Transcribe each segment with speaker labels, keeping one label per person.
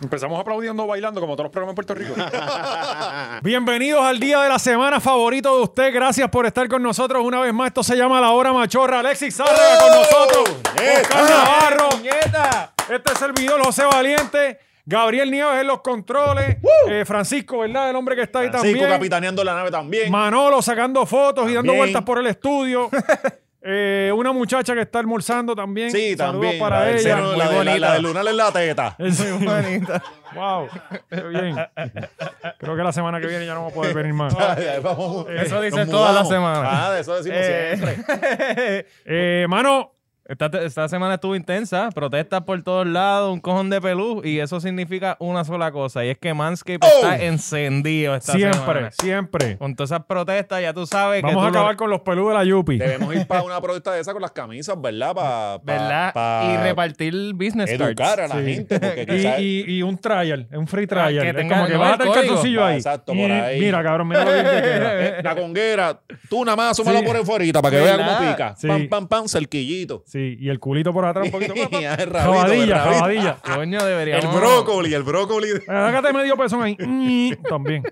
Speaker 1: Empezamos aplaudiendo, bailando, como todos los programas en Puerto Rico.
Speaker 2: Bienvenidos al día de la semana favorito de usted. Gracias por estar con nosotros una vez más. Esto se llama La Hora Machorra. Alexis Zárraga con
Speaker 3: ¡Oh!
Speaker 2: nosotros. Oscar Navarro. Este servidor José Valiente. Gabriel Nieves en los controles. Eh, Francisco, ¿verdad? El hombre que está ahí
Speaker 3: Francisco
Speaker 2: también.
Speaker 3: capitaneando la nave también.
Speaker 2: Manolo sacando fotos y dando
Speaker 3: También.
Speaker 2: vueltas por el estudio. Eh, una muchacha que está almorzando también.
Speaker 3: sí,
Speaker 2: Saludos
Speaker 3: también.
Speaker 2: para
Speaker 3: la, del
Speaker 2: ella. Eh,
Speaker 3: seno, la, de- la, la de lunar en la teta.
Speaker 2: Muy Wow, qué bien. Creo que la semana que viene ya no vamos a poder venir más.
Speaker 3: Vamos,
Speaker 4: Eso
Speaker 3: nos
Speaker 4: dice toda la
Speaker 3: mudamos.
Speaker 4: semana.
Speaker 3: Ah, de eso decimos
Speaker 4: Eh,
Speaker 3: siempre.
Speaker 2: Eh, mano,
Speaker 4: esta, esta semana estuvo intensa, protestas por todos lados, un cojón de pelú, y eso significa una sola cosa, y es que Manscaped está encendido esta
Speaker 2: siempre,
Speaker 4: semana.
Speaker 2: siempre.
Speaker 4: Con todas esas protestas, ya tú sabes que
Speaker 2: Vamos a
Speaker 4: tú lo-
Speaker 2: acabar con los pelú de la Yupi.
Speaker 3: Debemos ir para una protesta de esa con las camisas, ¿verdad? Para
Speaker 4: ¿Verdad? y repartir business cards.
Speaker 3: educar a la gente. Porque
Speaker 2: Y,
Speaker 3: quizás
Speaker 2: y- y un trial, un free
Speaker 4: Ah,
Speaker 2: trial.
Speaker 4: que
Speaker 2: Es
Speaker 4: tenga-
Speaker 2: como que
Speaker 4: no,
Speaker 2: vas a
Speaker 4: el
Speaker 2: tener
Speaker 4: código.
Speaker 2: calzoncillo
Speaker 3: Ah,
Speaker 2: ahí.
Speaker 3: exacto,
Speaker 2: Y
Speaker 3: por ahí.
Speaker 2: Mira, cabrón, mira lo bien que queda.
Speaker 3: eh, la conguera, tú nada más asómalo
Speaker 2: Sí.
Speaker 3: por el fuerita para que vea cómo
Speaker 4: ¿Verdad?
Speaker 3: pica.
Speaker 2: Sí.
Speaker 3: Pam, pam, pam, cerquillito.
Speaker 2: Sí, y el culito por atrás un poquito. pa, pa.
Speaker 3: Ay, rabito,
Speaker 2: Jabadilla,
Speaker 3: rabito.
Speaker 2: jabadilla. Eh,
Speaker 4: Coño, deberíamos...
Speaker 3: El brócoli, el brócoli.
Speaker 2: Hágate medio pezón ahí. Mm, También.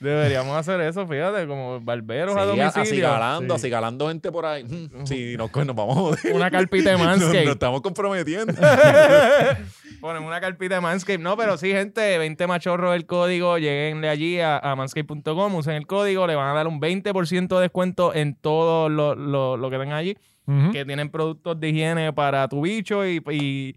Speaker 4: Deberíamos hacer eso, fíjate, como barberos a
Speaker 3: Sí,
Speaker 4: domicilio.
Speaker 3: así galando,
Speaker 4: Sí.
Speaker 3: así galando gente por ahí. Mm, Sí, nos, nos vamos a joder.
Speaker 4: Una carpita de
Speaker 3: Nos,
Speaker 4: Manscaped.
Speaker 3: nos estamos comprometiendo.
Speaker 4: Ponen una carpita de Manscape. No, pero sí, gente, 20 machorros el código. Lleguenle allí a, a manscape.com, usen el código, le van a dar un 20% de descuento en todo lo, lo- lo que tengan allí.
Speaker 2: Ujú.
Speaker 4: Que tienen productos de higiene para tu bicho y. y-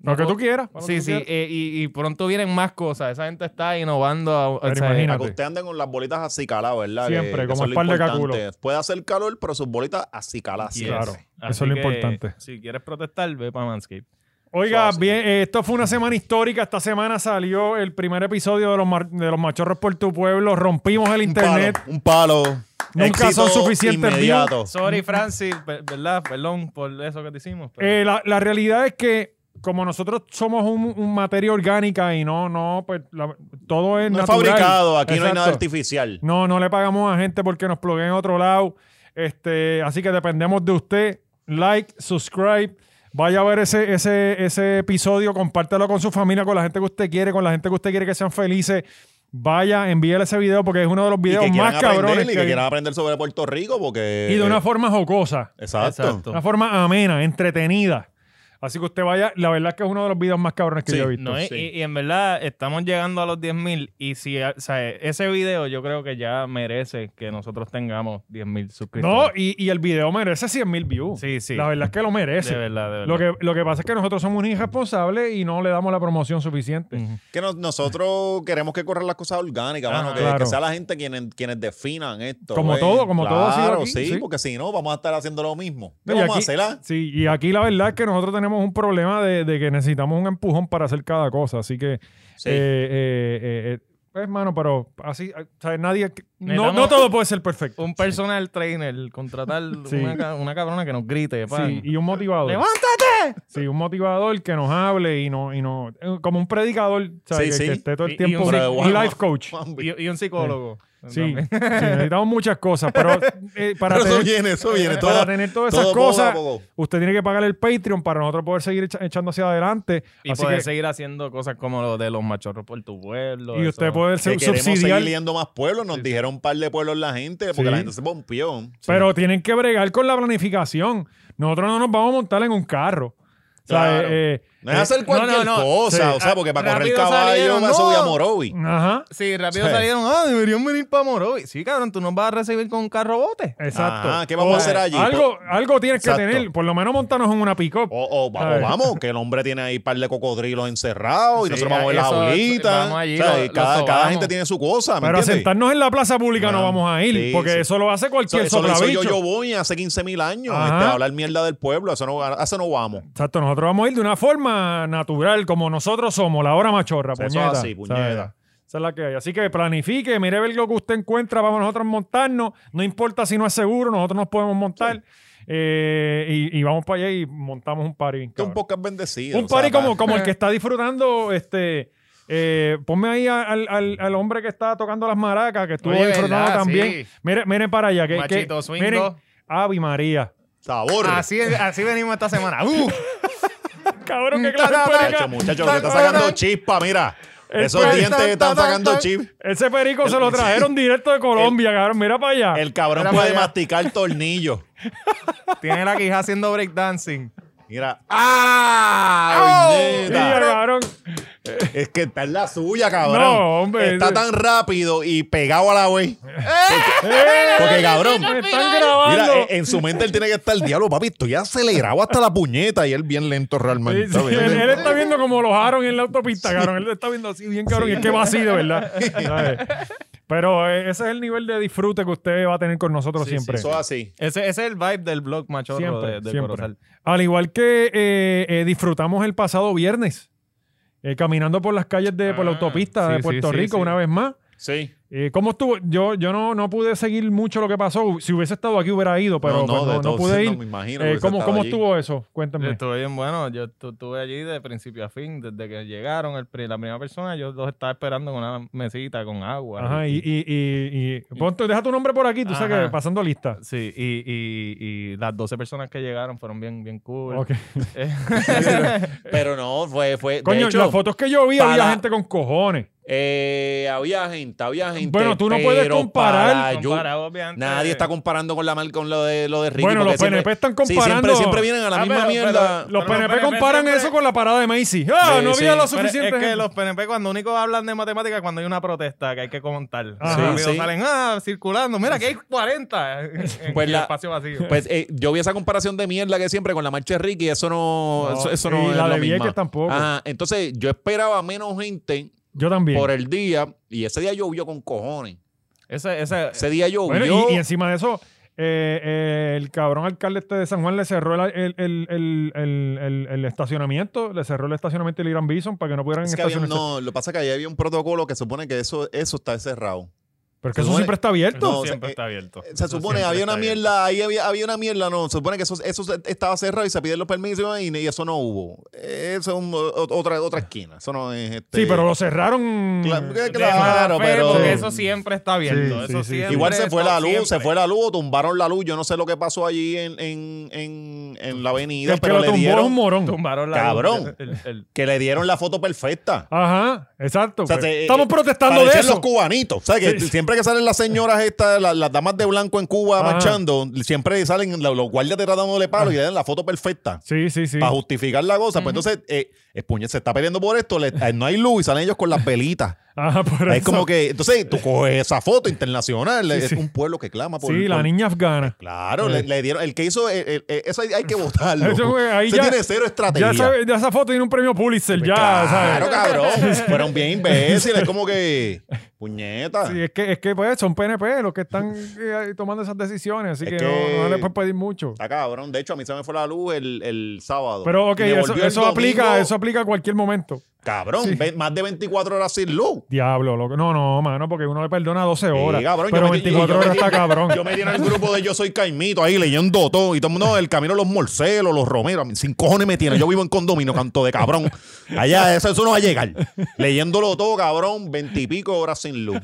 Speaker 2: Lo que tú quieras. lo que
Speaker 4: Sí,
Speaker 2: tú
Speaker 4: sí,
Speaker 2: quieras.
Speaker 4: eh, y, y pronto vienen más cosas. Esa gente está innovando. a-
Speaker 2: Pero
Speaker 4: o sea,
Speaker 2: imagínate.
Speaker 3: Para que usted ande con las bolitas acicaladas, ¿verdad?
Speaker 2: Siempre,
Speaker 3: Que- que
Speaker 2: como
Speaker 3: eso es lo
Speaker 2: espalda de
Speaker 3: importante.
Speaker 2: caculo.
Speaker 3: Puede hacer calor, pero sus bolitas acicaladas.
Speaker 4: Yes.
Speaker 2: Claro,
Speaker 4: Así
Speaker 2: eso es lo
Speaker 4: que,
Speaker 2: importante.
Speaker 4: Si quieres protestar, ve para Manscape.
Speaker 2: Oiga,
Speaker 3: Fácil.
Speaker 2: bien, eh, esto fue una semana histórica. Esta semana salió el primer episodio de los, mar- de los Machorros por tu pueblo. Rompimos el
Speaker 3: Un palo,
Speaker 2: internet.
Speaker 3: un palo.
Speaker 2: Nunca son
Speaker 3: Éxito
Speaker 2: suficientes
Speaker 3: inmediato.
Speaker 4: Sorry, Francis, pe- ¿verdad? Perdón por eso que te hicimos. pero-
Speaker 2: Eh, la, la realidad es que como nosotros somos un, un materia orgánica y no, no, pues la- todo es
Speaker 3: No es
Speaker 2: natural.
Speaker 3: fabricado, aquí no hay nada
Speaker 2: Exacto.
Speaker 3: artificial.
Speaker 2: No, no le pagamos a gente porque nos pluguen en otro lado. Este, así que dependemos de usted. Like, subscribe. Vaya a ver ese, ese, ese episodio, compártelo con su familia, con la gente que usted quiere, con la gente que usted quiere que sean felices. Vaya, envíele ese video porque es uno de los
Speaker 3: Y que
Speaker 2: videos
Speaker 3: quieran
Speaker 2: más
Speaker 3: aprender
Speaker 2: cabrones.
Speaker 3: y que,
Speaker 2: que hay.
Speaker 3: quieran aprender sobre Puerto Rico porque... eh,
Speaker 2: y de una forma jocosa.
Speaker 3: Exacto.
Speaker 2: De
Speaker 4: Exacto.
Speaker 2: una forma amena, entretenida. Así que usted vaya, la verdad es que es uno de los videos más cabrones que
Speaker 3: Sí,
Speaker 2: yo he visto.
Speaker 4: No, y-
Speaker 3: sí.
Speaker 4: y, y en verdad estamos llegando a los 10.000 y si o sea, ese video yo creo que ya merece que nosotros tengamos 10.000
Speaker 2: No,
Speaker 4: suscriptores.
Speaker 2: y, y el video merece 100 mil views.
Speaker 4: Sí, sí.
Speaker 2: La verdad es que lo merece.
Speaker 4: de verdad, de verdad.
Speaker 2: Lo que, lo que pasa es que nosotros somos unos irresponsables y no le damos la promoción suficiente.
Speaker 4: Ujú.
Speaker 3: Que no- nosotros queremos que corran las cosas orgánicas,
Speaker 4: Ajá.
Speaker 3: mano, que,
Speaker 2: Ah, Claro.
Speaker 3: que sea la gente quienes, quienes definan esto.
Speaker 2: Como
Speaker 3: eh.
Speaker 2: todo, como todo ha sido
Speaker 3: Claro,
Speaker 2: aquí,
Speaker 3: sí,
Speaker 2: sí.
Speaker 3: porque si no, vamos a estar haciendo lo mismo.
Speaker 2: Y
Speaker 3: ¿Qué vamos a ¿ah?
Speaker 2: aquí-
Speaker 3: hacerla?
Speaker 2: Sí, y aquí la verdad es que nosotros tenemos un problema de, de que necesitamos un empujón para hacer cada cosa. Así que,
Speaker 3: Sí.
Speaker 2: eh, eh, eh, eh, pues, mano, pero así, eh, o sea, nadie. No,
Speaker 4: Necesitamos-
Speaker 2: no todo puede ser perfecto.
Speaker 4: Un personal trainer, contratar
Speaker 2: Sí.
Speaker 4: una, ca- una cabrona que nos grite. pan.
Speaker 2: Sí, y un motivador.
Speaker 4: ¡Levántate!
Speaker 2: Sí, un motivador que nos hable y no, y no. eh, Como un predicador, ¿sabes? que,
Speaker 3: Sí, sí.
Speaker 2: que esté todo el
Speaker 4: Y- y
Speaker 2: tiempo.
Speaker 4: un-
Speaker 2: un,
Speaker 3: Pero, wow,
Speaker 2: life coach.
Speaker 3: Juan,
Speaker 4: Y, y un psicólogo.
Speaker 2: Sí, sí,
Speaker 4: También.
Speaker 2: necesitamos muchas cosas, pero eh, para,
Speaker 3: Pero eso
Speaker 2: tener, eh,
Speaker 3: viene, eso viene.
Speaker 2: para
Speaker 3: Todo,
Speaker 2: tener todas
Speaker 3: todo
Speaker 2: esas
Speaker 3: poco a
Speaker 2: cosas,
Speaker 3: poco.
Speaker 2: usted tiene que pagar el Patreon para nosotros poder seguir echa- echando hacia adelante.
Speaker 4: Y
Speaker 2: Así
Speaker 4: poder
Speaker 2: que-
Speaker 4: seguir haciendo cosas como lo de los machorros por tu pueblo.
Speaker 2: y
Speaker 4: eso.
Speaker 2: usted puede
Speaker 3: que
Speaker 2: ser-
Speaker 3: queremos seguir
Speaker 2: subsidiar,
Speaker 3: leyendo más pueblos. Nos dijeron un par de pueblos la gente, porque
Speaker 2: Sí.
Speaker 3: la gente se pompió.
Speaker 2: pero tienen que bregar con la planificación. Nosotros no nos vamos a montar en un carro. O sea,
Speaker 3: Claro.
Speaker 2: eh,
Speaker 3: No es hacer cualquier
Speaker 4: no, no.
Speaker 3: cosa,
Speaker 2: Sí.
Speaker 3: o sea, porque para correr
Speaker 4: Rápido
Speaker 3: caballo
Speaker 4: salieron,
Speaker 3: me subí
Speaker 4: no.
Speaker 3: a Morovi.
Speaker 2: ajá,
Speaker 4: Sí, rápido
Speaker 3: Sí.
Speaker 4: salieron. Ah, deberían venir para Morovi. Sí, cabrón, tú nos vas a recibir con un carro bote.
Speaker 2: exacto.
Speaker 3: Ajá, ¿qué vamos a hacer allí?
Speaker 2: Algo, algo tienes que
Speaker 3: Exacto. Oh,
Speaker 2: tener, por lo menos montarnos en una pick-up.
Speaker 3: O, Pues, o va- o
Speaker 2: Ay.
Speaker 3: vamos, que el hombre tiene ahí un par de cocodrilos encerrados y
Speaker 4: Sí,
Speaker 3: nosotros vamos a ver las
Speaker 4: eso,
Speaker 3: jaulitas.
Speaker 4: vamos allí,
Speaker 3: O sea,
Speaker 4: lo- lo
Speaker 3: cada, cada
Speaker 4: sobamos.
Speaker 3: gente tiene su cosa, ¿me
Speaker 2: pero a
Speaker 3: entiendes?
Speaker 2: sentarnos en la plaza pública no
Speaker 3: Ah,
Speaker 2: vamos a ir,
Speaker 3: sí,
Speaker 2: porque
Speaker 3: sí.
Speaker 2: eso lo hace
Speaker 3: Eso,
Speaker 2: cualquier
Speaker 3: eso lo hizo yo,
Speaker 2: soplabicho.
Speaker 3: yo voy hace 15 mil años,
Speaker 2: Ajá.
Speaker 3: este, a hablar mierda del pueblo, eso no, a eso no vamos.
Speaker 2: Exacto, nosotros vamos a ir de una forma natural, como nosotros somos, la hora machorra,
Speaker 3: Eso
Speaker 2: puñeta.
Speaker 3: es así, puñeta.
Speaker 2: ¿sabes? Esa es la que hay. Así que planifique, mire ver lo que usted encuentra, vamos nosotros a montarnos. No importa si no es seguro, nosotros nos podemos montar. Eh, y, y vamos para allá y montamos un party. bien
Speaker 3: Que un
Speaker 2: cabrón.
Speaker 3: podcast bendecido.
Speaker 2: Un
Speaker 3: o sea,
Speaker 2: party como,
Speaker 3: para-
Speaker 2: como el que está disfrutando, este... eh, ponme ahí a- al, al- al hombre que está tocando las maracas, que estuvo
Speaker 4: Oye,
Speaker 2: disfrutando
Speaker 4: ¿verdad?
Speaker 2: también.
Speaker 4: Sí.
Speaker 2: Miren, miren para allá. Que, que-
Speaker 4: Machito Swingo.
Speaker 2: miren, Ave María.
Speaker 3: Sabor.
Speaker 2: Ah,
Speaker 4: Así, así venimos esta semana. ¡Uh!
Speaker 2: Cabrón, qué clase de
Speaker 3: Muchacho,
Speaker 2: perica.
Speaker 3: muchacho, lo que está sacando chispa, mira.
Speaker 2: El
Speaker 3: Esos
Speaker 2: perico.
Speaker 3: dientes que están sacando chispa.
Speaker 2: Ese perico se lo trajeron directo de Colombia, cabrón. Mira para allá.
Speaker 3: El cabrón
Speaker 4: Era
Speaker 3: puede
Speaker 4: para allá.
Speaker 3: masticar tornillos.
Speaker 4: Tiene la quija haciendo breakdancing.
Speaker 3: Mira. ¡Ah!
Speaker 2: Sí,
Speaker 3: puñeta!
Speaker 2: cabrón.
Speaker 3: Es que está en la suya, cabrón.
Speaker 2: No, hombre. eh.
Speaker 3: Está tan rápido y pegado a la wey.
Speaker 2: Eh.
Speaker 3: Porque, cabrón.
Speaker 2: Me están
Speaker 3: Mira,
Speaker 2: grabando.
Speaker 3: eh, en su mente él tiene que estar, diablo, papi, estoy acelerado hasta la puñeta y él bien lento realmente.
Speaker 2: Sí, sí, él, él está viendo como los Aaron en la autopista, cabrón. Él está viendo así bien, cabrón. Y es que va así, de verdad. ¿Sabes? Pero eh, ese es el nivel de disfrute que usted va a tener con nosotros
Speaker 3: Sí, sí,
Speaker 2: siempre.
Speaker 3: Eso es así.
Speaker 4: Ese, ese es el vibe del blog machorro
Speaker 2: Siempre,
Speaker 4: de, del
Speaker 2: siempre.
Speaker 4: Corozal.
Speaker 2: Al igual que eh, eh, disfrutamos el pasado viernes, eh, caminando por las calles de por la
Speaker 4: Ah,
Speaker 2: autopista
Speaker 4: sí,
Speaker 2: de
Speaker 4: sí,
Speaker 2: Puerto
Speaker 4: sí,
Speaker 2: Rico
Speaker 4: sí.
Speaker 2: una vez más.
Speaker 3: Sí.
Speaker 2: Eh, ¿Cómo estuvo? Yo, yo no, no pude seguir mucho lo que pasó. Si hubiese estado aquí hubiera ido, pero pues, no,
Speaker 3: de
Speaker 2: no
Speaker 3: todo,
Speaker 2: pude
Speaker 3: sí,
Speaker 2: ir.
Speaker 3: me imagino,
Speaker 2: Eh,
Speaker 3: porque
Speaker 2: ¿Cómo,
Speaker 3: estaba
Speaker 2: cómo
Speaker 3: allí.
Speaker 2: estuvo eso? Cuéntame.
Speaker 4: Estuve bien bueno, yo estu- estuve allí de principio a fin, desde que llegaron el, pri- la primera persona, yo los estaba esperando con una mesita, con agua.
Speaker 2: Ajá, y, y, y, y- pon tu- deja tu nombre por aquí, tú sabes que
Speaker 4: Ajá. Ah,
Speaker 2: pasando lista.
Speaker 4: Sí, y, y- y las 12 personas que llegaron fueron bien, bien cool.
Speaker 2: Ok.
Speaker 4: Eh,
Speaker 5: Pero no, fue, fue. de
Speaker 2: Coño,
Speaker 5: hecho,
Speaker 2: las fotos que yo vi
Speaker 5: para-
Speaker 2: había gente con cojones.
Speaker 5: eh, había gente, había gente.
Speaker 2: Bueno, tú no puedes
Speaker 5: pero
Speaker 2: comparar.
Speaker 5: para yo-
Speaker 4: comparado, obviamente.
Speaker 5: nadie está comparando con la mal con lo de lo de Ricky.
Speaker 2: Bueno, los
Speaker 5: porque siempre-
Speaker 2: PNP están
Speaker 5: Sí,
Speaker 2: comparando-
Speaker 5: siempre, siempre vienen a la
Speaker 4: Ah,
Speaker 5: misma
Speaker 4: pero-
Speaker 5: mierda.
Speaker 4: pero-
Speaker 2: Los
Speaker 4: Pero
Speaker 2: PNP
Speaker 4: los PNP
Speaker 2: comparan
Speaker 4: siempre-
Speaker 2: eso con la parada de Macy. Ah,
Speaker 5: Sí,
Speaker 2: no había
Speaker 5: sí.
Speaker 2: lo
Speaker 5: Pero
Speaker 4: Pero
Speaker 2: suficiente.
Speaker 4: es que
Speaker 2: gente.
Speaker 4: los PNP cuando único hablan de matemáticas cuando hay una protesta que hay que comentar.
Speaker 2: Ajá.
Speaker 4: Rápido
Speaker 5: Sí, sí.
Speaker 4: salen ah, circulando, mira que hay 40 en, en
Speaker 5: Pues
Speaker 4: el
Speaker 5: la-
Speaker 4: espacio vacío.
Speaker 5: Pues eh, yo vi esa comparación de mierda que siempre con la marcha de Ricky, eso no,
Speaker 2: No,
Speaker 5: eso, eso
Speaker 2: y
Speaker 5: no es
Speaker 2: la
Speaker 5: lo
Speaker 2: de Vieques
Speaker 5: mismo.
Speaker 2: tampoco.
Speaker 5: Ajá, entonces yo esperaba menos gente
Speaker 2: Yo también.
Speaker 5: por el día y ese día llovió con cojones.
Speaker 4: Ese, ese,
Speaker 5: Ese día llovió.
Speaker 2: Bueno, y, y encima de eso, eh, eh, el cabrón alcalde este de San Juan le cerró el, el- el- el- el- el- el estacionamiento, le cerró el estacionamiento del Irán Bison para que no pudieran
Speaker 3: Es que había-
Speaker 2: estacionarse.
Speaker 3: no, lo que pasa es que ahí había un protocolo que supone que eso, eso está cerrado.
Speaker 2: Pero es que
Speaker 3: se
Speaker 2: eso
Speaker 3: supone-
Speaker 2: siempre está abierto.
Speaker 3: No, o sea,
Speaker 4: siempre
Speaker 3: eh,
Speaker 4: está abierto.
Speaker 3: Se supone,
Speaker 4: siempre
Speaker 3: había una
Speaker 4: está bien.
Speaker 3: mierda, ahí había, había una mierda, no, se supone que eso, eso se- estaba cerrado y se piden los permisos y, y eso no hubo. Eso es un- o- otra, otra esquina, eso no es... Este,
Speaker 2: sí, pero lo cerraron.
Speaker 3: Cla- cla-
Speaker 4: De mala
Speaker 3: Claro,
Speaker 4: fe,
Speaker 3: pero...
Speaker 4: porque eso siempre está abierto.
Speaker 2: Sí,
Speaker 4: eso
Speaker 2: sí, sí,
Speaker 4: siempre,
Speaker 2: sí.
Speaker 3: Igual se fue la
Speaker 4: eso
Speaker 3: luz, se
Speaker 4: siempre.
Speaker 3: fue la luz, tumbaron la luz. Yo no sé lo que pasó allí en, en, en, en la avenida,
Speaker 2: el que
Speaker 3: pero
Speaker 2: lo
Speaker 3: le
Speaker 2: tumbó es
Speaker 3: dieron
Speaker 2: un morón.
Speaker 4: Tumbaron la
Speaker 3: Cabrón.
Speaker 4: luz. El- el-
Speaker 3: que le dieron la foto perfecta.
Speaker 2: Ajá, exacto.
Speaker 3: O sea,
Speaker 2: pues.
Speaker 3: se-
Speaker 2: Estamos protestando de
Speaker 3: parecían
Speaker 2: eso.
Speaker 3: los cubanitos. O sea, que
Speaker 2: Sí.
Speaker 3: siempre que salen las señoras estas, las, las damas de blanco en Cuba
Speaker 2: Ajá.
Speaker 3: marchando, siempre salen los, los guardias de dándole palo y le dan la foto perfecta.
Speaker 2: Sí, sí, sí.
Speaker 3: Para justificar la cosa, pues entonces, eh, el puñet se está peleando por esto, le- eh, no hay luz y salen ellos con las velitas.
Speaker 2: Ajá, por
Speaker 3: Es
Speaker 2: eso.
Speaker 3: como que, entonces, tú coges esa foto internacional, es
Speaker 2: sí.
Speaker 3: un pueblo que clama por
Speaker 2: Sí, la
Speaker 3: por-
Speaker 2: niña afgana.
Speaker 3: Claro,
Speaker 2: Sí.
Speaker 3: le, le dieron. El que hizo. el- el- el- eso hay, hay que votarlo.
Speaker 2: Eso, güey, ahí
Speaker 3: Ese
Speaker 2: ya-
Speaker 3: tiene cero estrategia.
Speaker 2: Ya, sabe- ya esa foto tiene un premio Pulitzer, ya, ¿sabes?
Speaker 3: claro, cabrón. Fueron bien imbéciles. Como que. Puñeta.
Speaker 2: Sí, es que, es que pues, son PNP los que están eh, tomando esas decisiones, así
Speaker 3: Es
Speaker 2: que,
Speaker 3: que-
Speaker 2: No, no les puedes pedir mucho.
Speaker 3: Está cabrón. De hecho, a mí se me fue la luz el, el sábado.
Speaker 2: Pero ok,
Speaker 3: Y me
Speaker 2: eso,
Speaker 3: volvió el
Speaker 2: eso aplica,
Speaker 3: domingo,
Speaker 2: eso aplica a cualquier momento.
Speaker 3: Cabrón, ve- más de 24 horas sin luz.
Speaker 2: Diablo, loco. No, no, mano, porque uno le perdona 12 horas.
Speaker 3: Sí, cabrón,
Speaker 2: pero
Speaker 3: yo me-
Speaker 2: 24
Speaker 3: yo me-
Speaker 2: horas está cabrón.
Speaker 3: Yo me di en el grupo de Yo Soy Caimito ahí leyendo todo. Y todo el mundo, no, el camino de los morcelos, los romeros. A mí, Sin cojones me tiene. Yo vivo en condominio, canto de cabrón. Allá, eso, eso no va a llegar. Leyéndolo todo, cabrón, veintipico horas sin luz.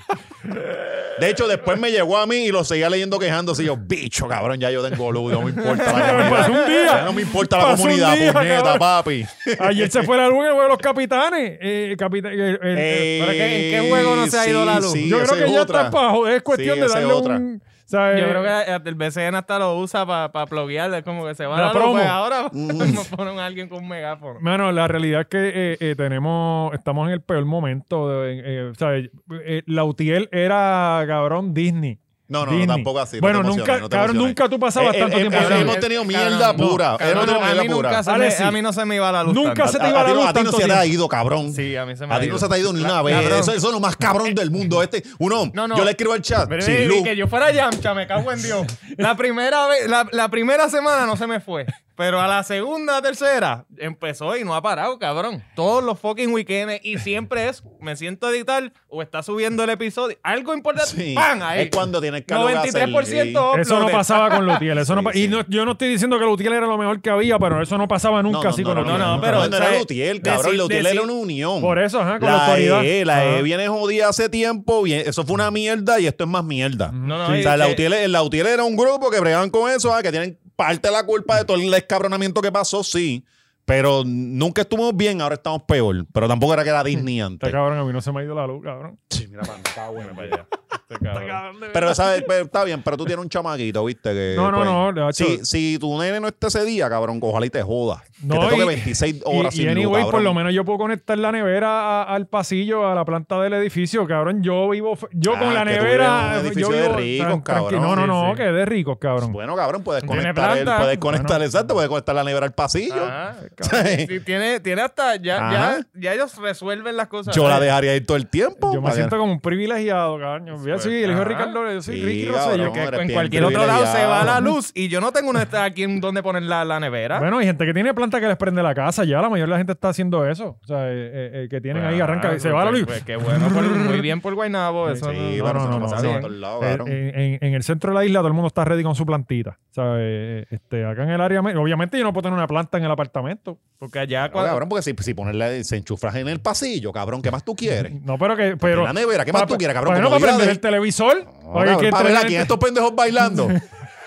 Speaker 3: De hecho, después me llegó a mí y lo seguía leyendo quejándose. Y yo, bicho, cabrón, ya yo tengo luz. No me importa la comunidad.
Speaker 2: Pasó un día.
Speaker 3: Ya no me importa la
Speaker 2: Pasó un
Speaker 3: comunidad,
Speaker 2: día,
Speaker 3: puñeta,
Speaker 2: cabrón.
Speaker 3: papi.
Speaker 2: Ayer se fue la luz en el juego de los capitanes. Eh, capita- eh, el- el-
Speaker 3: Eh,
Speaker 4: ¿Pero qué- en qué juego no se ha ido la luz?
Speaker 3: sí,
Speaker 2: yo creo
Speaker 3: esa
Speaker 2: que
Speaker 3: es
Speaker 2: ya
Speaker 3: otra.
Speaker 2: está bajo. Es cuestión
Speaker 3: Sí,
Speaker 2: de
Speaker 3: esa es
Speaker 2: darle
Speaker 3: otra.
Speaker 2: un. o sea,
Speaker 4: Yo
Speaker 2: eh,
Speaker 4: creo que el BCN hasta lo usa para pa pluguear, es como que se va
Speaker 2: La
Speaker 4: la, luz,
Speaker 2: promo.
Speaker 4: pues ahora
Speaker 3: Mm.
Speaker 4: nos ponen a alguien con un megáfono.
Speaker 2: Mano, la realidad es que eh, eh, tenemos, estamos en el peor momento. de- eh, eh, ¿sabes? Eh, Lautiel era cabrón Disney.
Speaker 3: No, no, no,
Speaker 2: Disney.
Speaker 3: tampoco así. no
Speaker 2: Bueno,
Speaker 3: te emociones,
Speaker 2: nunca,
Speaker 3: no te
Speaker 2: cabrón,
Speaker 3: emociones.
Speaker 2: nunca tú pasabas
Speaker 3: Eh,
Speaker 2: tanto
Speaker 3: eh,
Speaker 2: tiempo.
Speaker 3: eh,
Speaker 2: sin luz.
Speaker 3: hemos tenido mierda pura. Hemos tenido
Speaker 4: a,
Speaker 3: mierda
Speaker 4: mí nunca
Speaker 3: pura.
Speaker 4: se me,
Speaker 2: Alexis.
Speaker 4: a mí no se me iba la luz.
Speaker 2: Nunca
Speaker 4: tanto.
Speaker 2: se te
Speaker 3: A-
Speaker 2: iba
Speaker 3: a
Speaker 2: la
Speaker 3: ti no-
Speaker 2: luz
Speaker 3: A ti no
Speaker 2: tanto
Speaker 3: se te ha
Speaker 2: tiempo.
Speaker 3: ido, cabrón.
Speaker 4: Sí, a mí se me
Speaker 3: A
Speaker 4: ha
Speaker 3: ti
Speaker 4: ido.
Speaker 3: no se te ha ido ni una vez.
Speaker 4: cabrón.
Speaker 3: Eso, eso es lo más cabrón del mundo. Este, uno,
Speaker 4: No, no.
Speaker 3: yo le escribo al chat.
Speaker 4: Pero,
Speaker 3: sin
Speaker 4: eh,
Speaker 3: luz.
Speaker 4: que yo fuera Yamcha, me cago en Dios. La primera vez, la, la primera semana no se me fue. Pero a la segunda, tercera, empezó y no ha parado, cabrón. Todos los fucking weekends y siempre es, me siento a editar o está subiendo el episodio. Algo importante,
Speaker 3: Sí,
Speaker 4: ¡pam! Ahí.
Speaker 3: Es cuando tienes que
Speaker 4: 93%
Speaker 3: hacer-
Speaker 2: Eso no
Speaker 4: uploaded.
Speaker 2: pasaba con Lutiel. Eso no
Speaker 3: Sí,
Speaker 2: pa- Y
Speaker 3: sí.
Speaker 2: no- yo no estoy diciendo que Lutiel era lo mejor que había, pero eso no pasaba nunca así con Lutiel.
Speaker 4: no, no,
Speaker 2: Nunca.
Speaker 4: pero-
Speaker 3: no era
Speaker 4: ¿sabes?
Speaker 3: Lutiel, cabrón.
Speaker 4: Decir-
Speaker 3: Lutiel
Speaker 4: decir-
Speaker 3: era una unión.
Speaker 2: Por eso, ajá, con la,
Speaker 3: la
Speaker 2: autoridad.
Speaker 3: E, la
Speaker 2: Ajá.
Speaker 3: E viene jodida hace tiempo. bien- eso fue una mierda y esto es más mierda.
Speaker 4: No, no,
Speaker 3: O
Speaker 4: y
Speaker 3: sea, la
Speaker 4: que-
Speaker 3: UTL, el Lautiel era un grupo que bregaban con eso, ah, que tienen parte de la culpa de todo el escabronamiento que pasó, sí. Pero nunca estuvimos bien, ahora estamos peor. Pero tampoco era que era Disney
Speaker 2: Este
Speaker 3: antes.
Speaker 2: cabrón, a mí no se me ha ido la luz, cabrón.
Speaker 3: Eh, Sí, mira, pa, está bueno para allá.
Speaker 4: Este cabrón.
Speaker 3: Pero, ¿sabes? Pero está bien, pero tú tienes un chamaquito, ¿viste? Que, pues,
Speaker 2: No, no, no, de hecho-
Speaker 3: Si, si tu nene no esté ese día, cabrón, ojalá y te joda.
Speaker 2: No,
Speaker 3: que te toque
Speaker 2: y-
Speaker 3: 26 horas
Speaker 2: y,
Speaker 3: sin
Speaker 2: y
Speaker 3: luz,
Speaker 2: anyway, por
Speaker 3: cabrón.
Speaker 2: lo menos yo puedo conectar la nevera a- al pasillo, a la planta del edificio, cabrón. Yo vivo, f- yo
Speaker 3: Ah,
Speaker 2: con la
Speaker 3: que tú
Speaker 2: nevera.
Speaker 3: vives en un
Speaker 2: yo
Speaker 3: edificio de
Speaker 2: vivo
Speaker 3: ricos,
Speaker 2: tran- tranqui-
Speaker 3: cabrón.
Speaker 2: No, no, no,
Speaker 4: Sí, sí.
Speaker 2: que de ricos, cabrón.
Speaker 3: Bueno, cabrón, puedes
Speaker 2: Tiene
Speaker 3: conectar, el,
Speaker 2: planta.
Speaker 3: puedes conectar,
Speaker 2: Bueno.
Speaker 3: exacto, puedes conectar la nevera al pasillo.
Speaker 4: Ah, sí, tiene, tiene hasta, ya,
Speaker 3: Ajá.
Speaker 4: ya, ya ellos resuelven las cosas.
Speaker 3: Yo la dejaría ir todo el tiempo.
Speaker 2: eh, Yo me
Speaker 3: para que-
Speaker 2: siento como un privilegiado, cabrón. Yo soy el hijo de Ricardo, yo soy
Speaker 3: Sí,
Speaker 2: Ricky
Speaker 3: cabrón,
Speaker 2: Rosselló.
Speaker 4: Que
Speaker 3: Hombre,
Speaker 4: en
Speaker 3: bien
Speaker 4: cualquier otro lado se va
Speaker 3: privilegiado.
Speaker 4: la luz y yo no tengo una aquí en donde poner la, la nevera.
Speaker 2: Bueno, hay gente que tiene planta que les prende la casa. Ya la mayoría de la gente está haciendo eso. O sea, eh, eh, eh, que tienen ahí, arranca,
Speaker 4: Ah,
Speaker 2: y se va la
Speaker 4: pues,
Speaker 2: luz.
Speaker 4: pues, qué bueno, por- muy bien por Guaynabo.
Speaker 2: Sí,
Speaker 4: Eso
Speaker 3: Sí, bueno,
Speaker 4: no-
Speaker 2: no,
Speaker 3: eso
Speaker 2: no,
Speaker 3: no,
Speaker 2: no,
Speaker 3: pasa
Speaker 2: está
Speaker 3: en
Speaker 2: bien.
Speaker 3: todos lados,
Speaker 2: Eh,
Speaker 3: Oh, cabrón.
Speaker 2: En, en- en el centro de la isla todo el mundo está ready con su plantita. ¿sabes? Eh, Este, acá en el área, me- obviamente yo no puedo tener una planta en el apartamento.
Speaker 4: Porque allá
Speaker 3: Claro,
Speaker 4: cuando...
Speaker 3: cabrón, porque si, si ponerle, se enchufras en el pasillo, cabrón, ¿qué más tú quieres?
Speaker 2: No, pero que... Pero,
Speaker 3: En la nevera, Pues ¿qué más tú quieres, cabrón?
Speaker 2: Bueno, para
Speaker 3: Comodidades.
Speaker 2: prender el televisor.
Speaker 3: No,
Speaker 2: Oye,
Speaker 3: cabrón,
Speaker 2: que
Speaker 3: para
Speaker 2: entre-
Speaker 3: ver a quién estos pendejos bailando.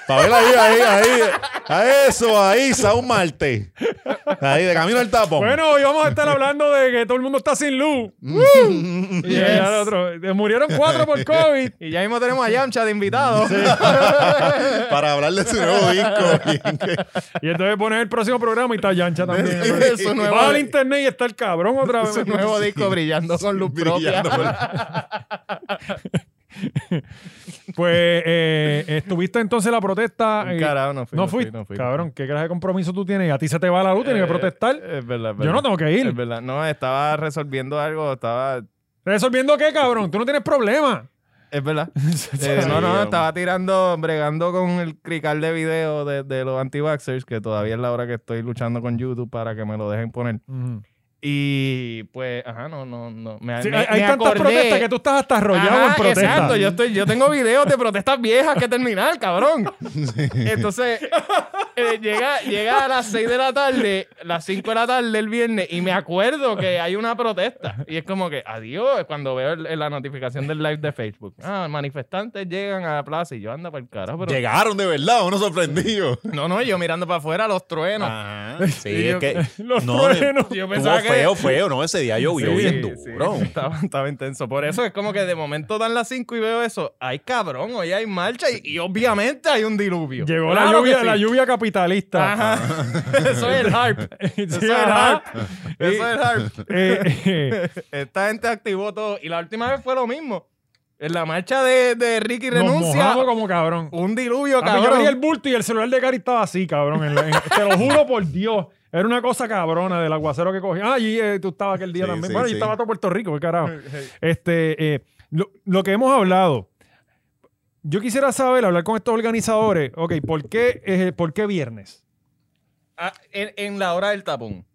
Speaker 3: Para ver ahí, ahí, ahí. A eso, ahí, Saúl Marte. Ahí, de camino al tapón.
Speaker 2: Bueno, hoy vamos a estar hablando de que todo el mundo está sin luz.
Speaker 3: Mm.
Speaker 2: Y allá el otro, eh, Murieron cuatro por COVID.
Speaker 4: Y ya mismo tenemos a Yamcha de invitado.
Speaker 3: Para hablar de su nuevo disco.
Speaker 2: Y entonces pones el próximo programa y está Yancha también.
Speaker 4: Es su nuevo-
Speaker 2: Va al internet y está el cabrón otra vez.
Speaker 4: Su nuevo disco brillando con luz propia.
Speaker 3: Brillando por-
Speaker 2: Pues eh, estuviste entonces en la protesta. eh,
Speaker 4: Carajo, no fui.
Speaker 2: no fuiste.
Speaker 4: no fui.
Speaker 2: cabrón, ¿qué clase de compromiso tú tienes? A ti se te va la luz, tienes que
Speaker 4: Eh,
Speaker 2: protestar.
Speaker 4: Es verdad, es
Speaker 2: Yo no
Speaker 4: verdad.
Speaker 2: tengo que
Speaker 4: Es
Speaker 2: ir.
Speaker 4: verdad. No, estaba resolviendo algo, estaba...
Speaker 2: ¿Resolviendo qué, cabrón? Tú no tienes problema.
Speaker 4: Es verdad. Eh, no, no, estaba tirando, bregando con el crical de video de, de los anti-vaxxers, que todavía es la hora que estoy luchando con YouTube para que me lo dejen poner. Y pues, ajá, no, no, no. Me,
Speaker 2: Sí,
Speaker 4: me-
Speaker 2: hay hay
Speaker 4: me
Speaker 2: tantas
Speaker 4: acordé-
Speaker 2: protestas que tú estás hasta arrollado
Speaker 4: Ajá,
Speaker 2: en protesta.
Speaker 4: Exacto, yo, estoy, yo tengo videos de protestas viejas que terminar, cabrón. Entonces, eh, llega, llega a las 6 de la tarde, las 5 de la tarde el viernes, y me acuerdo que hay una protesta. Y es como que, adiós, cuando veo el- la notificación del live de Facebook. Ah, manifestantes llegan a la plaza y yo ando para el carajo, pero...
Speaker 3: Llegaron de verdad, uno sorprendido.
Speaker 4: No, no, y yo mirando para afuera los truenos. Y
Speaker 3: Sí, es
Speaker 4: yo-
Speaker 3: que.
Speaker 2: Los
Speaker 3: No,
Speaker 2: truenos.
Speaker 4: Yo pensaba
Speaker 3: Estuvo
Speaker 4: que...
Speaker 3: feo, feo, ¿no? Ese día llovió
Speaker 4: Sí,
Speaker 3: bien
Speaker 4: sí.
Speaker 3: duro.
Speaker 4: Estaba, estaba intenso. Por eso es como que de momento dan las 5 y veo eso. Ay, cabrón, hoy hay marcha y, y obviamente hay un diluvio.
Speaker 2: Llegó la
Speaker 4: Claro que
Speaker 2: lluvia,
Speaker 4: sí.
Speaker 2: la lluvia capitalista.
Speaker 4: Ajá. eso es el harp.
Speaker 2: Sí,
Speaker 4: Eso es el
Speaker 2: ¿verdad?
Speaker 4: harp. Eso es el harp.
Speaker 2: Eh, eh,
Speaker 4: Esta gente activó todo. Y la última vez fue lo mismo. En la marcha de, de Ricky
Speaker 2: nos
Speaker 4: Renuncia,
Speaker 2: mojamos como cabrón.
Speaker 4: un diluvio,
Speaker 2: Papi, yo
Speaker 4: cabrón.
Speaker 2: abrí el bulto y el celular de Gary estaba así, cabrón. en la- en- te lo juro por Dios. Era una cosa cabrona del aguacero que cogía. Ah, y eh, tú estabas aquel día
Speaker 3: Sí,
Speaker 2: también.
Speaker 3: sí,
Speaker 2: bueno, y
Speaker 3: sí.
Speaker 2: estaba todo Puerto Rico, qué carajo. Este, eh, lo, lo que hemos hablado. Yo quisiera saber, hablar con estos organizadores. Ok, ¿por qué, eh, ¿por qué viernes?
Speaker 4: Ah, en, en la hora del tapón.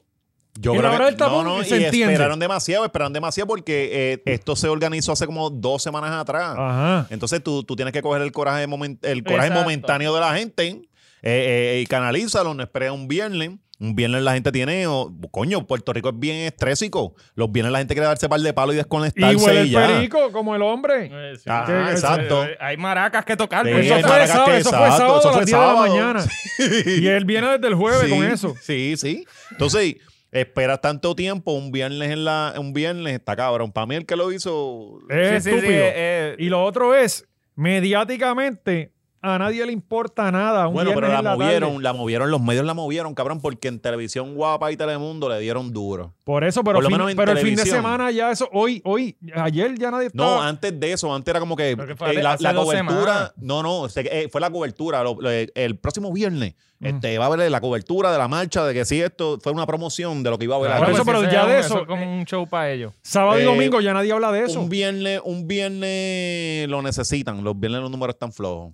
Speaker 3: Yo
Speaker 2: Y la hora del tapón
Speaker 3: y
Speaker 2: se entiende.
Speaker 3: esperaron demasiado, esperaron demasiado porque eh, esto se organizó hace como dos semanas atrás.
Speaker 2: Ajá.
Speaker 3: Entonces tú, tú tienes que coger el coraje, momen- el coraje
Speaker 4: Exacto.
Speaker 3: momentáneo de la gente eh, eh, y canalízalo, no esperes un viernes. Un viernes la gente tiene, oh, coño, Puerto Rico es bien estrésico. Los viernes la gente quiere darse par de palo y
Speaker 2: Y
Speaker 3: desconectarse y,
Speaker 2: huele el
Speaker 3: ya.
Speaker 2: perico como el hombre.
Speaker 3: Ajá,
Speaker 2: Que- que-
Speaker 3: exacto.
Speaker 4: Hay maracas que tocar.
Speaker 3: Sí,
Speaker 4: pues,
Speaker 2: Eso
Speaker 3: el
Speaker 2: fue,
Speaker 3: Maracate,
Speaker 2: sábado, eso fue sábado
Speaker 3: exacto, eso
Speaker 2: a las
Speaker 3: fue
Speaker 2: 10 de la
Speaker 3: sábado.
Speaker 2: mañana. Y él viene desde el jueves
Speaker 3: Sí,
Speaker 2: con eso.
Speaker 3: Sí, sí. Entonces, esperas tanto tiempo, un viernes en la, un viernes está cabrón. Para mí el que lo hizo.
Speaker 2: Es
Speaker 4: Sí, sí, sí,
Speaker 2: estúpido.
Speaker 4: eh, eh,
Speaker 2: Y lo otro es, mediáticamente, a nadie le importa nada. Un
Speaker 3: bueno, pero
Speaker 2: viernes
Speaker 3: la
Speaker 2: en la tarde.
Speaker 3: movieron, la movieron, los medios la movieron, cabrón, porque en televisión guapa y Telemundo le dieron duro.
Speaker 2: Por eso, pero,
Speaker 3: Por lo
Speaker 2: fin-
Speaker 3: menos en
Speaker 2: pero el fin de
Speaker 3: televisión.
Speaker 2: semana ya eso, hoy, hoy, ayer ya nadie estaba.
Speaker 3: No, antes de eso, antes era como que,
Speaker 4: Creo que fue
Speaker 3: eh,
Speaker 4: hace-
Speaker 3: la,
Speaker 4: hace
Speaker 3: la
Speaker 4: dos
Speaker 3: cobertura.
Speaker 4: semanas.
Speaker 3: No, no, se- eh, fue la cobertura. lo- lo- el próximo viernes este, va a haber la cobertura de la marcha, de que si esto fue una promoción de lo que iba a haber.
Speaker 2: Claro,
Speaker 3: aquí.
Speaker 2: eso, pero
Speaker 4: ese
Speaker 2: ya
Speaker 4: es
Speaker 2: de
Speaker 4: un-
Speaker 2: eso-
Speaker 4: es como un show para ellos.
Speaker 2: Sábado y
Speaker 3: eh,
Speaker 2: domingo ya nadie habla de eso.
Speaker 3: un viernes, un viernes lo necesitan. Los viernes los números están flojos.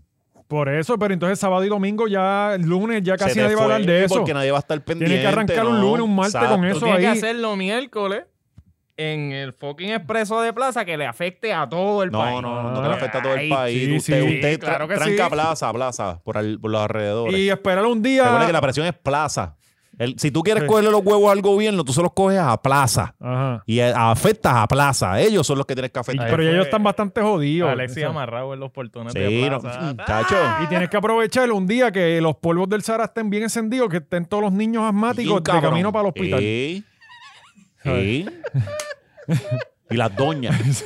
Speaker 2: Por eso, pero entonces sábado y domingo ya, el lunes ya casi
Speaker 3: Se te
Speaker 2: nadie va a hablar
Speaker 3: fue,
Speaker 2: de eso.
Speaker 3: Porque nadie va a estar pendiente.
Speaker 2: Tiene que arrancar un
Speaker 3: ¿no?
Speaker 2: lunes, un martes con
Speaker 3: Exacto.
Speaker 2: eso
Speaker 4: Tiene que
Speaker 2: ahí.
Speaker 4: hacerlo miércoles en el fucking expreso de plaza que le afecte a todo el país.
Speaker 3: No, no, no, no que le afecta a todo el
Speaker 4: Ay,
Speaker 3: país.
Speaker 2: sí,
Speaker 3: usted
Speaker 2: sí,
Speaker 3: usted tra-
Speaker 4: claro que
Speaker 3: tranca
Speaker 4: sí.
Speaker 3: plaza, plaza, por, al- por los alrededores.
Speaker 2: Y esperar un
Speaker 3: Recuerda que
Speaker 2: día.
Speaker 3: la presión es plaza. El- si tú quieres
Speaker 2: Sí.
Speaker 3: cogerle los huevos al gobierno, tú se los coges a plaza.
Speaker 2: Ajá.
Speaker 3: Y a- afectas a plaza. Ellos son los que tienes que
Speaker 2: Y-
Speaker 3: afectar.
Speaker 2: pero ya
Speaker 4: fue-
Speaker 2: ellos están bastante jodidos.
Speaker 4: Alexis
Speaker 2: Eso.
Speaker 4: amarrado en los portones
Speaker 3: sí,
Speaker 4: de
Speaker 3: no,
Speaker 4: plaza.
Speaker 3: mm, chacho.
Speaker 2: Y tienes que aprovechar un día que los polvos del Sahara estén bien encendidos, que estén todos los niños asmáticos
Speaker 3: Bien,
Speaker 2: de
Speaker 3: cabrón.
Speaker 2: camino para el hospital.
Speaker 3: Sí. Sí. y las doñas.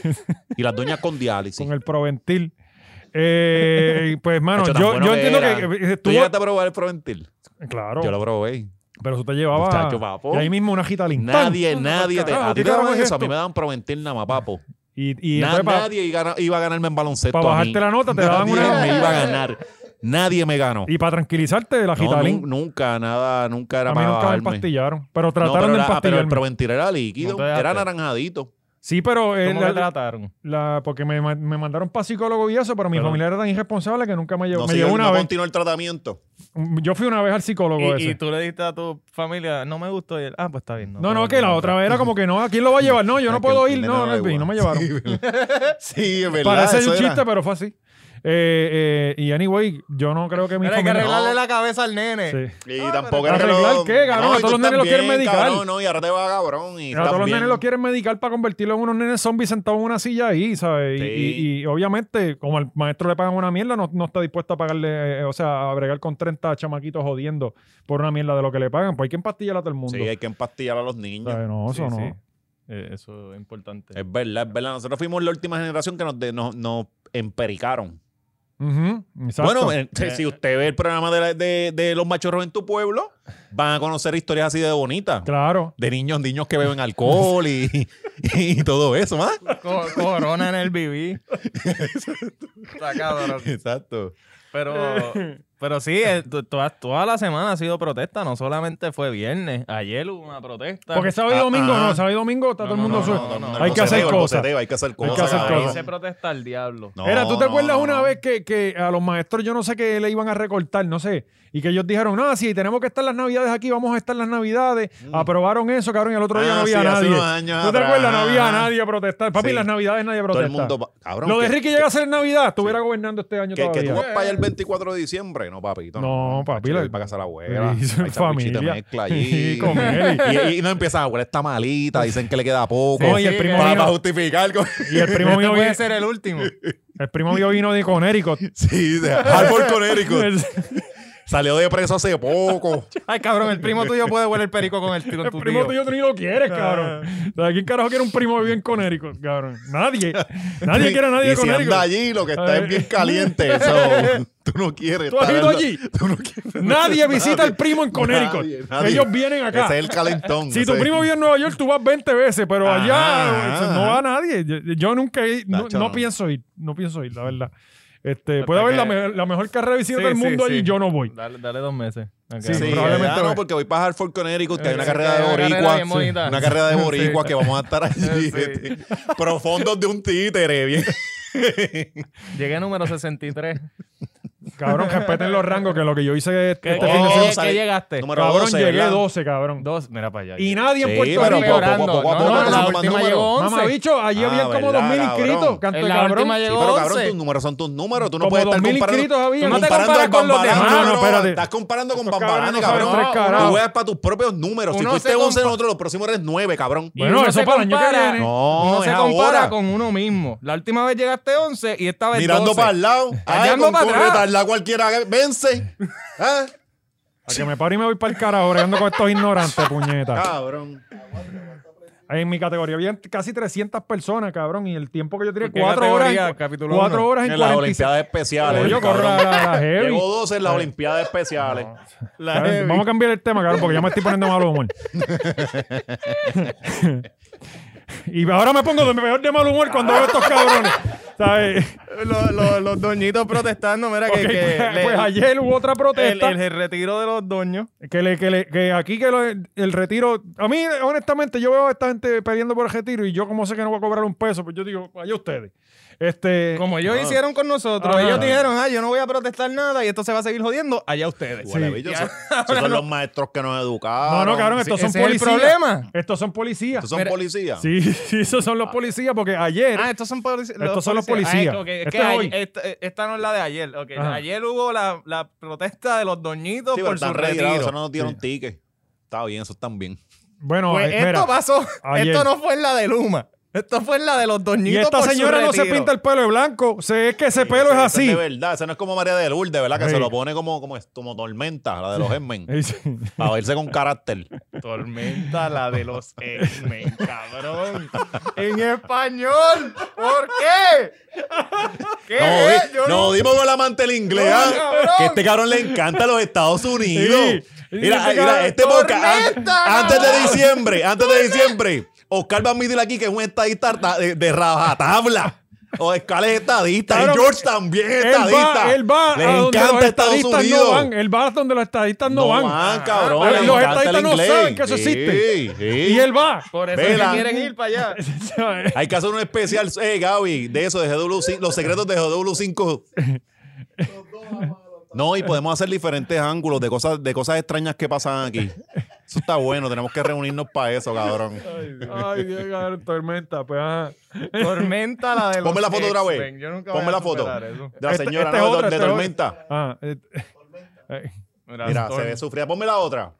Speaker 3: y las doñas con diálisis.
Speaker 2: Con el proventil. Eh, pues, hermano,
Speaker 3: Chacho, tan
Speaker 2: yo,
Speaker 3: bueno
Speaker 2: yo entiendo
Speaker 3: era.
Speaker 2: que eh,
Speaker 3: ¿Tú
Speaker 2: estuvo-
Speaker 3: llegaste a probar el Proventil?
Speaker 2: Claro,
Speaker 3: Yo lo probé.
Speaker 2: pero eso te llevaba.
Speaker 3: Muchacho, papo.
Speaker 2: y ahí mismo una gita al instante.
Speaker 3: Nadie,
Speaker 2: Tum,
Speaker 3: nadie. Te,
Speaker 2: carajo,
Speaker 3: a ti te
Speaker 2: tiraron
Speaker 3: daban eso.
Speaker 2: esto.
Speaker 3: A mí me daban Proventil nada más, papo.
Speaker 2: Y, y
Speaker 3: Na-
Speaker 2: entonces, pa-
Speaker 3: nadie iba a- iba a ganarme en baloncesto.
Speaker 2: Para
Speaker 3: a
Speaker 2: bajarte
Speaker 3: mí.
Speaker 2: la nota, te daban
Speaker 3: Nadie
Speaker 2: una-
Speaker 3: me iba a ganar. Nadie me ganó.
Speaker 2: y para tranquilizarte, la
Speaker 3: No,
Speaker 2: gita al
Speaker 3: nun-
Speaker 2: in-
Speaker 3: nunca, nada, nunca
Speaker 2: A
Speaker 3: era
Speaker 2: mí
Speaker 3: para
Speaker 2: nunca me
Speaker 3: bajarme.
Speaker 2: empastillaron. Pero
Speaker 3: No,
Speaker 2: trataron
Speaker 3: pero,
Speaker 2: de
Speaker 3: era- ah, pero el
Speaker 2: empastillarme.
Speaker 3: Proventil era líquido,
Speaker 4: ¿Cómo te
Speaker 3: era
Speaker 4: dejaste?
Speaker 3: naranjadito.
Speaker 2: sí, pero eh,
Speaker 4: ¿Cómo
Speaker 2: la-
Speaker 4: que trataron?
Speaker 2: la- porque me, ma- me mandaron para psicólogo y eso, pero mi
Speaker 4: Pero-
Speaker 2: familia era tan irresponsable que nunca me llevó.
Speaker 3: No
Speaker 2: me
Speaker 3: siguió-
Speaker 2: llevó una
Speaker 3: no
Speaker 2: vez.
Speaker 3: continuó el tratamiento.
Speaker 2: Yo fui una vez al psicólogo
Speaker 4: Y,
Speaker 2: ese.
Speaker 4: y tú le diste a tu familia, no me gustó. Y él, ah, pues está bien.
Speaker 2: no,
Speaker 4: te
Speaker 2: no,
Speaker 4: voy
Speaker 2: que
Speaker 4: a
Speaker 2: la
Speaker 4: dar
Speaker 2: otra vez era como que no, ¿a quién lo va a llevar? No, yo
Speaker 3: Ah,
Speaker 2: no
Speaker 3: que
Speaker 2: puedo
Speaker 3: el
Speaker 2: ir.
Speaker 3: nene
Speaker 2: No,
Speaker 3: no va
Speaker 2: no, y no me
Speaker 3: igual.
Speaker 2: llevaron.
Speaker 3: Sí, es
Speaker 2: Parece
Speaker 3: eso
Speaker 2: un
Speaker 3: era.
Speaker 2: chiste, pero fue así. Eh, eh, y anyway, yo no creo que mi
Speaker 4: Pero hay que
Speaker 2: familia-
Speaker 4: arreglarle la cabeza al nene.
Speaker 2: Sí.
Speaker 3: Y
Speaker 4: Ah,
Speaker 3: tampoco
Speaker 2: pero
Speaker 3: es que lo-
Speaker 2: arreglar qué, cabrón, a
Speaker 3: y
Speaker 2: todos
Speaker 3: tú
Speaker 2: los nenes
Speaker 3: estás
Speaker 2: lo quieren
Speaker 3: bien,
Speaker 2: medicar.
Speaker 3: cabrón, no, y ahora te va
Speaker 2: Pero
Speaker 3: cabrón. Y
Speaker 2: a
Speaker 3: estás
Speaker 2: todos los
Speaker 3: bien.
Speaker 2: nenes lo quieren medicar para convertirlo en unos nenes zombies sentados en una silla ahí, ¿sabes? Y,
Speaker 3: Sí.
Speaker 2: y- y obviamente, como al maestro le pagan una mierda, no, no está dispuesto a pagarle, eh, o sea, a bregar con 30 chamaquitos jodiendo por una mierda de lo que le pagan. Pues hay que empastillar a todo el mundo.
Speaker 3: Sí, hay que empastillar a los niños.
Speaker 2: ¿Sabes? No, eso no.
Speaker 4: Sí, sí. Eh, eso es importante.
Speaker 3: Es verdad, es verdad. Nosotros fuimos la última generación que nos, de- nos, nos empericaron.
Speaker 2: Ujú, exacto.
Speaker 3: Bueno, eh, si- si usted ve el programa de, la- de- de los machorros en tu pueblo, van a conocer historias así de bonitas.
Speaker 2: claro.
Speaker 3: De niños, niños que beben alcohol y, y todo eso, ¿más?
Speaker 4: Co- corona en el BB. Está cabrón.
Speaker 3: Exacto.
Speaker 4: Pero, pero sí, eh, tu- toda, toda la semana ha sido protesta. No solamente fue viernes. Ayer hubo una protesta.
Speaker 2: Porque sábado y
Speaker 3: Ah,
Speaker 2: domingo
Speaker 3: ajá.
Speaker 2: no, sábado y domingo está
Speaker 4: No,
Speaker 2: todo el
Speaker 4: no,
Speaker 2: mundo
Speaker 4: no,
Speaker 2: suel-
Speaker 4: no, no, no,
Speaker 2: Hay
Speaker 4: no,
Speaker 2: que
Speaker 4: no,
Speaker 2: hacer
Speaker 3: el
Speaker 2: cosas.
Speaker 3: boceteo, Hay que hacer cosas.
Speaker 2: que hacer
Speaker 3: cabrón.
Speaker 4: Ahí
Speaker 2: cosas.
Speaker 4: se protesta al diablo.
Speaker 3: No,
Speaker 2: Era, ¿tú te
Speaker 3: no,
Speaker 2: acuerdas
Speaker 3: no,
Speaker 2: una
Speaker 3: no.
Speaker 2: vez que, que a los maestros yo no sé qué le iban a recortar, no sé? Y que ellos dijeron, no, si tenemos que estar las navidades aquí, vamos a estar las navidades. Aprobaron eso, cabrón, y el otro día
Speaker 3: Mm. Ah,
Speaker 2: no había
Speaker 3: sí, hace
Speaker 2: nadie.
Speaker 3: unos años
Speaker 2: ¿Tú te
Speaker 3: atrás.
Speaker 2: acuerdas? No había nadie a protestar. Papi,
Speaker 3: Sí.
Speaker 2: en las navidades nadie
Speaker 3: Todo
Speaker 2: protesta.
Speaker 3: el mundo, va- cabrón.
Speaker 2: Lo de
Speaker 3: que-
Speaker 2: Ricky llega a ser Navidad, estuviera gobernando este año
Speaker 3: Que, que tú
Speaker 2: todavía.
Speaker 3: vas para allá el 24 de diciembre. No, papito.
Speaker 2: No, papi,
Speaker 3: Yo
Speaker 2: la-
Speaker 3: voy para casa de la abuela.
Speaker 2: Sí,
Speaker 3: Hay familia.
Speaker 2: familia.
Speaker 3: mezcla
Speaker 2: Sí,
Speaker 3: allí.
Speaker 2: comer
Speaker 3: y, y no empieza, abuela está malita. Dicen que le queda poco.
Speaker 2: No, y el primo
Speaker 3: para,
Speaker 2: mío-
Speaker 3: justificar. con-
Speaker 2: Y el primo
Speaker 4: Este
Speaker 2: mío
Speaker 4: puede
Speaker 2: vino,
Speaker 4: ser el último.
Speaker 2: el primo mío vino de Conérico.
Speaker 3: sí, de Harvard Connecticut. Salió de preso hace poco.
Speaker 4: Ay, cabrón, el primo tuyo puede huele el perico con el tiro.
Speaker 2: El primo tuyo tú ni lo quieres, cabrón.
Speaker 3: Ah.
Speaker 2: O sea, ¿Quién carajo quiere un primo que vive en Conérico, cabrón? Nadie. Nadie quiere a nadie
Speaker 3: Y
Speaker 2: de
Speaker 3: si
Speaker 2: Conérico.
Speaker 3: anda allí, lo que está
Speaker 2: Ay.
Speaker 3: es bien caliente. Eso, tú no quieres.
Speaker 2: ¿Tú has
Speaker 3: estar
Speaker 2: ido
Speaker 3: en la-
Speaker 2: allí?
Speaker 3: Tú no quieres.
Speaker 2: Nadie visita al primo en Connecticut.
Speaker 3: Nadie, nadie.
Speaker 2: Ellos vienen acá.
Speaker 3: Ese es el calentón.
Speaker 2: Si
Speaker 3: ese
Speaker 2: tu
Speaker 3: es-
Speaker 2: primo vive en Nueva York, tú vas 20 veces, pero
Speaker 3: Ajá,
Speaker 2: allá
Speaker 3: ajá.
Speaker 2: no va nadie. Yo, yo nunca he- no,
Speaker 3: Nacho,
Speaker 2: no
Speaker 3: no.
Speaker 2: pienso ir, no pienso ir, la verdad. Este, puede haber
Speaker 4: que-
Speaker 2: la, me- la mejor carrera de bicicleta del mundo allí, yo no voy.
Speaker 4: Dale, dale dos meses. Ok.
Speaker 2: Sí,
Speaker 3: Sí,
Speaker 2: probablemente
Speaker 3: probablemente
Speaker 2: no.
Speaker 3: no, porque voy para Hartford, Connecticut, que hay una
Speaker 4: Sí,
Speaker 3: carrera
Speaker 4: que
Speaker 3: de
Speaker 4: hay una carrera
Speaker 3: boricua,
Speaker 4: bien bonita.
Speaker 3: una carrera de
Speaker 4: Sí.
Speaker 3: boricua que vamos a estar allí,
Speaker 4: Sí.
Speaker 3: este, profundos de un títere, bien.
Speaker 4: Llegué a número 63.
Speaker 2: Cabrón, respeten los rangos, que lo que yo hice este
Speaker 4: ¿Qué,
Speaker 2: fin de
Speaker 3: Oh,
Speaker 2: semana-
Speaker 4: qué- qué
Speaker 3: sale-
Speaker 4: llegaste?
Speaker 3: Número
Speaker 2: Cabrón,
Speaker 3: 12,
Speaker 2: llegué
Speaker 3: ¿verdad?
Speaker 2: 12, cabrón.
Speaker 4: Dos. Mira para allá.
Speaker 2: Y nadie en Puerto
Speaker 4: pero
Speaker 2: Rico.
Speaker 4: poco,
Speaker 3: poco, poco,
Speaker 4: No,
Speaker 3: poco,
Speaker 4: no,
Speaker 3: poco,
Speaker 4: la
Speaker 3: se van
Speaker 4: última
Speaker 3: números.
Speaker 4: llegó 11.
Speaker 2: Mamá, bicho, allí
Speaker 3: Ah,
Speaker 2: habían como
Speaker 3: verdad,
Speaker 2: 2.000
Speaker 3: cabrón.
Speaker 2: inscritos. Canto
Speaker 4: En la
Speaker 2: cabrón.
Speaker 4: última
Speaker 3: Sí,
Speaker 4: llegó
Speaker 3: pero cabrón,
Speaker 4: 11.
Speaker 3: tus números son tus números, tú no
Speaker 2: Como
Speaker 3: puedes estar
Speaker 2: 2000 inscritos
Speaker 3: comparando.
Speaker 2: había.
Speaker 3: tú
Speaker 2: No te
Speaker 3: comparando al
Speaker 4: comparas con los
Speaker 3: Bambarano,
Speaker 2: demás. No, no,
Speaker 3: no,
Speaker 2: espérate.
Speaker 3: Estás comparando con
Speaker 2: Estos cabrones
Speaker 3: Bambarane,
Speaker 2: no saben
Speaker 3: cabrón.
Speaker 2: tres carajos.
Speaker 3: Tú juegas para tus propios números. Si
Speaker 4: Uno
Speaker 3: fuiste
Speaker 4: se
Speaker 3: 11
Speaker 4: compa-
Speaker 3: nosotros, los próximos eres 9, cabrón.
Speaker 4: Y
Speaker 2: Bueno,
Speaker 4: uno
Speaker 2: eso
Speaker 4: se
Speaker 2: para el año que
Speaker 4: compara-
Speaker 2: viene.
Speaker 3: No,
Speaker 4: uno
Speaker 3: es
Speaker 4: se compara
Speaker 3: ahora.
Speaker 4: con uno mismo. La última vez llegaste 11 y esta vez
Speaker 2: pues,
Speaker 3: Mirando
Speaker 4: 12.
Speaker 3: para el lado. Ay,
Speaker 4: Callando
Speaker 3: con
Speaker 4: para atrás.
Speaker 3: la cualquiera vence. ¿Ah?
Speaker 2: A que me paro y me voy para el carajo, bregando con estos ignorantes, puñetas.
Speaker 3: Cabrón.
Speaker 2: En mi categoría había casi 300 personas, cabrón, y el tiempo que yo tiré,
Speaker 4: ¿Por qué
Speaker 2: cuatro horas,
Speaker 4: categoría?
Speaker 2: en, cu-
Speaker 4: Capítulo
Speaker 2: cuatro
Speaker 4: uno.
Speaker 2: horas en
Speaker 3: En las
Speaker 2: 45.
Speaker 3: Olimpiadas Especiales.
Speaker 2: Yo corro la,
Speaker 3: cabrón.
Speaker 2: la- la heavy.
Speaker 3: Llegó 12 en las Olimpiadas Especiales.
Speaker 4: La
Speaker 2: Cabrón,
Speaker 4: heavy.
Speaker 2: Vamos a cambiar el tema, cabrón, porque ya me estoy poniendo mal humor. y ahora me pongo de peor de mal humor cuando veo estos cabrones. ¿Sabes?
Speaker 4: Los, los, los doñitos protestando. Mira que,
Speaker 2: Ok,
Speaker 4: que
Speaker 2: pues,
Speaker 4: le-
Speaker 2: pues ayer hubo otra
Speaker 4: el,
Speaker 2: protesta.
Speaker 4: el- el retiro de los doños.
Speaker 2: Que, le, que, le- que aquí que lo- el retiro. A mí, honestamente, yo veo a esta gente peleando por el retiro y yo, como sé que no voy a cobrar un peso, pues yo digo, allá ustedes. Este,
Speaker 4: Como ellos hicieron con nosotros,
Speaker 2: Ajá.
Speaker 4: ellos dijeron, ah, yo no voy a protestar nada y esto se va a seguir jodiendo, allá ustedes.
Speaker 3: Guarabillo, esos- esos son los maestros que nos
Speaker 2: no,
Speaker 3: educaron.
Speaker 2: no, cabrón, estos
Speaker 4: Sí,
Speaker 2: son
Speaker 4: ese es el
Speaker 2: policías.
Speaker 4: problema.
Speaker 2: Estos son policías.
Speaker 3: Estos son
Speaker 4: Mira,
Speaker 3: policías.
Speaker 2: Sí, sí, esos son los policías porque ayer...
Speaker 4: Ah, estos son, polici-
Speaker 2: Estos son los policías.
Speaker 4: Ah, ok, es
Speaker 2: Este
Speaker 4: que
Speaker 2: es
Speaker 4: a-
Speaker 2: hoy.
Speaker 4: esta, esta no es la de ayer. ok.
Speaker 2: Ajá.
Speaker 4: Ayer hubo la, la protesta de los doñitos
Speaker 3: Sí, pero
Speaker 4: por su
Speaker 3: están retirados,
Speaker 4: retiro.
Speaker 3: eso no nos dieron ticket. Está bien, eso están bien.
Speaker 2: bueno,
Speaker 4: Pues
Speaker 2: espera.
Speaker 4: esto pasó.
Speaker 2: Ayer.
Speaker 4: Esto no fue en la de Luma. Esto fue en la de los doñitos
Speaker 2: Y esta
Speaker 4: por su
Speaker 2: señora no se
Speaker 4: retiro.
Speaker 2: pinta el pelo de blanco. Se, es que ese pelo es
Speaker 3: Eso
Speaker 2: así.
Speaker 3: De verdad, eso no es como María de Lourdes, ¿verdad? Que
Speaker 2: Sí.
Speaker 3: se lo pone como, como, como tormenta, la de los X-Men.
Speaker 2: Ey, sí.
Speaker 3: Para verse con carácter.
Speaker 4: Tormenta la de los X-Men, cabrón. en español. ¿Por qué? ¿Qué?
Speaker 2: Eh,
Speaker 3: No,
Speaker 4: es?
Speaker 3: di-
Speaker 4: Yo
Speaker 3: no,
Speaker 4: no-
Speaker 3: dimos con el amante del inglés.
Speaker 4: No,
Speaker 3: ¿ah?
Speaker 4: cabrón.
Speaker 3: que este cabrón le encanta los Estados Unidos.
Speaker 2: Sí.
Speaker 3: Mira,
Speaker 2: Este
Speaker 3: mira,
Speaker 2: cabrón-
Speaker 3: este podcast, an-
Speaker 4: ¡Tormenta,
Speaker 3: antes de
Speaker 4: cabrón!
Speaker 3: diciembre, antes de diciembre, Oscar va a admitir aquí que es un estadista ta- de, de rajatabla. O Oscar es estadista.
Speaker 2: Claro,
Speaker 3: y George también es
Speaker 2: Él
Speaker 3: estadista.
Speaker 2: va, él va
Speaker 3: Le
Speaker 2: a donde
Speaker 3: encanta
Speaker 2: los
Speaker 3: Estados
Speaker 2: estadistas
Speaker 3: Unidos.
Speaker 2: no van. Él va a donde los estadistas no, van.
Speaker 3: cabrón.
Speaker 2: Ah,
Speaker 3: le
Speaker 2: los
Speaker 3: encanta el
Speaker 2: estadistas no
Speaker 3: inglés.
Speaker 2: saben que eso
Speaker 3: Sí,
Speaker 2: existe.
Speaker 3: sí.
Speaker 2: Y él va.
Speaker 4: Por eso
Speaker 3: Vela.
Speaker 4: es que quieren ir para allá.
Speaker 3: Hay que hacer un especial, eh, Gaby, de eso, de GW5, los secretos de GW5. No, y podemos hacer diferentes ángulos de cosas, de cosas extrañas que pasan aquí. Eso está bueno, tenemos que reunirnos para eso, cabrón.
Speaker 2: Ay, Dios, cabrón, tormenta. Pues, ajá.
Speaker 4: Tormenta la de los
Speaker 3: Ponme la foto otra vez.
Speaker 4: X-Men. Yo nunca voy
Speaker 3: Ponme
Speaker 4: a
Speaker 3: la foto.
Speaker 4: superar eso.
Speaker 3: De la
Speaker 2: Este-
Speaker 3: señora,
Speaker 2: este
Speaker 3: ¿no?
Speaker 2: es
Speaker 3: De-
Speaker 2: otro, este
Speaker 3: de,
Speaker 2: es
Speaker 3: tormenta.
Speaker 2: Ah, eh, eh,
Speaker 3: Mira, se
Speaker 4: Storm.
Speaker 3: ve sufrida. Ponme la otra.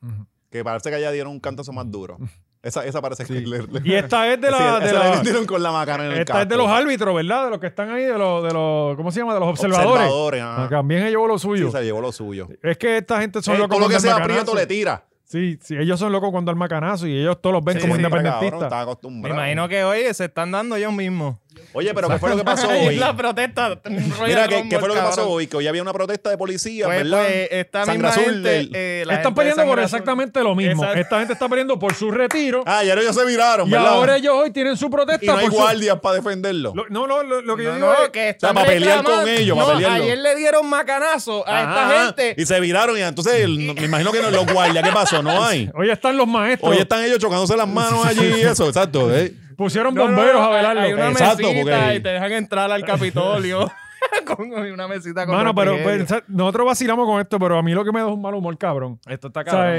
Speaker 3: Que parece que allá dieron un cantazo más duro. Esa, esa parece que le- le-
Speaker 2: Y esta es de la.
Speaker 3: esa- esa
Speaker 2: de la-
Speaker 3: le dieron con la macana en el
Speaker 2: esta es de los
Speaker 3: casco.
Speaker 2: árbitros, ¿verdad? De los que están ahí, de los, de los ¿cómo se llama? De los observadores.
Speaker 3: Observadores, ajá.
Speaker 2: Ah, También ellos lo suyo.
Speaker 3: Sí, se llevó lo suyo.
Speaker 2: es que esta gente son
Speaker 3: Eh,
Speaker 2: locos
Speaker 3: todo lo que
Speaker 2: cuando
Speaker 3: sea
Speaker 2: al
Speaker 3: aprieto
Speaker 2: macanazo.
Speaker 3: le tira.
Speaker 2: Sí, sí, ellos son locos cuando al macanazo y ellos todos los ven
Speaker 3: Sí,
Speaker 2: como
Speaker 3: sí, cabrón,
Speaker 2: independentistas.
Speaker 3: está
Speaker 4: Me
Speaker 3: acostumbrado.
Speaker 4: imagino que hoy se están dando ellos mismos.
Speaker 3: Oye, pero ¿qué fue lo que pasó hoy?
Speaker 4: la protesta.
Speaker 3: Mira, ¿qué, qué fue lo que pasó hoy? Que hoy había una protesta de policía,
Speaker 4: Pues,
Speaker 3: ¿verdad?
Speaker 4: pues, esta
Speaker 3: Sangre
Speaker 4: misma
Speaker 3: azul
Speaker 4: gente,
Speaker 3: del-
Speaker 4: eh, la
Speaker 2: Están
Speaker 4: gente de
Speaker 2: peleando por
Speaker 4: Sangre Azul.
Speaker 2: exactamente lo mismo.
Speaker 4: Exacto.
Speaker 2: Esta gente está peleando por su retiro
Speaker 3: Ah, ayer ellos se viraron,
Speaker 2: y
Speaker 3: ¿verdad?
Speaker 2: ahora ellos hoy tienen su
Speaker 3: y
Speaker 2: protesta
Speaker 3: no hay
Speaker 2: por su-
Speaker 3: guardias para defenderlo.
Speaker 2: Lo- no, no, lo, lo que yo
Speaker 4: No,
Speaker 2: digo
Speaker 4: no,
Speaker 2: es
Speaker 4: que
Speaker 3: sea,
Speaker 4: están
Speaker 3: para pelear con
Speaker 4: reclamando.
Speaker 3: ellos, para
Speaker 4: No,
Speaker 3: pelearlo.
Speaker 4: Ayer le dieron macanazo a
Speaker 3: Ajá,
Speaker 4: esta gente.
Speaker 3: Y se viraron y entonces no- me imagino que no, los guardias, ¿qué pasó? No hay.
Speaker 2: hoy están los maestros,
Speaker 3: Hoy están ellos chocándose las manos allí y eso, exacto. ¿eh?
Speaker 2: pusieron
Speaker 4: No, no,
Speaker 2: bomberos
Speaker 4: no,
Speaker 2: a velarlo.
Speaker 4: Hay una
Speaker 3: Exacto,
Speaker 4: mesita
Speaker 3: porque-
Speaker 4: y te dejan entrar al Capitolio con una mesita con
Speaker 2: Mano, pero,
Speaker 4: refrigerio.
Speaker 2: pero, ¿sabes? nosotros vacilamos con esto, pero a mí lo que me da es un mal humor, cabrón.
Speaker 4: esto está
Speaker 2: ¿Sabes?
Speaker 4: cabrón.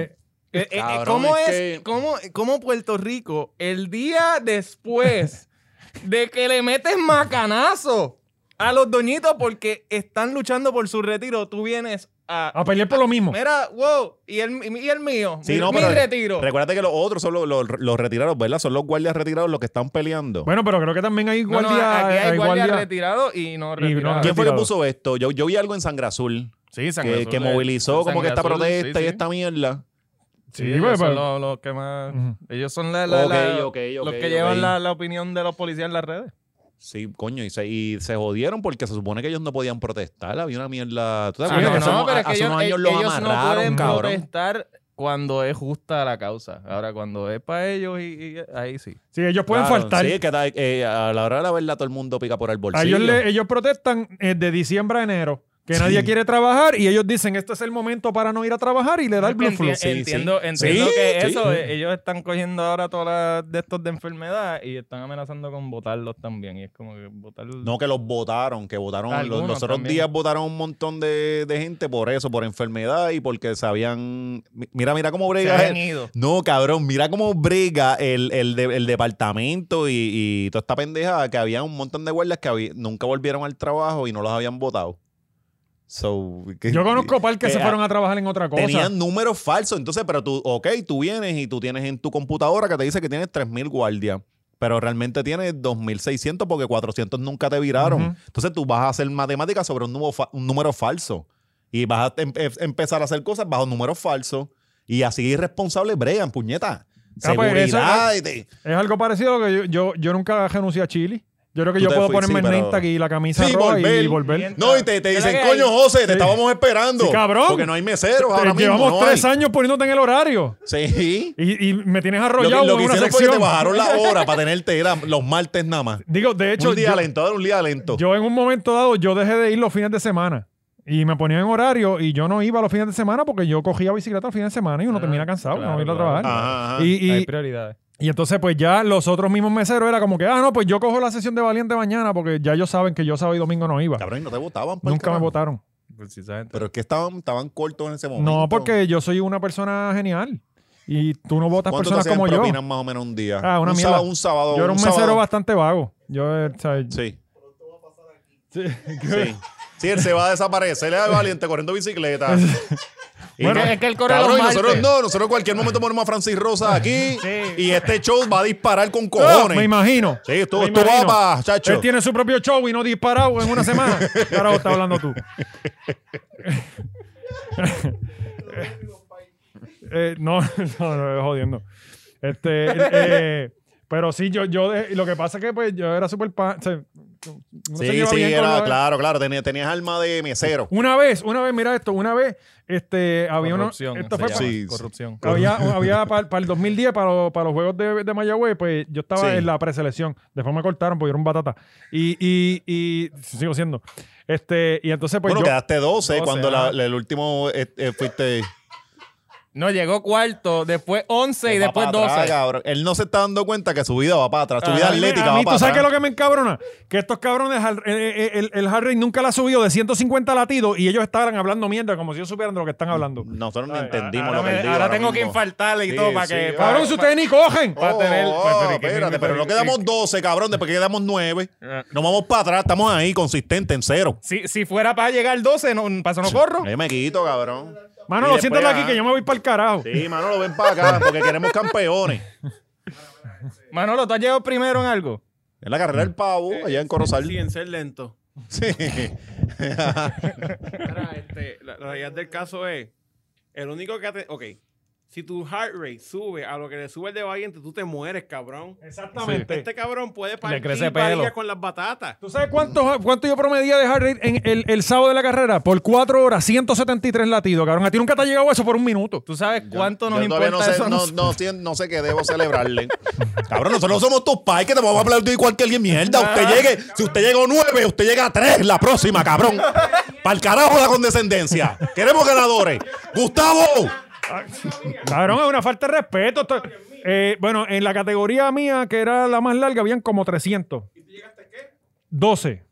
Speaker 4: Eh, eh,
Speaker 3: Cabrón,
Speaker 4: ¿Cómo
Speaker 3: es
Speaker 4: es?
Speaker 3: que-
Speaker 4: ¿Cómo, cómo Puerto Rico, el día después de que le metes macanazo a los doñitos porque están luchando por su retiro, tú vienes a.
Speaker 2: A pelear por lo mismo.
Speaker 4: Mira, wow, y el, y el mío,
Speaker 3: Sí,
Speaker 4: mi,
Speaker 3: no,
Speaker 4: mi
Speaker 3: pero
Speaker 4: retiro.
Speaker 3: Recuérdate que los otros son los, los- los retirados, ¿verdad? Son los guardias retirados los que están peleando.
Speaker 2: Bueno, pero creo que también hay
Speaker 4: No, no,
Speaker 2: guardia.
Speaker 4: aquí hay
Speaker 2: hay
Speaker 4: guardia,
Speaker 2: guardia-
Speaker 4: retirado y no
Speaker 2: no,
Speaker 4: retirado.
Speaker 3: ¿Quién fue que
Speaker 2: retirado.
Speaker 3: puso esto? Yo, yo vi algo en Sangre Azul
Speaker 4: Sí,
Speaker 3: que, que movilizó como que esta protesta y esta mierda.
Speaker 2: Sí,
Speaker 4: ellos
Speaker 2: pues,
Speaker 4: son
Speaker 2: pues,
Speaker 4: los, los que más.
Speaker 2: Ujú.
Speaker 4: Ellos son la, la-
Speaker 3: Ok,
Speaker 4: la-
Speaker 3: ok, ok,
Speaker 4: los que
Speaker 3: ok.
Speaker 4: llevan la, la opinión de los policías en las redes.
Speaker 3: Sí, coño, y se, y se jodieron porque se supone que ellos no podían protestar. Había una mierda. ¿Tú te
Speaker 4: Ah,
Speaker 2: no, no,
Speaker 3: acuerdas que hace unos-
Speaker 4: pero es que
Speaker 3: hace
Speaker 4: ellos,
Speaker 3: unos años
Speaker 4: eh,
Speaker 3: los
Speaker 4: ellos no
Speaker 3: amarraron,
Speaker 4: pueden
Speaker 3: cabrón?
Speaker 4: protestar cuando es justa la causa. Ahora, cuando es para ellos, y, y- ahí sí.
Speaker 2: sí, ellos pueden
Speaker 3: Claro,
Speaker 2: faltar.
Speaker 3: Sí, es que ta- eh, a la hora de la verdad todo el mundo pica por el
Speaker 2: A
Speaker 3: bolsillo.
Speaker 2: ellos, le- ellos protestan eh, de diciembre a enero, que nadie quiere trabajar y ellos dicen, este es el momento para no ir a trabajar y le da el blue flu.
Speaker 4: Enti-
Speaker 3: Sí,
Speaker 4: entiendo
Speaker 3: sí.
Speaker 4: entiendo
Speaker 3: Sí,
Speaker 4: que
Speaker 3: sí.
Speaker 4: eso, eh, ellos están cogiendo ahora todas las de estos de enfermedad y están amenazando con votarlos también. Y es como que votarlos.
Speaker 3: No, que los votaron, que votaron. Los,
Speaker 4: Algunos
Speaker 3: los otros
Speaker 4: también.
Speaker 3: días votaron un montón de, de gente por eso, por enfermedad y porque se habían. mi- Mira, mira cómo
Speaker 4: se
Speaker 3: brega.
Speaker 4: han
Speaker 3: el-
Speaker 4: ido.
Speaker 3: No, cabrón, mira cómo brega el, el, de- el departamento y, y toda esta pendejada que había un montón de guardias que habí- nunca volvieron al trabajo y no los habían votado. So, que-
Speaker 2: Yo conozco par que
Speaker 3: que
Speaker 2: se
Speaker 3: a-
Speaker 2: fueron a trabajar en otra cosa.
Speaker 3: Tenían números falsos. Entonces, pero tú, ok, tú vienes y tú tienes en tu computadora que te dice que tienes 3.000 guardias, pero realmente tienes 2.600 porque 400 nunca te viraron.
Speaker 2: Ujú.
Speaker 3: Entonces tú vas a hacer matemáticas sobre un, nuevo fa- un número falso y vas a em- em- empezar a hacer cosas bajo números falsos y así irresponsables bregan, puñeta.
Speaker 2: Ah, pues, eso-
Speaker 3: Seguridad. y te-
Speaker 2: Es algo parecido que yo, yo, yo nunca renuncié a Chile. Yo creo que
Speaker 3: Tú
Speaker 2: yo
Speaker 3: te
Speaker 2: puedo
Speaker 3: fuiste,
Speaker 2: ponerme
Speaker 3: sí,
Speaker 2: el
Speaker 3: pero-
Speaker 2: Nintag y la camisa
Speaker 3: Sí,
Speaker 2: roja y-
Speaker 3: volver.
Speaker 2: y volver.
Speaker 3: No, y te, te
Speaker 4: ¿Qué es
Speaker 3: dicen,
Speaker 4: la que hay?
Speaker 3: coño, José, te
Speaker 2: Sí.
Speaker 3: estábamos esperando.
Speaker 2: Sí, cabrón.
Speaker 3: Porque no hay meseros ahora
Speaker 2: Te-
Speaker 3: mismo.
Speaker 2: llevamos
Speaker 3: no
Speaker 2: tres
Speaker 3: hay.
Speaker 2: años poniéndote en el horario.
Speaker 3: Sí.
Speaker 2: Y, y me tienes
Speaker 3: Lo que,
Speaker 2: arrollado
Speaker 3: lo que
Speaker 2: en una
Speaker 3: hicieron fue que
Speaker 2: sección.
Speaker 3: te bajaron la hora para tenerte era los martes nada más.
Speaker 2: Digo, de hecho,
Speaker 3: un día
Speaker 2: yo,
Speaker 3: lento, era un día lento.
Speaker 2: yo en un momento dado, yo dejé de ir los fines de semana. Y me ponía en horario y yo no iba los fines de semana porque yo cogía bicicleta los fines de semana y uno
Speaker 4: Ah,
Speaker 2: termina cansado,
Speaker 4: claro,
Speaker 2: no iba a
Speaker 4: claro.
Speaker 2: trabajar.
Speaker 3: Ajá, ajá.
Speaker 2: Y, y-
Speaker 4: Hay prioridades.
Speaker 2: Y entonces, pues ya los otros mismos meseros era como que, ah, no, pues yo cojo la sesión de Valiente mañana porque ya ellos saben que yo sábado y domingo no iba.
Speaker 3: Cabrón, y no te votaban. pa'l
Speaker 2: Nunca me
Speaker 3: carajo.
Speaker 2: votaron.
Speaker 4: Precisamente.
Speaker 3: Pero es que estaban, estaban cortos en ese momento.
Speaker 2: No, porque yo soy una persona genial. Y tú no votas
Speaker 3: ¿Cuánto
Speaker 2: personas
Speaker 3: te hacían
Speaker 2: como yo.
Speaker 3: propinas más o menos un día?
Speaker 2: Ah, una
Speaker 3: un,
Speaker 2: mierda.
Speaker 3: sábado, un sábado.
Speaker 2: Yo era un, mesero
Speaker 3: sábado.
Speaker 2: bastante vago. Yo, eh, o sea,
Speaker 3: Sí,
Speaker 2: sí.
Speaker 3: sí. Sí, él se va a desaparecer, le da valiente corriendo bicicleta. Y
Speaker 4: Bueno,
Speaker 3: que-
Speaker 4: es que él corre
Speaker 3: Cabrón,
Speaker 4: los
Speaker 3: y nosotros
Speaker 4: martes.
Speaker 3: no, nosotros en cualquier momento ponemos a Francis Rosa aquí y este show va a disparar con cojones.
Speaker 2: Ah, me imagino.
Speaker 3: Sí, esto,
Speaker 2: Me
Speaker 3: esto va
Speaker 2: imagino.
Speaker 3: para, chacho.
Speaker 2: Él tiene su propio show y no disparado en una semana. Carajo, está hablando tú. Eh, no, no, no, jodiendo. Este, eh, pero sí, yo, yo, de- lo que pasa es que pues yo era súper pan. o sea, uno se
Speaker 3: Sí,
Speaker 2: lleva
Speaker 3: sí,
Speaker 2: bien con
Speaker 3: era,
Speaker 2: los-
Speaker 3: claro, claro, tenías, tenías alma de mesero.
Speaker 2: Una vez, una vez, mira esto, una vez, este, había uno,
Speaker 4: Corrupción.
Speaker 2: esto
Speaker 4: se
Speaker 2: fue
Speaker 4: llama.
Speaker 2: pa-
Speaker 3: Sí, sí.
Speaker 4: Corrupción.
Speaker 2: había, había para, el 2010, para, los- para los juegos de, de Mayagüez, pues yo estaba
Speaker 3: Sí.
Speaker 2: en la preselección. Después me cortaron porque yo era un batata. Y, y, y sigo siendo. Este, y entonces, pues
Speaker 3: bueno,
Speaker 2: yo.
Speaker 3: quedaste 12,
Speaker 4: 12,
Speaker 3: cuando la-
Speaker 4: ajá.
Speaker 3: la- el último eh, eh, fuiste...
Speaker 4: No, llegó cuarto, después 11 y
Speaker 3: Va
Speaker 4: después
Speaker 3: pa'
Speaker 4: 12.
Speaker 3: atrás, cabrón. Él no se está dando cuenta que su vida va para atrás, su
Speaker 2: A mí
Speaker 3: vida
Speaker 2: me-
Speaker 3: atlética
Speaker 2: a mí,
Speaker 3: va
Speaker 2: ¿Tú
Speaker 3: para
Speaker 2: sabes qué es
Speaker 3: atrás.
Speaker 2: lo que me encabrona? Que estos cabrones, el, el, el- el hard rate nunca la ha subido de 150 latidos y ellos estaban hablando mierda como si ellos supieran de lo que están hablando.
Speaker 3: Nosotros no
Speaker 2: Ay,
Speaker 3: entendimos
Speaker 4: Ahora,
Speaker 3: lo que
Speaker 4: me-
Speaker 3: él dijo
Speaker 4: ahora
Speaker 3: ahora
Speaker 4: tengo que
Speaker 3: mismo.
Speaker 4: infartarle y
Speaker 3: Sí,
Speaker 4: todo para
Speaker 3: sí,
Speaker 4: que.
Speaker 3: va.
Speaker 2: Cabrón, si ustedes ni cogen.
Speaker 4: para
Speaker 3: Oh,
Speaker 4: tener-
Speaker 3: oh,
Speaker 4: para tener que-
Speaker 3: espérate, pero no
Speaker 4: que-
Speaker 3: quedamos 12, cabrón, después quedamos 9.
Speaker 4: Eh.
Speaker 3: Nos vamos para atrás, estamos ahí, consistente, en cero.
Speaker 4: Si, si fuera para llegar 12, no, paso no corro.
Speaker 3: Ahí me quito, cabrón.
Speaker 2: Mano,
Speaker 3: Y
Speaker 2: lo
Speaker 3: después,
Speaker 2: siento aquí
Speaker 3: ah,
Speaker 2: que yo me voy para el carajo.
Speaker 3: Sí, Manolo, ven para acá, porque queremos campeones.
Speaker 4: Manolo, ¿tú has llegado primero en algo?
Speaker 3: Es la carrera del pavo, allá en Corozal.
Speaker 6: Sí, en ser lento.
Speaker 3: Sí.
Speaker 6: Ahora, este, la, la realidad del caso es, el único que... Te, ok, si tu heart rate sube a lo que le sube el de Valiente, tú te mueres, cabrón.
Speaker 2: Exactamente.
Speaker 6: Este cabrón puede
Speaker 4: crece
Speaker 6: partir
Speaker 4: pelo.
Speaker 6: varilla con las batatas.
Speaker 2: ¿Tú sabes cuánto, cuánto yo promedía de heart rate en el, el sábado de la carrera? Por 4 horas, 173 latidos, cabrón. A ti nunca te ha llegado eso por un minuto.
Speaker 4: ¿Tú sabes cuánto nos
Speaker 3: Yo todavía
Speaker 4: importa
Speaker 3: no sé,
Speaker 4: eso? a
Speaker 3: no,
Speaker 4: nosotros?
Speaker 3: no sé- no sé qué debo celebrarle. Cabrón, nosotros no somos tus pais que te vamos a aplaudir igual que alguien mierda. Usted llegue, si usted llegó nueve, usted llega a tres la próxima, cabrón. Para el carajo la condescendencia. Queremos ganadores. Gustavo.
Speaker 2: Cabrón, es una falta de respeto. Esto- eh, bueno, en la categoría mía, que era la más larga, habían como 300. ¿Y tú llegaste qué? 12.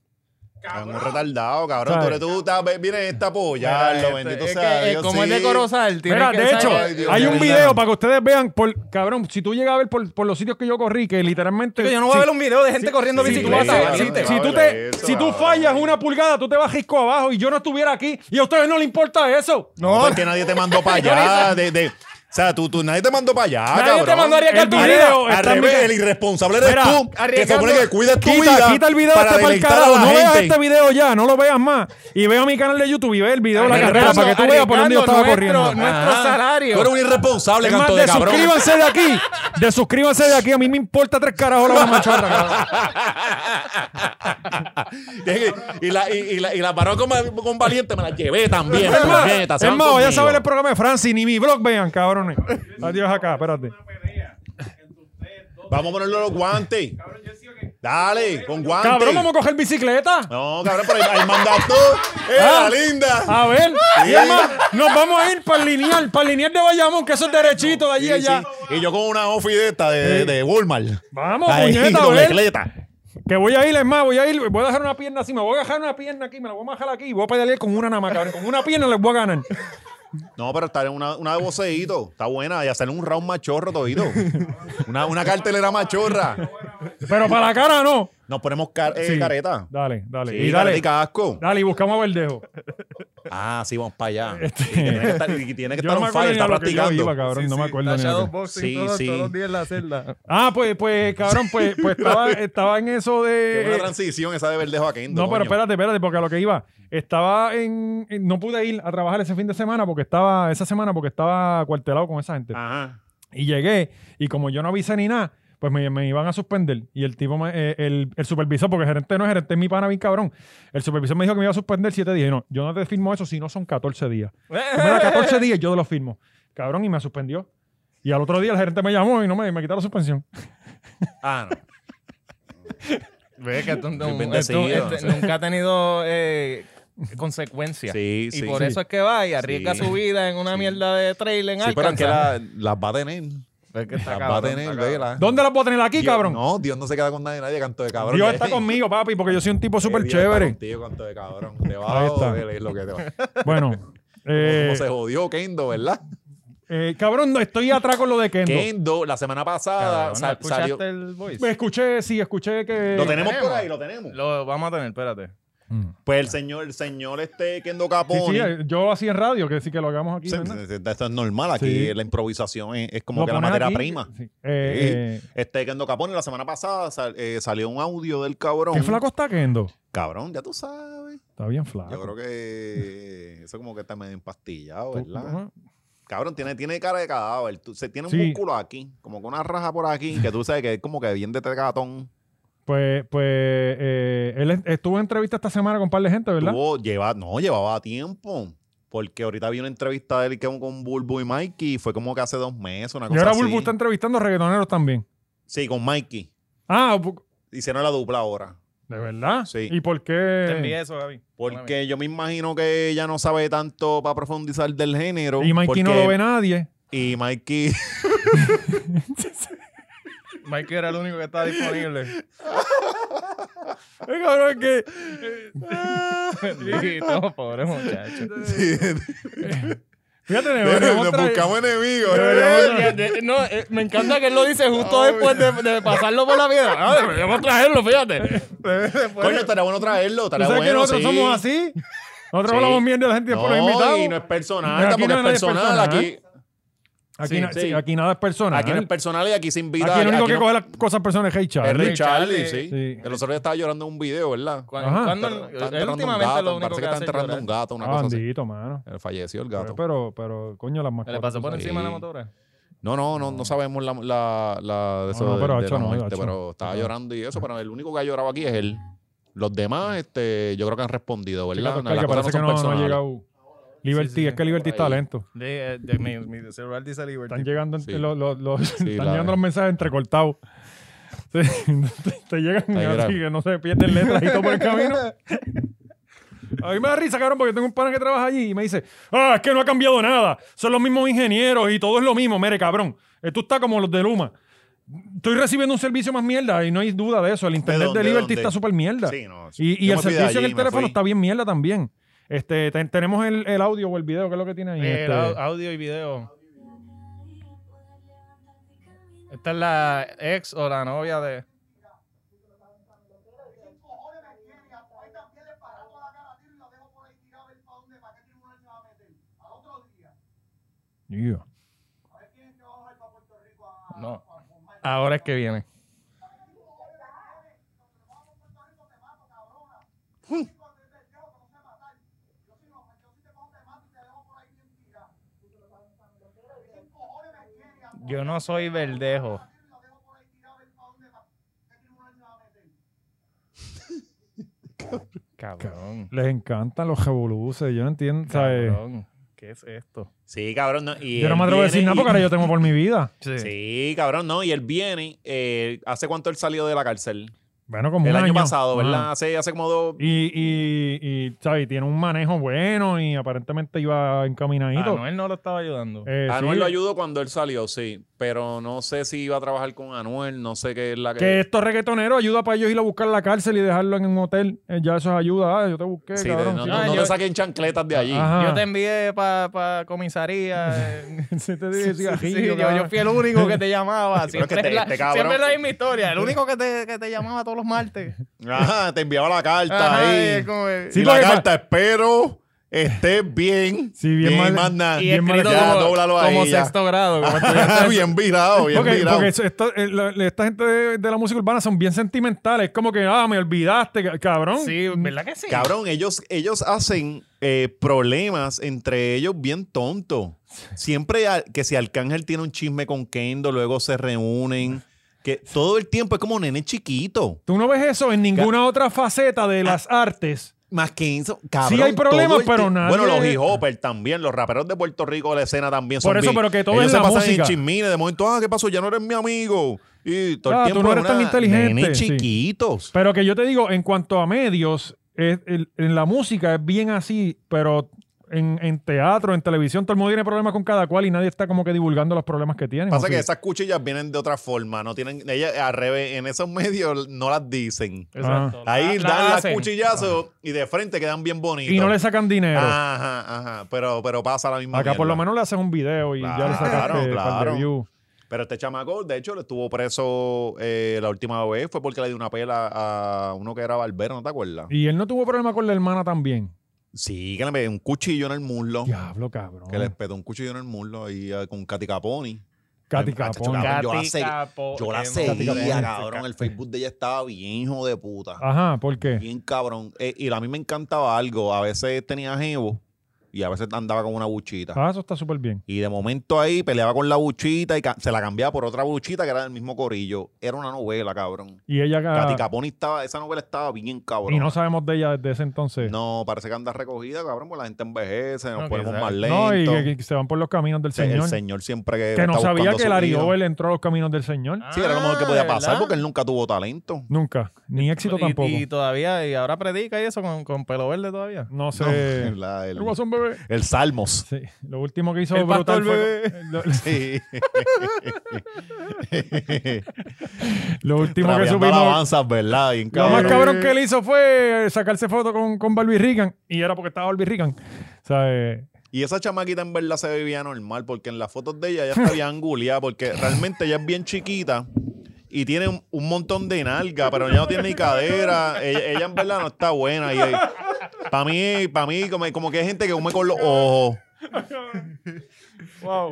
Speaker 3: Estamos retardados, cabrón.
Speaker 2: ¿Sabes?
Speaker 3: Tú eres tú, ta- ve- vienes esta a apoyarlo, bendito
Speaker 4: es
Speaker 3: sea
Speaker 4: que, eh,
Speaker 3: Dios,
Speaker 4: como es de
Speaker 3: sí.
Speaker 4: Corozal, tiene
Speaker 2: Mira,
Speaker 4: que
Speaker 2: de
Speaker 4: saber-
Speaker 2: hecho,
Speaker 3: Ay, Dios
Speaker 2: hay
Speaker 3: mío.
Speaker 2: un video para que ustedes vean, por, cabrón, si tú llegas a ver por, por los sitios que yo corrí, que literalmente...
Speaker 4: Yo no voy
Speaker 2: si-
Speaker 4: a ver un video de gente corriendo
Speaker 2: si, tú,
Speaker 3: sí,
Speaker 4: bicicleta.
Speaker 3: sí,
Speaker 2: si-
Speaker 4: existe.
Speaker 2: si tú te, si tú fallas una pulgada, tú te vas risco abajo y yo no estuviera aquí y a ustedes no les importa eso.
Speaker 3: No, porque nadie te mandó para allá. de- de- o sea, tú, tú- nadie te mandó para allá.
Speaker 4: Nadie
Speaker 3: cabrón.
Speaker 4: te mandó a arriesgar
Speaker 2: Ah, El
Speaker 4: tu
Speaker 2: video
Speaker 4: vida.
Speaker 3: Al
Speaker 2: está en
Speaker 3: revés,
Speaker 2: mi ca-
Speaker 3: el irresponsable eres
Speaker 2: Mira,
Speaker 3: tú, que se
Speaker 4: arriesgando-
Speaker 3: supone que cuidas tu
Speaker 2: Quita,
Speaker 3: vida
Speaker 2: quita el video este para el
Speaker 3: deleitar
Speaker 2: carajo.
Speaker 3: a la
Speaker 2: No veas
Speaker 3: gente.
Speaker 2: este video ya, no lo veas más. Y veo mi canal de YouTube y ve el video de la carrera para que tú veas por dónde yo estaba
Speaker 4: Arriesgando
Speaker 2: corriendo.
Speaker 4: Nuestro, nuestro
Speaker 3: Ajá.
Speaker 4: salario.
Speaker 3: Tú eres un irresponsable,
Speaker 2: Es más,
Speaker 3: canto de cabrón.
Speaker 2: desuscríbanse de aquí. Desuscríbanse de aquí. A mí me importa tres carajos la machorra, cabrón.
Speaker 3: y la, y, y la, y la varón con, con valiente me la llevé también.
Speaker 2: Es más,
Speaker 3: puñeta, se
Speaker 2: es
Speaker 3: van
Speaker 2: más, vayan a
Speaker 3: conmigo.
Speaker 2: saber el programa de Francis. Ni mi blog vean, cabrones. Adiós acá, espérate.
Speaker 3: Vamos a ponerle los guantes. Dale, con guantes.
Speaker 2: Cabrón, vamos a coger bicicleta.
Speaker 3: No, cabrón, pero ahí, ahí mandas tú. ¡Eh,
Speaker 2: Ah.
Speaker 3: la linda!
Speaker 2: A ver,
Speaker 3: Sí.
Speaker 2: y es más, nos vamos a ir para el lineal, para el lineal de Bayamón, que eso es derechito de allí
Speaker 3: Sí,
Speaker 2: allá.
Speaker 3: sí. Y yo con una ofi de esta de, de Walmart.
Speaker 2: Vamos,
Speaker 3: Ahí,
Speaker 2: puñeta,
Speaker 3: doble
Speaker 2: a ver.
Speaker 3: cleta.
Speaker 2: Que voy a ir, es más, voy a ir, voy a dejar una pierna así, me voy a dejar una pierna aquí, me la voy a bajar aquí y voy a pedalear con una nada más, cabrón. Con una pierna les voy a ganar.
Speaker 3: No, pero estar en una, una de voceíto. Está buena. Y hacerle un round machorro todito. una, una cartelera machorra.
Speaker 2: Pero para la cara no.
Speaker 3: Nos ponemos car- eh,
Speaker 2: Sí.
Speaker 3: careta.
Speaker 2: Dale, dale.
Speaker 3: Sí,
Speaker 2: y
Speaker 3: careta
Speaker 2: dale.
Speaker 3: y casco.
Speaker 2: Dale, y buscamos a Verdejo.
Speaker 3: Ah, sí, vamos para allá. Y Tiene que estar, y tiene que
Speaker 2: Este, Yo no
Speaker 3: estar
Speaker 2: me
Speaker 3: on
Speaker 2: acuerdo
Speaker 3: fire,
Speaker 2: ni a lo
Speaker 3: está
Speaker 2: que yo
Speaker 3: practicando.
Speaker 2: iba, cabrón, no me acuerdo ni a lo que-
Speaker 3: Sí,
Speaker 4: todos,
Speaker 3: sí.
Speaker 4: todos los días en la celda.
Speaker 2: Ah, pues, pues, cabrón, pues, pues estaba, estaba en eso
Speaker 3: Qué buena
Speaker 2: de.
Speaker 3: transición esa de Verdejo a Kendo.
Speaker 2: No, pero
Speaker 3: coño.
Speaker 2: espérate, espérate, porque a lo que iba, estaba en, en- no pude ir a trabajar ese fin de semana porque estaba, esa semana porque estaba cuartelado con esa gente.
Speaker 3: Ajá.
Speaker 2: Y llegué, y como yo no avisé ni nada, pues me, me iban a suspender. Y el tipo, me- eh, el, el supervisor, porque gerente no es gerente, es mi pana bien cabrón. El supervisor me dijo que me iba a suspender siete días. Y no, yo no te firmo eso si no son 14 días. Tú me das 14 días, yo te lo firmo. Cabrón, y me suspendió. Y al otro día el gerente me llamó y no me, me quitó la suspensión.
Speaker 3: Ah, no.
Speaker 4: Ve que tú, tú-
Speaker 3: bendecido,
Speaker 4: tú-
Speaker 3: no
Speaker 4: este,
Speaker 3: sé.
Speaker 4: nunca ha tenido eh, consecuencias.
Speaker 3: Sí, sí,
Speaker 4: y por
Speaker 3: sí.
Speaker 4: eso es que va y arriesga
Speaker 3: Sí.
Speaker 4: su vida en una mierda de trailer en
Speaker 3: Sí, pero es que
Speaker 4: Arkansas.
Speaker 3: la- las va a tener.
Speaker 4: Es que está
Speaker 5: Las va a
Speaker 4: cabrón,
Speaker 5: tener,
Speaker 4: está cabrón.
Speaker 5: vela.
Speaker 2: ¿Dónde las voy a tener aquí,
Speaker 5: Ah, Dios-
Speaker 2: cabrón?
Speaker 5: No, Dios no se queda con nadie, nadie, canto de cabrón.
Speaker 2: Dios
Speaker 5: Ey,
Speaker 2: está conmigo, papi, porque yo soy un tipo
Speaker 5: ey,
Speaker 2: súper
Speaker 5: Dios
Speaker 2: chévere.
Speaker 5: está contigo, canto de cabrón. Te va
Speaker 2: Ahí
Speaker 5: a
Speaker 2: está.
Speaker 5: joder, es lo que te va.
Speaker 2: Bueno,
Speaker 5: Como
Speaker 2: eh,
Speaker 5: se jodió Kendo, ¿verdad?
Speaker 2: eh, cabrón, no estoy atrás con lo de Kendo.
Speaker 5: Kendo, la semana pasada
Speaker 4: Cabrón,
Speaker 5: sal-
Speaker 4: ¿no
Speaker 5: salió.
Speaker 4: ¿Escuchaste el voice?
Speaker 2: Me escuché, sí, escuché que. Mm.
Speaker 3: Lo tenemos por ahí, lo tenemos.
Speaker 4: Lo vamos a tener, espérate.
Speaker 3: Pues el señor, el señor este Kendo
Speaker 2: Sí, sí,
Speaker 3: Capone.
Speaker 2: eh, yo así en radio, que sí que lo hagamos aquí.
Speaker 3: Sí,
Speaker 2: ¿verdad?
Speaker 3: esto es normal, aquí
Speaker 2: Sí.
Speaker 3: la improvisación es, es como
Speaker 2: Lo
Speaker 3: que la
Speaker 2: pones
Speaker 3: materia
Speaker 2: aquí,
Speaker 3: prima.
Speaker 2: sí. Eh, eh,
Speaker 3: Este Kendo Capone, la semana pasada sal- eh, salió un audio del cabrón.
Speaker 2: ¿Qué flaco está Kendo?
Speaker 3: Cabrón, ya tú sabes.
Speaker 2: Está bien flaco.
Speaker 3: Yo creo que eso como que está medio empastillado,
Speaker 2: Tú-
Speaker 3: ¿verdad?
Speaker 2: Pues, ajá.
Speaker 3: Cabrón, tiene, tiene cara de cadáver. Tú- se tiene un
Speaker 2: Sí.
Speaker 3: músculo aquí, como que una raja por aquí, que tú sabes que es como que bien de tecatón.
Speaker 2: Pues, pues eh, él est- estuvo en entrevista esta semana con un par de gente, ¿verdad?
Speaker 3: Tuvo, lleva, no, llevaba tiempo. Porque ahorita vi una entrevista de él que con, con Bulbo y Mikey. Fue como que hace dos meses, una
Speaker 2: y
Speaker 3: cosa
Speaker 2: ahora
Speaker 3: así.
Speaker 2: Bulbu está entrevistando reggaetoneros también.
Speaker 3: Sí, con Mikey.
Speaker 2: Ah, bu-
Speaker 3: Hicieron la dupla ahora.
Speaker 2: ¿de verdad?
Speaker 3: Sí.
Speaker 2: ¿Y por
Speaker 4: Te envié
Speaker 2: qué?
Speaker 4: eso, Gaby.
Speaker 3: Porque yo me imagino que ella no sabe tanto para profundizar del género.
Speaker 2: Y Mikey no
Speaker 3: porque-
Speaker 2: lo ve nadie.
Speaker 3: Y Mikey...
Speaker 4: Mike era el único que estaba disponible. Sí,
Speaker 2: Eh, cabrón, es que-
Speaker 4: no, pobre muchacho.
Speaker 2: Fíjate, deberíamos traer-
Speaker 3: enemigos.
Speaker 4: Eh, de- de- no, eh, me encanta que él lo dice justo después de, de pasarlo por la vida. Ah, deberíamos traerlo, fíjate.
Speaker 3: Coño, estaría bueno traerlo.
Speaker 2: ¿Tú
Speaker 3: Estaría
Speaker 2: sabes
Speaker 3: bueno,
Speaker 2: que nosotros
Speaker 3: sí.
Speaker 2: somos así? Nosotros
Speaker 3: Sí.
Speaker 2: hablamos bien de la gente y después los
Speaker 3: No,
Speaker 2: invitamos.
Speaker 3: y no es personal,
Speaker 2: Aquí
Speaker 3: tampoco
Speaker 2: no
Speaker 3: es
Speaker 2: nadie es
Speaker 3: personal.
Speaker 2: personal,
Speaker 3: Aquí,
Speaker 2: ¿eh? aquí,
Speaker 3: sí,
Speaker 2: na- sí,
Speaker 3: sí.
Speaker 2: aquí nada es personal.
Speaker 3: aquí no es personal y aquí se invita.
Speaker 2: Aquí el único
Speaker 3: aquí
Speaker 2: que
Speaker 3: no-
Speaker 2: coge las cosas personales es Hey
Speaker 3: es
Speaker 2: Charlie.
Speaker 3: Ray Charlie,
Speaker 4: Charlie,
Speaker 3: sí.
Speaker 2: sí.
Speaker 3: El otro día estaba llorando en un video, ¿verdad?
Speaker 4: Cuando,
Speaker 2: Ajá.
Speaker 4: cuando-
Speaker 3: Está- está
Speaker 4: él
Speaker 3: enterrando un
Speaker 4: últimamente
Speaker 3: gato,
Speaker 4: lo único
Speaker 3: parece
Speaker 4: que
Speaker 3: que está
Speaker 4: hace es
Speaker 3: enterrando
Speaker 4: llorar.
Speaker 3: un gato, una
Speaker 2: Ah,
Speaker 3: cosa así.
Speaker 2: Bandito, mano.
Speaker 3: Él falleció el gato.
Speaker 2: Pero, pues, pero, pero, coño, las
Speaker 4: Se
Speaker 2: mascotas.
Speaker 4: le pasó por
Speaker 2: son-
Speaker 4: encima
Speaker 3: Sí.
Speaker 4: la motora.
Speaker 3: No, no, no, no sabemos la, la, la de eso
Speaker 2: no,
Speaker 3: de-
Speaker 2: pero
Speaker 3: de
Speaker 2: Hacho
Speaker 3: la
Speaker 2: no,
Speaker 3: muerte,
Speaker 2: Hacho.
Speaker 3: pero estaba llorando y eso, pero el único que ha llorado aquí es él. Los demás, este, yo creo que han respondido,
Speaker 2: Chica,
Speaker 3: ¿verdad?
Speaker 2: total,
Speaker 3: Las
Speaker 2: que
Speaker 3: cosas
Speaker 2: parece que
Speaker 3: son
Speaker 2: no, no ha
Speaker 3: personales.
Speaker 2: llegado. Liberty, es que Liberty está
Speaker 3: Ahí.
Speaker 2: lento.
Speaker 4: De, eh, de, mi, mi celular dice
Speaker 2: Están
Speaker 4: Liberty.
Speaker 2: llegando,
Speaker 3: Sí.
Speaker 2: los, los- los- están
Speaker 3: la-
Speaker 2: llegando los mensajes entrecortados. Sí, te, te llegan
Speaker 3: Está
Speaker 2: así
Speaker 3: llorando.
Speaker 2: que no se pierden letras y todo por el camino. A mí me da risa, cabrón, porque tengo un pana que trabaja allí y me dice, ah, es que no ha cambiado nada. Son los mismos ingenieros y todo es lo mismo. Mire, cabrón, eh, tú estás como los de Luma. Estoy recibiendo un servicio más mierda y no hay duda de eso. El internet de,
Speaker 3: dónde,
Speaker 2: Liberty
Speaker 3: dónde?
Speaker 2: está súper mierda.
Speaker 3: Sí, no, sí.
Speaker 2: Y, y
Speaker 3: Yo
Speaker 2: el
Speaker 3: me fui de
Speaker 2: servicio en
Speaker 3: allí,
Speaker 2: el
Speaker 3: me
Speaker 2: teléfono
Speaker 3: fui.
Speaker 2: está bien mierda también. Este, ten- tenemos el, el audio o el video, que es lo que tiene ahí.
Speaker 4: El
Speaker 2: Este,
Speaker 4: au- audio y video. Esta es la ex o la novia de.
Speaker 2: yeah.
Speaker 4: No. Ahora es que viene. Yo no soy verdejo. Cabrón.
Speaker 2: Les encantan los revoluces, yo no entiendo. o sea, eh,
Speaker 4: Cabrón. ¿Qué es esto?
Speaker 3: Sí, cabrón. no, y
Speaker 2: yo no
Speaker 3: él
Speaker 2: me atrevo a
Speaker 3: viene
Speaker 2: decir nada
Speaker 3: y-
Speaker 2: porque ahora yo tengo por mi vida.
Speaker 3: Sí, cabrón, no. Y él viene. eh, ¿Hace cuánto él salió de la cárcel?
Speaker 2: Bueno, como
Speaker 3: El
Speaker 2: un
Speaker 3: año,
Speaker 2: año
Speaker 3: pasado,
Speaker 2: Ajá.
Speaker 3: ¿verdad? Hace, hace como dos.
Speaker 2: Y, y, y, ¿sabes? Tiene un manejo bueno y aparentemente iba
Speaker 3: Ah,
Speaker 2: encaminadito.
Speaker 4: Anuel no lo estaba ayudando.
Speaker 2: Eh,
Speaker 3: Anuel
Speaker 2: sí,
Speaker 3: lo ayudó cuando Ah, él salió, sí. Pero no sé si iba a trabajar con Anuel, no sé qué es la que.
Speaker 2: Que estos reggaetoneros ayuda para ellos ir a buscar la cárcel y dejarlo en un hotel. Eh, ya eso es ayuda. Ah, yo te busqué,
Speaker 3: Sí, de-
Speaker 2: cabrón.
Speaker 3: no,
Speaker 2: Sí.
Speaker 3: no-
Speaker 4: Ah,
Speaker 3: no
Speaker 4: yo-
Speaker 3: te saquen chancletas de allí.
Speaker 2: Ajá.
Speaker 4: Yo te envié para comisaría. eh.
Speaker 2: Sí, te
Speaker 4: Sí,
Speaker 2: dije,
Speaker 4: sí,
Speaker 2: cigarrillo,
Speaker 4: sí, yo,
Speaker 2: cabrón.
Speaker 4: yo fui el único que te llamaba.
Speaker 3: Pero es que
Speaker 4: Siempre,
Speaker 3: este-
Speaker 4: es la,
Speaker 3: este cabrón-
Speaker 4: siempre es la misma historia. El único que te, que te llamaba todos los martes.
Speaker 3: Ajá, te enviaba la carta
Speaker 4: Ajá, y
Speaker 3: ahí.
Speaker 4: es como que-
Speaker 2: Sí,
Speaker 3: y la
Speaker 2: porque pa-
Speaker 3: carta, espero estés bien.
Speaker 2: Sí, bien
Speaker 3: y
Speaker 2: mal-
Speaker 3: más nada.
Speaker 4: y
Speaker 2: bien mal-
Speaker 4: escrito
Speaker 3: ya,
Speaker 4: como,
Speaker 3: dóblalo ahí,
Speaker 4: como
Speaker 3: ya.
Speaker 4: sexto grado. como estudiante
Speaker 3: bien virado, bien
Speaker 2: Porque,
Speaker 3: virado.
Speaker 2: porque eso- esto- eh, la- la- esta gente de, de la música urbana son bien sentimentales. Es como que, ah, me olvidaste, ca- cabrón. Mm,
Speaker 4: Sí, ¿verdad que sí?
Speaker 3: Cabrón, ellos, ellos hacen eh, problemas entre ellos bien tontos. Siempre a- que si Arcángel tiene un chisme con Kendo, luego se reúnen. Que todo el tiempo es como nene chiquito.
Speaker 2: Tú no ves eso en ninguna otra faceta de las artes.
Speaker 3: Más que eso, cabrón.
Speaker 2: Sí hay problemas,
Speaker 3: todo el
Speaker 2: pero
Speaker 3: ti-
Speaker 2: nadie-
Speaker 3: Bueno, los hip hopper también, los raperos de Puerto Rico, la escena también son
Speaker 2: Por eso,
Speaker 3: bien-
Speaker 2: pero que todo
Speaker 3: ellos
Speaker 2: es
Speaker 3: se
Speaker 2: la
Speaker 3: pasan
Speaker 2: música.
Speaker 3: en chismines. De momento, ah, ¿qué pasó? Ya no eres mi amigo. Y todo
Speaker 2: Ah,
Speaker 3: el
Speaker 2: tú
Speaker 3: tiempo
Speaker 2: no
Speaker 3: es
Speaker 2: eres tan
Speaker 3: una-
Speaker 2: inteligente,
Speaker 3: nenes
Speaker 2: sí.
Speaker 3: chiquitos.
Speaker 2: Pero que yo te digo, en cuanto a medios, es- el- en la música es bien así, pero en, en teatro, en televisión, todo el mundo tiene problemas con cada cual y nadie está como que divulgando los problemas que tiene.
Speaker 3: Pasa
Speaker 2: Así-
Speaker 3: que esas cuchillas vienen de otra forma, no tienen, ellas al revés, en esos medios no las dicen.
Speaker 2: Exacto.
Speaker 3: Ahí dan las
Speaker 4: hacen.
Speaker 3: cuchillazos y de frente quedan bien bonitos.
Speaker 2: Ah. Y no le sacan dinero.
Speaker 3: Ajá, ajá, pero, pero pasa la misma
Speaker 2: Acá por lo
Speaker 3: Ah, mierda.
Speaker 2: menos le hacen un video y ya le
Speaker 3: Claro,
Speaker 2: sacaste par de
Speaker 3: claro.
Speaker 2: views.
Speaker 3: Pero este chamaco, de hecho, le estuvo preso eh, la última vez, fue porque le dio una pela a uno que era barbero, ¿no te acuerdas?
Speaker 2: Y él no tuvo problema con la hermana también.
Speaker 3: Sí, que le pegó un cuchillo en el muslo.
Speaker 2: Diablo, cabrón.
Speaker 3: Que le petó un cuchillo en el muslo ahí eh, con Katy Caponi.
Speaker 2: Katy
Speaker 3: Ah, chacho,
Speaker 2: Capone.
Speaker 3: cabrón, yo la segui-
Speaker 4: Capo-
Speaker 3: Yo la
Speaker 4: qué
Speaker 3: seguía,
Speaker 4: mujer.
Speaker 3: cabrón. El Facebook de ella estaba bien hijo de puta.
Speaker 2: Ajá, ¿por qué?
Speaker 3: Bien cabrón. Eh, y a mí me encantaba algo. A veces tenía jevo y a veces andaba con una buchita.
Speaker 2: Ah, eso está súper bien.
Speaker 3: Y de momento ahí peleaba con la buchita y ca- se la cambiaba por otra buchita que era del mismo corillo. Era una novela, cabrón.
Speaker 2: Y ella...
Speaker 3: Katy Caponi estaba, esa novela estaba bien cabrón.
Speaker 2: Ah. Y no sabemos de ella desde ese entonces.
Speaker 3: No, parece que anda recogida, cabrón, porque la gente envejece, nos
Speaker 4: No,
Speaker 3: ponemos
Speaker 4: quizás.
Speaker 3: más
Speaker 2: No, y
Speaker 3: lentos.
Speaker 2: que, que se van por los caminos del
Speaker 3: Se-
Speaker 2: Señor.
Speaker 3: El señor siempre que.
Speaker 2: que no
Speaker 3: está
Speaker 2: sabía
Speaker 3: buscando
Speaker 2: que
Speaker 3: su
Speaker 2: Larry
Speaker 3: hijo.
Speaker 2: Over entró a los caminos del Señor.
Speaker 4: Ah,
Speaker 3: Sí, era lo mejor que podía pasar
Speaker 4: ¿verdad?
Speaker 3: porque él nunca tuvo talento.
Speaker 2: Nunca. Ni éxito
Speaker 4: Y-
Speaker 2: tampoco.
Speaker 4: Y, todavía, y ahora predica y eso con, con pelo verde todavía.
Speaker 2: no sé.
Speaker 3: No, la- el,
Speaker 2: el Guasón Bebé.
Speaker 3: el Salmos.
Speaker 2: Sí, lo último que hizo
Speaker 4: El
Speaker 2: brutal
Speaker 4: pastor
Speaker 2: fue... lo-
Speaker 3: Sí.
Speaker 2: Lo último que
Speaker 3: Trapeando
Speaker 2: supimos...
Speaker 3: alabanzas, ¿verdad? Bien
Speaker 2: Lo más
Speaker 3: cabrón.
Speaker 2: cabrón que él hizo fue sacarse foto con, con Barbie Reagan. Y era porque estaba Barbie Reagan. O sea, eh,
Speaker 3: Y esa chamaquita en verdad se veía normal porque en las fotos de ella ya está bien anguleada porque realmente ella es bien chiquita y tiene un, un montón de nalga, pero ella no tiene ni cadera. Ella, ella en verdad no está buena. Y, para mí, para mí como, como que hay gente que come con los ojos.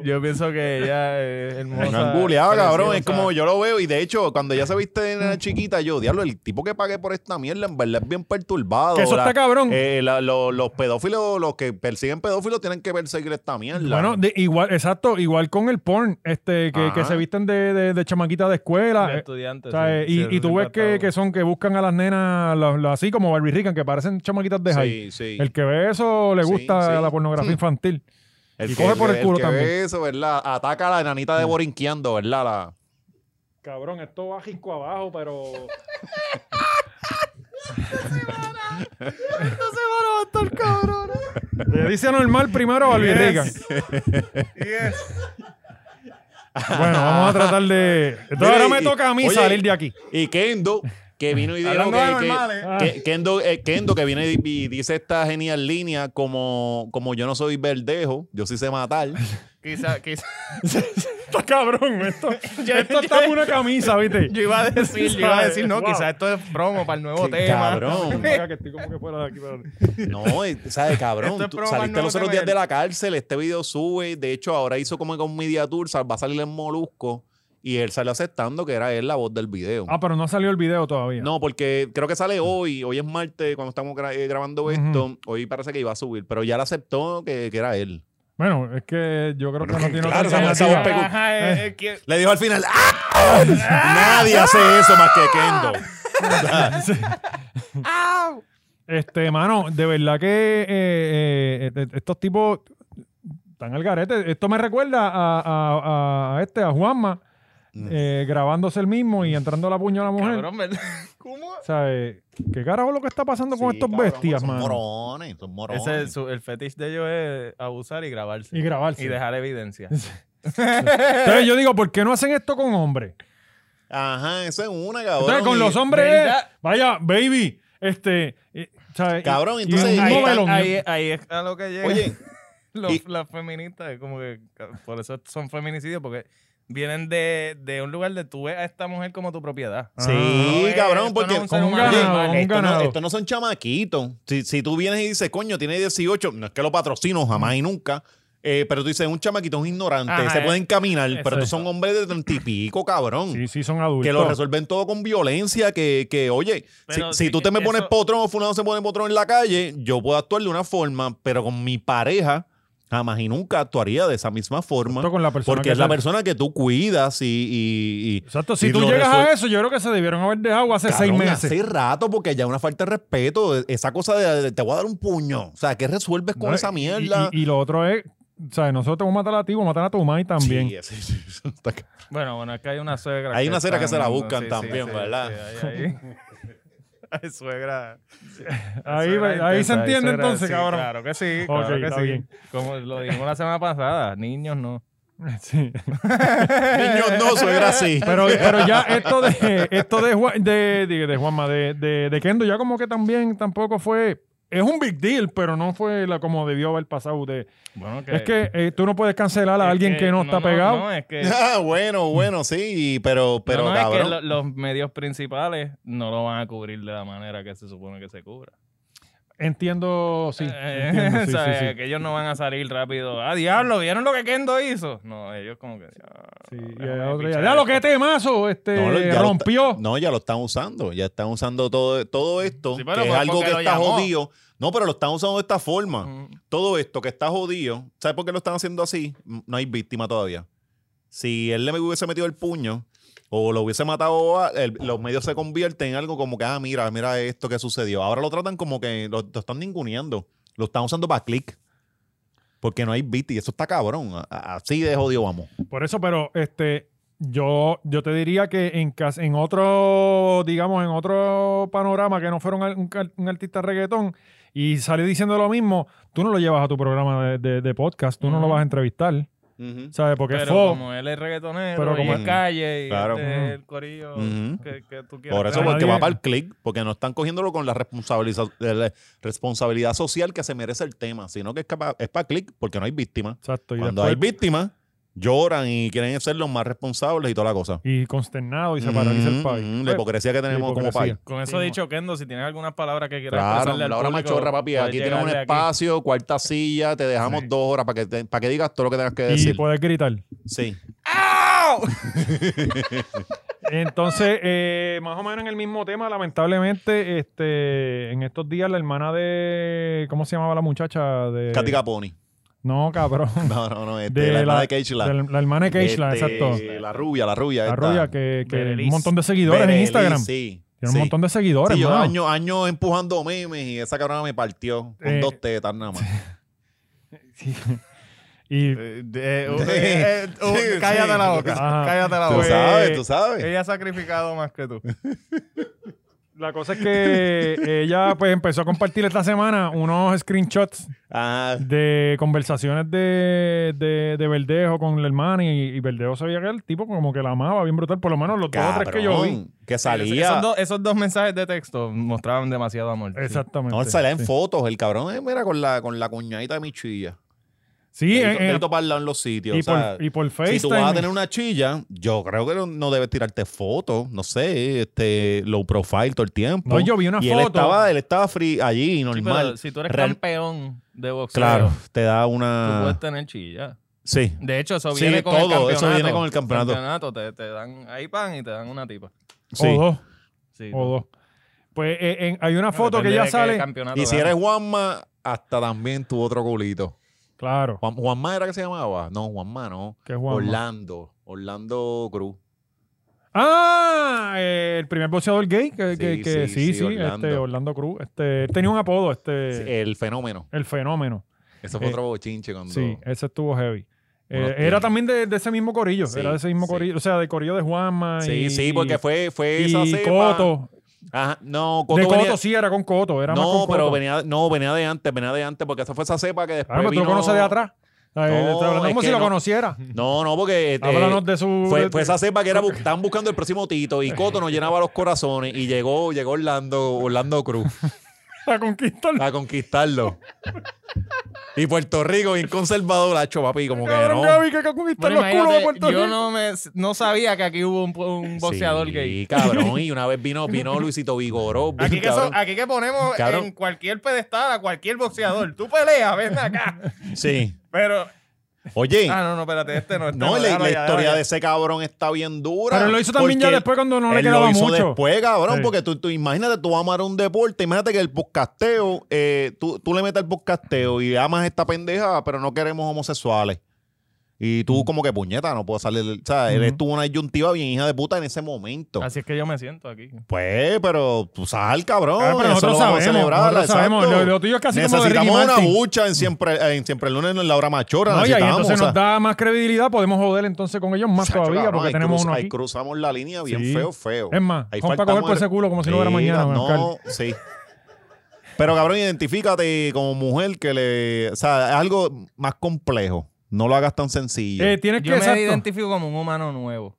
Speaker 4: Yo pienso que ella es
Speaker 3: Bien
Speaker 4: hermosa.
Speaker 3: anguleada, cabrón. Es
Speaker 4: preciosa.
Speaker 3: como yo lo veo y de hecho cuando ella se viste de nena chiquita yo, diablo, el tipo que pagué por esta mierda en verdad es bien perturbado.
Speaker 2: Que eso
Speaker 3: La-
Speaker 2: está cabrón.
Speaker 3: eh, la- lo- los pedófilos, los que persiguen pedófilos tienen que perseguir esta mierda.
Speaker 2: Bueno, de- igual, exacto, igual con el porn, este, que, que
Speaker 3: Ajá.
Speaker 2: se visten de, de, de chamaquita de escuela.
Speaker 4: De
Speaker 2: eh,
Speaker 4: estudiante,
Speaker 2: o sea, eh,
Speaker 4: sí.
Speaker 2: y, y
Speaker 4: Sí, eso
Speaker 2: tú
Speaker 4: siempre
Speaker 2: ves
Speaker 4: ha
Speaker 2: que,
Speaker 4: estado.
Speaker 2: que son que buscan a las nenas, la- la- así como Barbie Rican, que parecen chamaquitas de high.
Speaker 3: sí, sí.
Speaker 2: El que ve eso le
Speaker 3: Sí,
Speaker 2: gusta
Speaker 3: sí.
Speaker 2: la pornografía infantil.
Speaker 3: El
Speaker 2: Y
Speaker 3: que-
Speaker 2: coge por el culo
Speaker 3: que
Speaker 2: también. Mm.
Speaker 3: ve eso, ¿verdad? Ataca a la enanita de Borinqueando, ¿verdad? La-
Speaker 2: Cabrón, esto va gisco abajo, pero.
Speaker 4: ¿eh?
Speaker 2: Le dice normal primero a Barbie Reagan. Bueno, vamos a tratar de. Entonces
Speaker 3: Mira,
Speaker 2: ahora
Speaker 3: y-
Speaker 2: me
Speaker 3: y-
Speaker 2: toca a mí
Speaker 3: oye,
Speaker 2: salir de aquí.
Speaker 3: Y Kendo, que vino y dijo
Speaker 6: Hablando de
Speaker 3: que- que,
Speaker 6: normales.
Speaker 2: Ah.
Speaker 3: que- Kendo, eh, Kendo, que viene y, y dice esta genial línea como, como yo no soy verdejo, yo sí sé matar.
Speaker 4: Quizá, quizá.
Speaker 2: Está cabrón, esto, esto está por una camisa, ¿viste?
Speaker 4: Yo iba a decir, yo iba a decir, no,
Speaker 2: Wow.
Speaker 4: quizás esto es promo para el nuevo
Speaker 3: Qué
Speaker 4: tema.
Speaker 3: cabrón.
Speaker 2: Acá que estoy como que fuera de aquí, pero-
Speaker 3: No, eh, sabes, cabrón.
Speaker 4: Esto es
Speaker 3: tú
Speaker 4: probar
Speaker 3: saliste los
Speaker 4: nuevo
Speaker 3: otros días de
Speaker 4: nivel.
Speaker 3: la cárcel, este video sube. De hecho, ahora hizo como con Media Tour, sal- va a salir en Molusco. Y él salió aceptando que era él la voz del video.
Speaker 2: Ah, pero no salió el video todavía.
Speaker 3: No, porque creo que
Speaker 2: Mm.
Speaker 3: sale hoy. Hoy es martes, cuando estamos gra- eh, grabando esto. Hoy parece que iba a subir, pero ya le aceptó que, que era él.
Speaker 2: Bueno, es que yo creo que no tiene
Speaker 3: claro,
Speaker 2: otra
Speaker 3: esa- esa
Speaker 2: alternativa.
Speaker 3: voz pecu-
Speaker 4: Ajá, es- es que-
Speaker 3: Le dijo al final, ¡Ah! Nadie hace eso más que Kendo.
Speaker 2: Este, mano, de verdad que eh, eh, eh, estos tipos están al garete. Esto me recuerda a, a- a- a este, a Juanma,
Speaker 3: Mm.
Speaker 2: eh, grabándose el mismo y entrando la puño a la mujer.
Speaker 4: Cabrón, ¿verdad? ¿Cómo?
Speaker 2: ¿Sabes? ¿Qué carajo es lo que está pasando con
Speaker 3: Sí,
Speaker 2: estos
Speaker 3: cabrón,
Speaker 2: bestias,
Speaker 3: son
Speaker 2: mano?
Speaker 3: morones, son morones.
Speaker 4: Ese es su- el fetish de ellos es abusar y grabarse.
Speaker 2: Y grabarse.
Speaker 4: Y dejar evidencia.
Speaker 2: Entonces yo digo, ¿por qué no hacen esto con hombres?
Speaker 3: Ajá, eso es una, cabrón.
Speaker 2: Entonces con
Speaker 3: y-
Speaker 2: los hombres,
Speaker 4: ¿Verdad?
Speaker 2: es, vaya, baby, este, eh, ¿sabes?
Speaker 3: Cabrón,
Speaker 2: Y- y
Speaker 3: entonces
Speaker 2: un
Speaker 3: ahí-
Speaker 2: novelón.
Speaker 4: ahí, ahí es a lo que llega.
Speaker 3: Oye,
Speaker 4: Los-
Speaker 3: y-
Speaker 4: las feministas, es como que ca- por eso son feminicidios, porque vienen de, de un lugar de tú ves a esta mujer como tu propiedad.
Speaker 3: sí,
Speaker 4: Ah,
Speaker 3: cabrón,
Speaker 4: esto
Speaker 3: porque
Speaker 4: no es
Speaker 2: un
Speaker 4: ser humano
Speaker 3: Oye,
Speaker 2: ganado,
Speaker 4: normal.
Speaker 2: un
Speaker 3: esto, no,
Speaker 2: ganado.
Speaker 3: esto no son chamaquitos. Si, si tú vienes y dices, coño, tiene 18, no es que lo patrocino jamás y nunca. eh, pero tú dices, un chamaquito es un ignorante,
Speaker 4: Ajá,
Speaker 3: se
Speaker 4: eh.
Speaker 3: pueden caminar, pero tú
Speaker 2: Exacto.
Speaker 3: son hombres de treinta y pico, cabrón.
Speaker 2: Sí, sí, son adultos.
Speaker 3: Que lo resuelven todo con violencia, que, que oye, si,
Speaker 4: Pero
Speaker 3: si
Speaker 4: sí,
Speaker 3: tú te me pones
Speaker 4: eso-
Speaker 3: potrón, fulano se pone potrón en la calle, yo puedo actuar de una forma, pero con mi pareja jamás y nunca actuaría de esa misma forma.
Speaker 2: Esto con la persona
Speaker 3: porque
Speaker 2: que
Speaker 3: es la
Speaker 2: te-
Speaker 3: persona que tú cuidas y... y- y-
Speaker 2: Exacto, si
Speaker 3: y
Speaker 2: tú
Speaker 3: lo
Speaker 2: llegas
Speaker 3: resuel-
Speaker 2: a eso, yo creo que se debieron haber dejado hace seis
Speaker 3: Cabrón,
Speaker 2: meses.
Speaker 3: Hace rato, porque ya una falta de respeto. Esa cosa de, de- te voy a dar un puño. O sea, ¿qué resuelves con
Speaker 2: No,
Speaker 3: esa
Speaker 2: y-
Speaker 3: mierda?
Speaker 2: Y, y lo otro es, ¿sabes? Nosotros te vamos a matar a ti, vamos a matar a tu mamá y también.
Speaker 3: Sí, sí, sí, sí, está ca-
Speaker 4: Bueno, bueno, es que hay una suegra.
Speaker 3: Hay una suegra que se la
Speaker 4: están-
Speaker 3: buscan
Speaker 4: sí, sí,
Speaker 3: también,
Speaker 4: sí,
Speaker 3: ¿verdad?
Speaker 4: sí, hay- hay- Ay, suegra.
Speaker 2: Ahí,
Speaker 4: suegra
Speaker 2: ahí
Speaker 4: intensa,
Speaker 2: se entiende
Speaker 4: suegra-
Speaker 2: entonces,
Speaker 4: sí,
Speaker 2: cabrón.
Speaker 4: Claro que sí,
Speaker 2: Ok,
Speaker 4: claro que
Speaker 2: está
Speaker 4: sí.
Speaker 2: bien.
Speaker 4: Como lo dijimos la semana pasada, niños no.
Speaker 2: Sí.
Speaker 3: Niños no, suegra sí.
Speaker 2: Pero, pero ya esto de esto de Juan- de, de, de Juanma, de, de, de Kendo, ya como que también tampoco fue. Es un big deal, pero no fue la como debió haber pasado. De,
Speaker 4: Bueno,
Speaker 2: Es que eh, tú no puedes cancelar a alguien que, no, está pegado.
Speaker 4: No, es que
Speaker 3: Ah, bueno, bueno, sí, pero, pero
Speaker 4: No, no,
Speaker 3: cabrón.
Speaker 4: es que lo- los medios principales no lo van a cubrir de la manera que se supone que se cubra.
Speaker 2: Entiendo, sí.
Speaker 4: Eh,
Speaker 2: entiendo, sí, sí,
Speaker 4: ¿sabes?
Speaker 2: sí.
Speaker 4: Que ellos no van a salir rápido. ¡Ah, diablo! ¿Vieron lo que Kendo hizo? No, ellos como que... "Ah,
Speaker 2: Sí, y
Speaker 4: déjame
Speaker 2: a otro día,
Speaker 4: pichar
Speaker 2: ya lo que
Speaker 4: esto".
Speaker 2: temazo, este
Speaker 3: No, lo- ya lo
Speaker 2: rompió.
Speaker 3: está- no, ya lo están usando. Ya están usando todo, todo esto,
Speaker 4: Sí, pero
Speaker 3: que es
Speaker 4: fue
Speaker 3: algo
Speaker 4: porque
Speaker 3: que
Speaker 4: lo
Speaker 3: está
Speaker 4: llamó.
Speaker 3: jodido. No, pero lo están usando de esta forma.
Speaker 4: Mm.
Speaker 3: Todo esto que está jodido, ¿sabes por qué lo están haciendo así? M- No hay víctima todavía. Si él le hubiese metido el puño o lo hubiese matado, a- el- los medios se convierten en algo como que, ah, mira, mira esto que sucedió. Ahora lo tratan como que lo, lo están ninguneando. Lo están usando para click. Porque no hay beat y eso está cabrón. A- a- Así de jodido vamos.
Speaker 2: Por eso, pero este, yo, yo te diría que en, cas- en otro, digamos, en otro panorama que no fuera un, ar- un car- un artista reggaetón y sale diciendo lo mismo, tú no lo llevas a tu programa de, de- de podcast, tú no lo
Speaker 4: Ujú.
Speaker 2: vas a entrevistar, ¿sabes? Porque
Speaker 4: Pero
Speaker 2: fue-
Speaker 4: como él es reggaetonero
Speaker 2: Pero
Speaker 4: y
Speaker 2: como
Speaker 4: es
Speaker 3: él-
Speaker 4: calle y
Speaker 3: Claro.
Speaker 4: este, el corillo
Speaker 3: Ujú.
Speaker 4: que, que tú quieres.
Speaker 3: Por eso,
Speaker 2: Pero
Speaker 3: porque
Speaker 2: nadie-
Speaker 3: va para el click, porque no están cogiéndolo con la responsabiliza- eh, la responsabilidad social que se merece el tema, sino que es, capa- es para click porque no hay víctimas.
Speaker 2: Exacto. Y,
Speaker 3: Cuando hay
Speaker 2: después-
Speaker 3: víctimas, lloran y quieren ser los más responsables y toda la cosa.
Speaker 2: y consternado y se paraliza el
Speaker 3: Ujú,
Speaker 2: país.
Speaker 3: ujú, La
Speaker 2: Pues,
Speaker 3: hipocresía que tenemos como
Speaker 2: hipocresía.
Speaker 3: país.
Speaker 4: Con eso dicho, Kendo, si tienes algunas palabras que quieras
Speaker 3: Claro,
Speaker 4: expresarle al
Speaker 3: la hora
Speaker 4: público,
Speaker 3: machorra, papi.
Speaker 4: puedes
Speaker 3: Aquí tenemos un
Speaker 4: llegarle aquí.
Speaker 3: espacio, cuarta silla, te dejamos dos horas para que, te- para que digas todo lo que tengas que
Speaker 2: y pues,
Speaker 3: decir.
Speaker 2: poder gritar.
Speaker 3: Sí.
Speaker 2: Entonces, eh, más o menos en el mismo tema, lamentablemente, este, en estos días la hermana de, ¿cómo se llamaba la muchacha? De,
Speaker 3: Katy Caponi.
Speaker 2: No, cabrón.
Speaker 3: No, no, no. Este,
Speaker 2: eh, De
Speaker 3: la, hermana
Speaker 2: la-
Speaker 3: de Keishla.
Speaker 2: de la, la hermana de Keishla,
Speaker 3: Este,
Speaker 2: exacto.
Speaker 3: La rubia, la rubia.
Speaker 2: La
Speaker 3: esta.
Speaker 2: rubia que, que
Speaker 4: Bereliz.
Speaker 2: un montón de seguidores en
Speaker 3: Bereliz,
Speaker 2: Instagram.
Speaker 3: Sí.
Speaker 2: Tiene
Speaker 3: sí.
Speaker 2: un montón de seguidores,
Speaker 3: Sí, yo
Speaker 2: mano.
Speaker 3: años años empujando memes y esa cabrona me partió con
Speaker 2: Eh,
Speaker 3: dos tetas nada más.
Speaker 2: Sí. Y
Speaker 4: Eh, de- eh, eh, eh, oh,
Speaker 3: Sí,
Speaker 4: cállate
Speaker 3: sí.
Speaker 4: la boca.
Speaker 2: Ajá.
Speaker 4: Cállate la
Speaker 3: Tú
Speaker 4: boca. Eh,
Speaker 3: sabes,
Speaker 2: pues,
Speaker 3: tú
Speaker 2: eh,
Speaker 3: sabes.
Speaker 4: Ella ha sacrificado más que tú.
Speaker 2: la cosa es que ella pues empezó a compartir esta semana unos screenshots
Speaker 3: Ajá.
Speaker 2: de conversaciones de, de, de Verdejo con la hermana y, y Verdejo sabía que el tipo como que la amaba bien brutal, por lo menos los dos o tres que yo vi.
Speaker 3: Cabrón, que
Speaker 4: Esos
Speaker 3: salía.
Speaker 4: dos, esos dos mensajes de texto mostraban demasiado amor. sí.
Speaker 2: Exactamente.
Speaker 3: No, él salía en
Speaker 2: sí.
Speaker 3: fotos, el cabrón. eh, mira, con la, con la cuñadita de mi chilla.
Speaker 2: Sí, en-
Speaker 3: Dedito-
Speaker 2: en-
Speaker 3: dedito para el lado en los sitios.
Speaker 2: y,
Speaker 3: o sea,
Speaker 2: por, y por
Speaker 3: si
Speaker 2: FaceTime.
Speaker 3: tú vas a tener una chilla, yo creo que no, no debes tirarte fotos, no sé, este, low profile todo el tiempo.
Speaker 2: No, yo vi una
Speaker 3: y Él
Speaker 2: foto.
Speaker 3: estaba, él estaba free allí,
Speaker 4: Sí,
Speaker 3: normal.
Speaker 4: pero si tú eres
Speaker 3: Real-
Speaker 4: campeón de boxeo,
Speaker 3: claro, te da
Speaker 4: tú
Speaker 3: una.
Speaker 4: puedes tener chilla.
Speaker 3: Sí.
Speaker 4: De hecho, eso
Speaker 3: Sí,
Speaker 4: viene con el
Speaker 3: todo,
Speaker 4: campeonato.
Speaker 3: eso viene con el campeonato.
Speaker 4: te, te dan ahí pan y te dan una tipa.
Speaker 3: sí.
Speaker 2: O dos,
Speaker 4: Sí,
Speaker 2: o
Speaker 4: no.
Speaker 2: dos. Pues eh, en- hay una
Speaker 4: Bueno,
Speaker 2: foto que
Speaker 4: depende
Speaker 2: ya
Speaker 4: de qué
Speaker 2: sale.
Speaker 4: campeonato
Speaker 3: Y si
Speaker 4: gane.
Speaker 3: eres Juanma, hasta también tu otro culito.
Speaker 2: Claro,
Speaker 3: Juan, Juanma era que se llamaba. No, Juanma no.
Speaker 2: que es Juanma.
Speaker 3: Orlando. Orlando Cruz.
Speaker 2: Ah, eh, el primer boxeador gay que
Speaker 3: Sí,
Speaker 2: que- que-
Speaker 3: sí,
Speaker 2: sí, sí,
Speaker 3: sí, Orlando.
Speaker 2: este Orlando Cruz, este él tenía un apodo, este
Speaker 3: El fenómeno.
Speaker 2: el fenómeno.
Speaker 3: Eso fue
Speaker 2: Eh,
Speaker 3: otro bochinche cuando.
Speaker 2: Sí, ese estuvo heavy. Eh,
Speaker 3: Unos
Speaker 2: era
Speaker 3: tiempos.
Speaker 2: también de, de ese mismo corillo,
Speaker 3: Sí,
Speaker 2: era de ese mismo
Speaker 3: sí.
Speaker 2: corillo, o sea, de corillo de Juanma
Speaker 3: Sí,
Speaker 2: y
Speaker 3: sí, porque fue, fue
Speaker 2: y
Speaker 3: esa cepa.
Speaker 2: Coto.
Speaker 3: Ajá, no,
Speaker 2: de Coto
Speaker 3: venía-
Speaker 2: sí era con Coto, era más
Speaker 3: no,
Speaker 2: con
Speaker 3: pero
Speaker 2: Coto.
Speaker 3: venía, no, venía de antes, venía de antes, porque esa fue esa cepa que después.
Speaker 2: Claro, pero tú
Speaker 3: vino-
Speaker 2: lo conoces de atrás. O sea,
Speaker 3: No,
Speaker 2: eh, te hablando
Speaker 3: es
Speaker 2: como si
Speaker 3: que
Speaker 2: lo
Speaker 3: no.
Speaker 2: conociera.
Speaker 3: No, no, porque. eh,
Speaker 2: Háblanos de su.
Speaker 3: Fue,
Speaker 2: de-
Speaker 3: fue esa cepa que era, bu- estaban buscando el próximo Tito y Coto nos llenaba los corazones y llegó, llegó Orlando, Orlando Cruz
Speaker 2: La conquista.
Speaker 3: a conquistarlo. Y Puerto Rico, bien conservador, la hecho, papi, como que
Speaker 2: Cabrón,
Speaker 3: no.
Speaker 2: Gaby, que conquistar
Speaker 4: Bueno,
Speaker 2: los culos de
Speaker 4: imagínate,
Speaker 2: Puerto
Speaker 4: yo
Speaker 2: Rico.
Speaker 4: no, me, no sabía que aquí hubo un, un boxeador
Speaker 3: sí,
Speaker 4: gay.
Speaker 3: cabrón. Y una vez vino, vino Luisito Vigoró. bien
Speaker 4: Aquí que, so-
Speaker 3: cabrón.
Speaker 4: aquí que ponemos
Speaker 3: Cabrón.
Speaker 4: en cualquier pedestal a cualquier boxeador. Tú peleas, ven acá.
Speaker 3: Sí.
Speaker 4: Pero.
Speaker 3: Oye,
Speaker 4: Ah, no, no, espérate, este no. Este
Speaker 3: no, la,
Speaker 4: déjalo
Speaker 3: la
Speaker 4: ya,
Speaker 3: historia
Speaker 4: déjalo
Speaker 3: de ese cabrón está bien dura.
Speaker 2: Pero lo hizo también ya
Speaker 3: porque
Speaker 2: después cuando no le
Speaker 3: él
Speaker 2: quedaba
Speaker 3: lo hizo
Speaker 2: mucho.
Speaker 3: después, cabrón,
Speaker 2: Sí.
Speaker 3: porque tú, tú imagínate, tú amas un deporte, imagínate que el podcasteo, eh, tú, tú le metes el podcasteo y amas esta pendeja, pero no queremos homosexuales. Y
Speaker 2: Mm.
Speaker 3: tú como que puñeta, no puedo salir. del- O sea, eres tú una disyuntiva bien hija de puta en ese momento.
Speaker 4: Así es que yo me siento aquí.
Speaker 3: Pues, pero tú sal, cabrón.
Speaker 2: Ah, pero
Speaker 3: eso
Speaker 2: nosotros
Speaker 3: lo vamos a
Speaker 2: sabemos,
Speaker 3: celebrar,
Speaker 2: nosotros
Speaker 3: exacto.
Speaker 2: sabemos. Lo- lo tuyo es casi como de
Speaker 3: Necesitamos
Speaker 2: Ricky
Speaker 3: una
Speaker 2: Martin.
Speaker 3: bucha en siempre, en siempre el lunes en la hora machorra.
Speaker 2: No, y ahí
Speaker 3: necesitamos,
Speaker 2: entonces
Speaker 3: o sea,
Speaker 2: nos da más credibilidad, podemos joder entonces con ellos más
Speaker 3: chacho,
Speaker 2: todavía,
Speaker 3: cabrón,
Speaker 2: porque
Speaker 3: ahí
Speaker 2: tenemos
Speaker 3: cruz-
Speaker 2: uno
Speaker 3: Ahí
Speaker 2: aquí.
Speaker 3: cruzamos la línea bien
Speaker 2: Sí.
Speaker 3: feo, feo.
Speaker 2: Es más,
Speaker 3: Ahí
Speaker 2: vamos para
Speaker 3: faltamos
Speaker 2: coger por ese culo como si no hubiera mañana,
Speaker 3: Mira,
Speaker 2: Oscar.
Speaker 3: No, sí. Pero cabrón, identifícate como mujer que le... O sea, es algo más complejo. No lo hagas tan sencillo.
Speaker 2: Eh, tienes que
Speaker 4: Yo me
Speaker 2: exacto.
Speaker 4: identifico como un humano nuevo.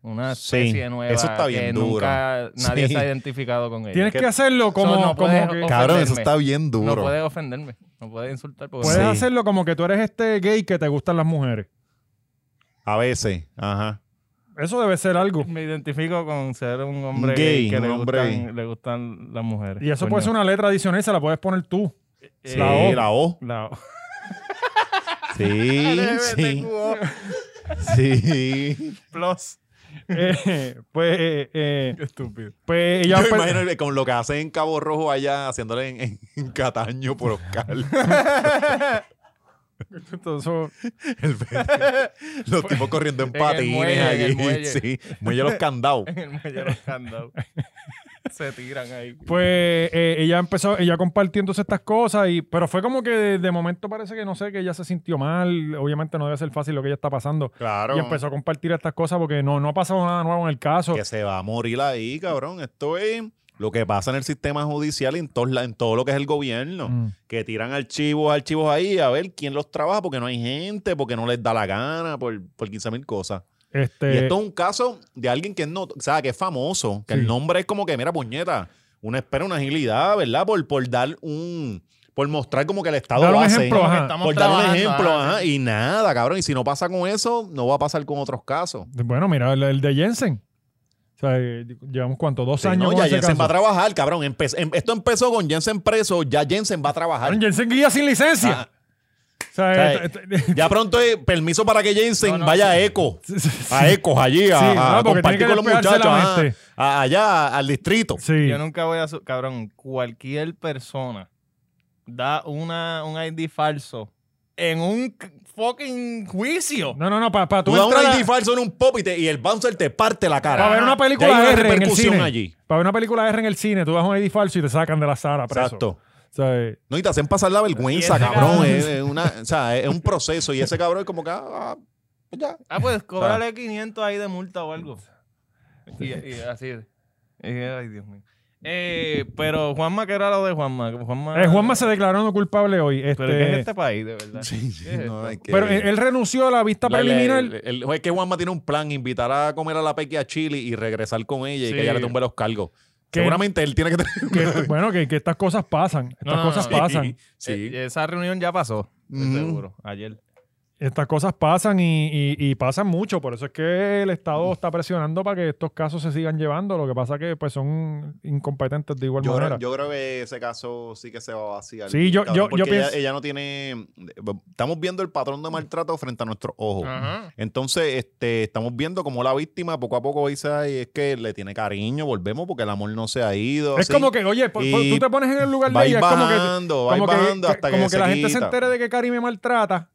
Speaker 4: Una
Speaker 3: Sí,
Speaker 4: especie nueva.
Speaker 3: eso está
Speaker 4: que
Speaker 3: bien
Speaker 4: nunca
Speaker 3: duro.
Speaker 4: nadie
Speaker 3: Sí.
Speaker 4: se ha identificado con ella.
Speaker 2: Tienes
Speaker 3: que-
Speaker 2: que hacerlo como,
Speaker 4: So, no
Speaker 2: como
Speaker 4: puedes-
Speaker 2: que-
Speaker 4: o-
Speaker 3: cabrón, eso
Speaker 4: ofenderme.
Speaker 3: está bien duro.
Speaker 4: No puedes ofenderme. No puedes insultar. Porque
Speaker 2: puedes
Speaker 3: Sí.
Speaker 2: hacerlo como que tú eres este gay que te gustan las mujeres.
Speaker 3: A veces, ajá.
Speaker 2: Eso debe ser algo.
Speaker 4: Me identifico con ser un hombre
Speaker 3: Gay,
Speaker 4: gay, que
Speaker 3: un
Speaker 4: le,
Speaker 3: hombre gay.
Speaker 4: gustan, le gustan las mujeres.
Speaker 2: Y eso puede ser una letra adicional, se la puedes poner tú.
Speaker 4: Eh.
Speaker 3: Sí,
Speaker 2: La O.
Speaker 3: la O.
Speaker 4: una... La...
Speaker 3: Sí, sí, sí.
Speaker 4: Plus.
Speaker 2: Eh, pues, eh, eh,
Speaker 4: Estúpido.
Speaker 2: pues
Speaker 3: Yo
Speaker 2: ella
Speaker 3: me
Speaker 2: pues,
Speaker 3: imagino que con lo que hacen en Cabo Rojo allá, haciéndole en, en- en Cataño por Oscar.
Speaker 2: entonces,
Speaker 3: El- los tipos corriendo en
Speaker 4: el
Speaker 3: patines
Speaker 4: muelle, en el
Speaker 3: allí.
Speaker 4: muelle.
Speaker 3: Sí, muelle los candados.
Speaker 4: En el muelle de los candados. se tiran ahí.
Speaker 2: pues eh, ella empezó, ella compartió entonces estas cosas, y, pero fue como que de, de momento parece que no sé, que ella se sintió mal, obviamente no debe ser fácil lo que ella está pasando.
Speaker 3: Claro.
Speaker 2: Y empezó a compartir estas cosas porque no, no ha pasado nada nuevo en el caso.
Speaker 3: Que se va a morir ahí, cabrón. Esto es lo que pasa en el sistema judicial y en, todos la- en todo lo que es el gobierno.
Speaker 2: Mm.
Speaker 3: Que tiran archivos, archivos ahí a ver quién los trabaja porque no hay gente, porque no les da la gana, por, por 15 mil cosas.
Speaker 2: Este,
Speaker 3: Y esto es un caso de alguien que es no, o sea, que es famoso, que
Speaker 2: Sí.
Speaker 3: el nombre es como que, mira, puñeta, una espera, una agilidad, ¿verdad? Por, por dar un, por mostrar como que el Estado
Speaker 2: Dar
Speaker 3: lo
Speaker 2: un
Speaker 3: hace.
Speaker 2: ejemplo, ajá.
Speaker 4: Estamos
Speaker 3: Por dar un
Speaker 4: trabajando,
Speaker 3: ejemplo,
Speaker 4: ajá.
Speaker 3: ajá, y nada, cabrón. Y si no pasa con eso, no va a pasar con otros casos.
Speaker 2: Bueno, mira, el, el de Jensen. O sea, eh, llevamos cuánto, dos
Speaker 3: Sí,
Speaker 2: años.
Speaker 3: no,
Speaker 2: con
Speaker 3: ya
Speaker 2: ese
Speaker 3: Jensen va a
Speaker 2: caso.
Speaker 3: trabajar, cabrón. Empe- em- esto empezó con Jensen preso, ya Jensen va a trabajar.
Speaker 2: Jensen guía sin licencia.
Speaker 3: Ah.
Speaker 2: O sea,
Speaker 3: sea,
Speaker 2: eh, t- t-
Speaker 3: Ya pronto es permiso para que Jensen
Speaker 4: No, no,
Speaker 3: vaya a
Speaker 4: sí.
Speaker 3: Eco.
Speaker 2: sí, sí.
Speaker 3: A Ecos allí, a,
Speaker 2: Sí,
Speaker 3: a
Speaker 2: no, porque tiene
Speaker 3: compartir
Speaker 2: que
Speaker 3: con los
Speaker 2: despejarse
Speaker 3: muchachos.
Speaker 2: la
Speaker 3: ajá,
Speaker 2: mente.
Speaker 3: a- allá, al distrito.
Speaker 2: Sí.
Speaker 4: Yo nunca voy a... su- Cabrón, cualquier persona da una, un ID falso en un c- fucking juicio.
Speaker 2: No, no, no, para tú
Speaker 3: Tú das un
Speaker 2: entrar a-
Speaker 3: ID falso en un pop y, te- y el bouncer te parte la cara.
Speaker 2: para ver una
Speaker 3: Ya hay
Speaker 2: película
Speaker 3: una
Speaker 2: R en el
Speaker 3: repercusión
Speaker 2: cine.
Speaker 3: allí.
Speaker 2: Para ver una película R en el cine, tú das un ID falso y te sacan de la sala preso.
Speaker 3: Exacto.
Speaker 2: O sea, eh,
Speaker 3: No, y te hacen pasar la vergüenza,
Speaker 4: Y ese
Speaker 3: cabrón.
Speaker 4: cabrón-
Speaker 3: Es, es una, o sea, es un proceso. Y ese cabrón es como que. ah, ah, pues ya.
Speaker 4: Ah, pues cóbrale 500 ahí de multa o algo. Y, y así. Y, ay, Dios mío. Eh, pero Juanma, ¿qué era lo de Juanma? Juanma,
Speaker 2: eh, Juanma se declaró no culpable hoy. Este,
Speaker 4: Ah. Pero
Speaker 2: pero
Speaker 4: ¿qué es este país, de verdad? ¿Qué es esto?
Speaker 3: es que-
Speaker 2: él, él renunció a la vista
Speaker 3: la- la-
Speaker 2: preliminar.
Speaker 3: el- el- es que Juanma tiene un plan: invitar a comer a la Pequi a Chile y regresar con ella y
Speaker 4: Sí.
Speaker 3: que ella le tumbe los cargos.
Speaker 2: Que-
Speaker 3: Seguramente él tiene que tener.
Speaker 2: que- bueno, que, que estas cosas pasan. Estas
Speaker 4: No, no,
Speaker 2: cosas
Speaker 4: no.
Speaker 2: pasan.
Speaker 3: Sí.
Speaker 4: Eh, esa reunión ya pasó, de
Speaker 3: Ujú.
Speaker 4: seguro, ayer.
Speaker 2: Estas cosas pasan y, y- y pasan mucho. Por eso es que el Estado está presionando para que estos casos se sigan llevando. Lo que pasa que pues son incompetentes de igual
Speaker 3: Yo
Speaker 2: manera.
Speaker 3: creo, yo creo que ese caso sí que se va a vaciar.
Speaker 2: Sí, yo- yo- yo
Speaker 3: porque ella-
Speaker 2: pienso-
Speaker 3: Ella, no tiene. Estamos viendo el patrón de maltrato frente a nuestros ojos.
Speaker 2: Ah.
Speaker 4: Ajá.
Speaker 3: Entonces, este, estamos viendo como la víctima poco a poco dice, "Ay, es que le tiene cariño, volvemos porque el amor no se ha ido.
Speaker 2: es
Speaker 3: así.
Speaker 2: como que, oye, po- po-
Speaker 3: Y
Speaker 2: tú te pones en el lugar
Speaker 3: va
Speaker 2: de ella. Es como que
Speaker 3: bajando, va
Speaker 2: como que,
Speaker 3: bajando
Speaker 2: que-
Speaker 3: hasta que,
Speaker 2: como que
Speaker 3: se
Speaker 2: la gente se
Speaker 3: quita.
Speaker 2: entere de que Cari me maltrata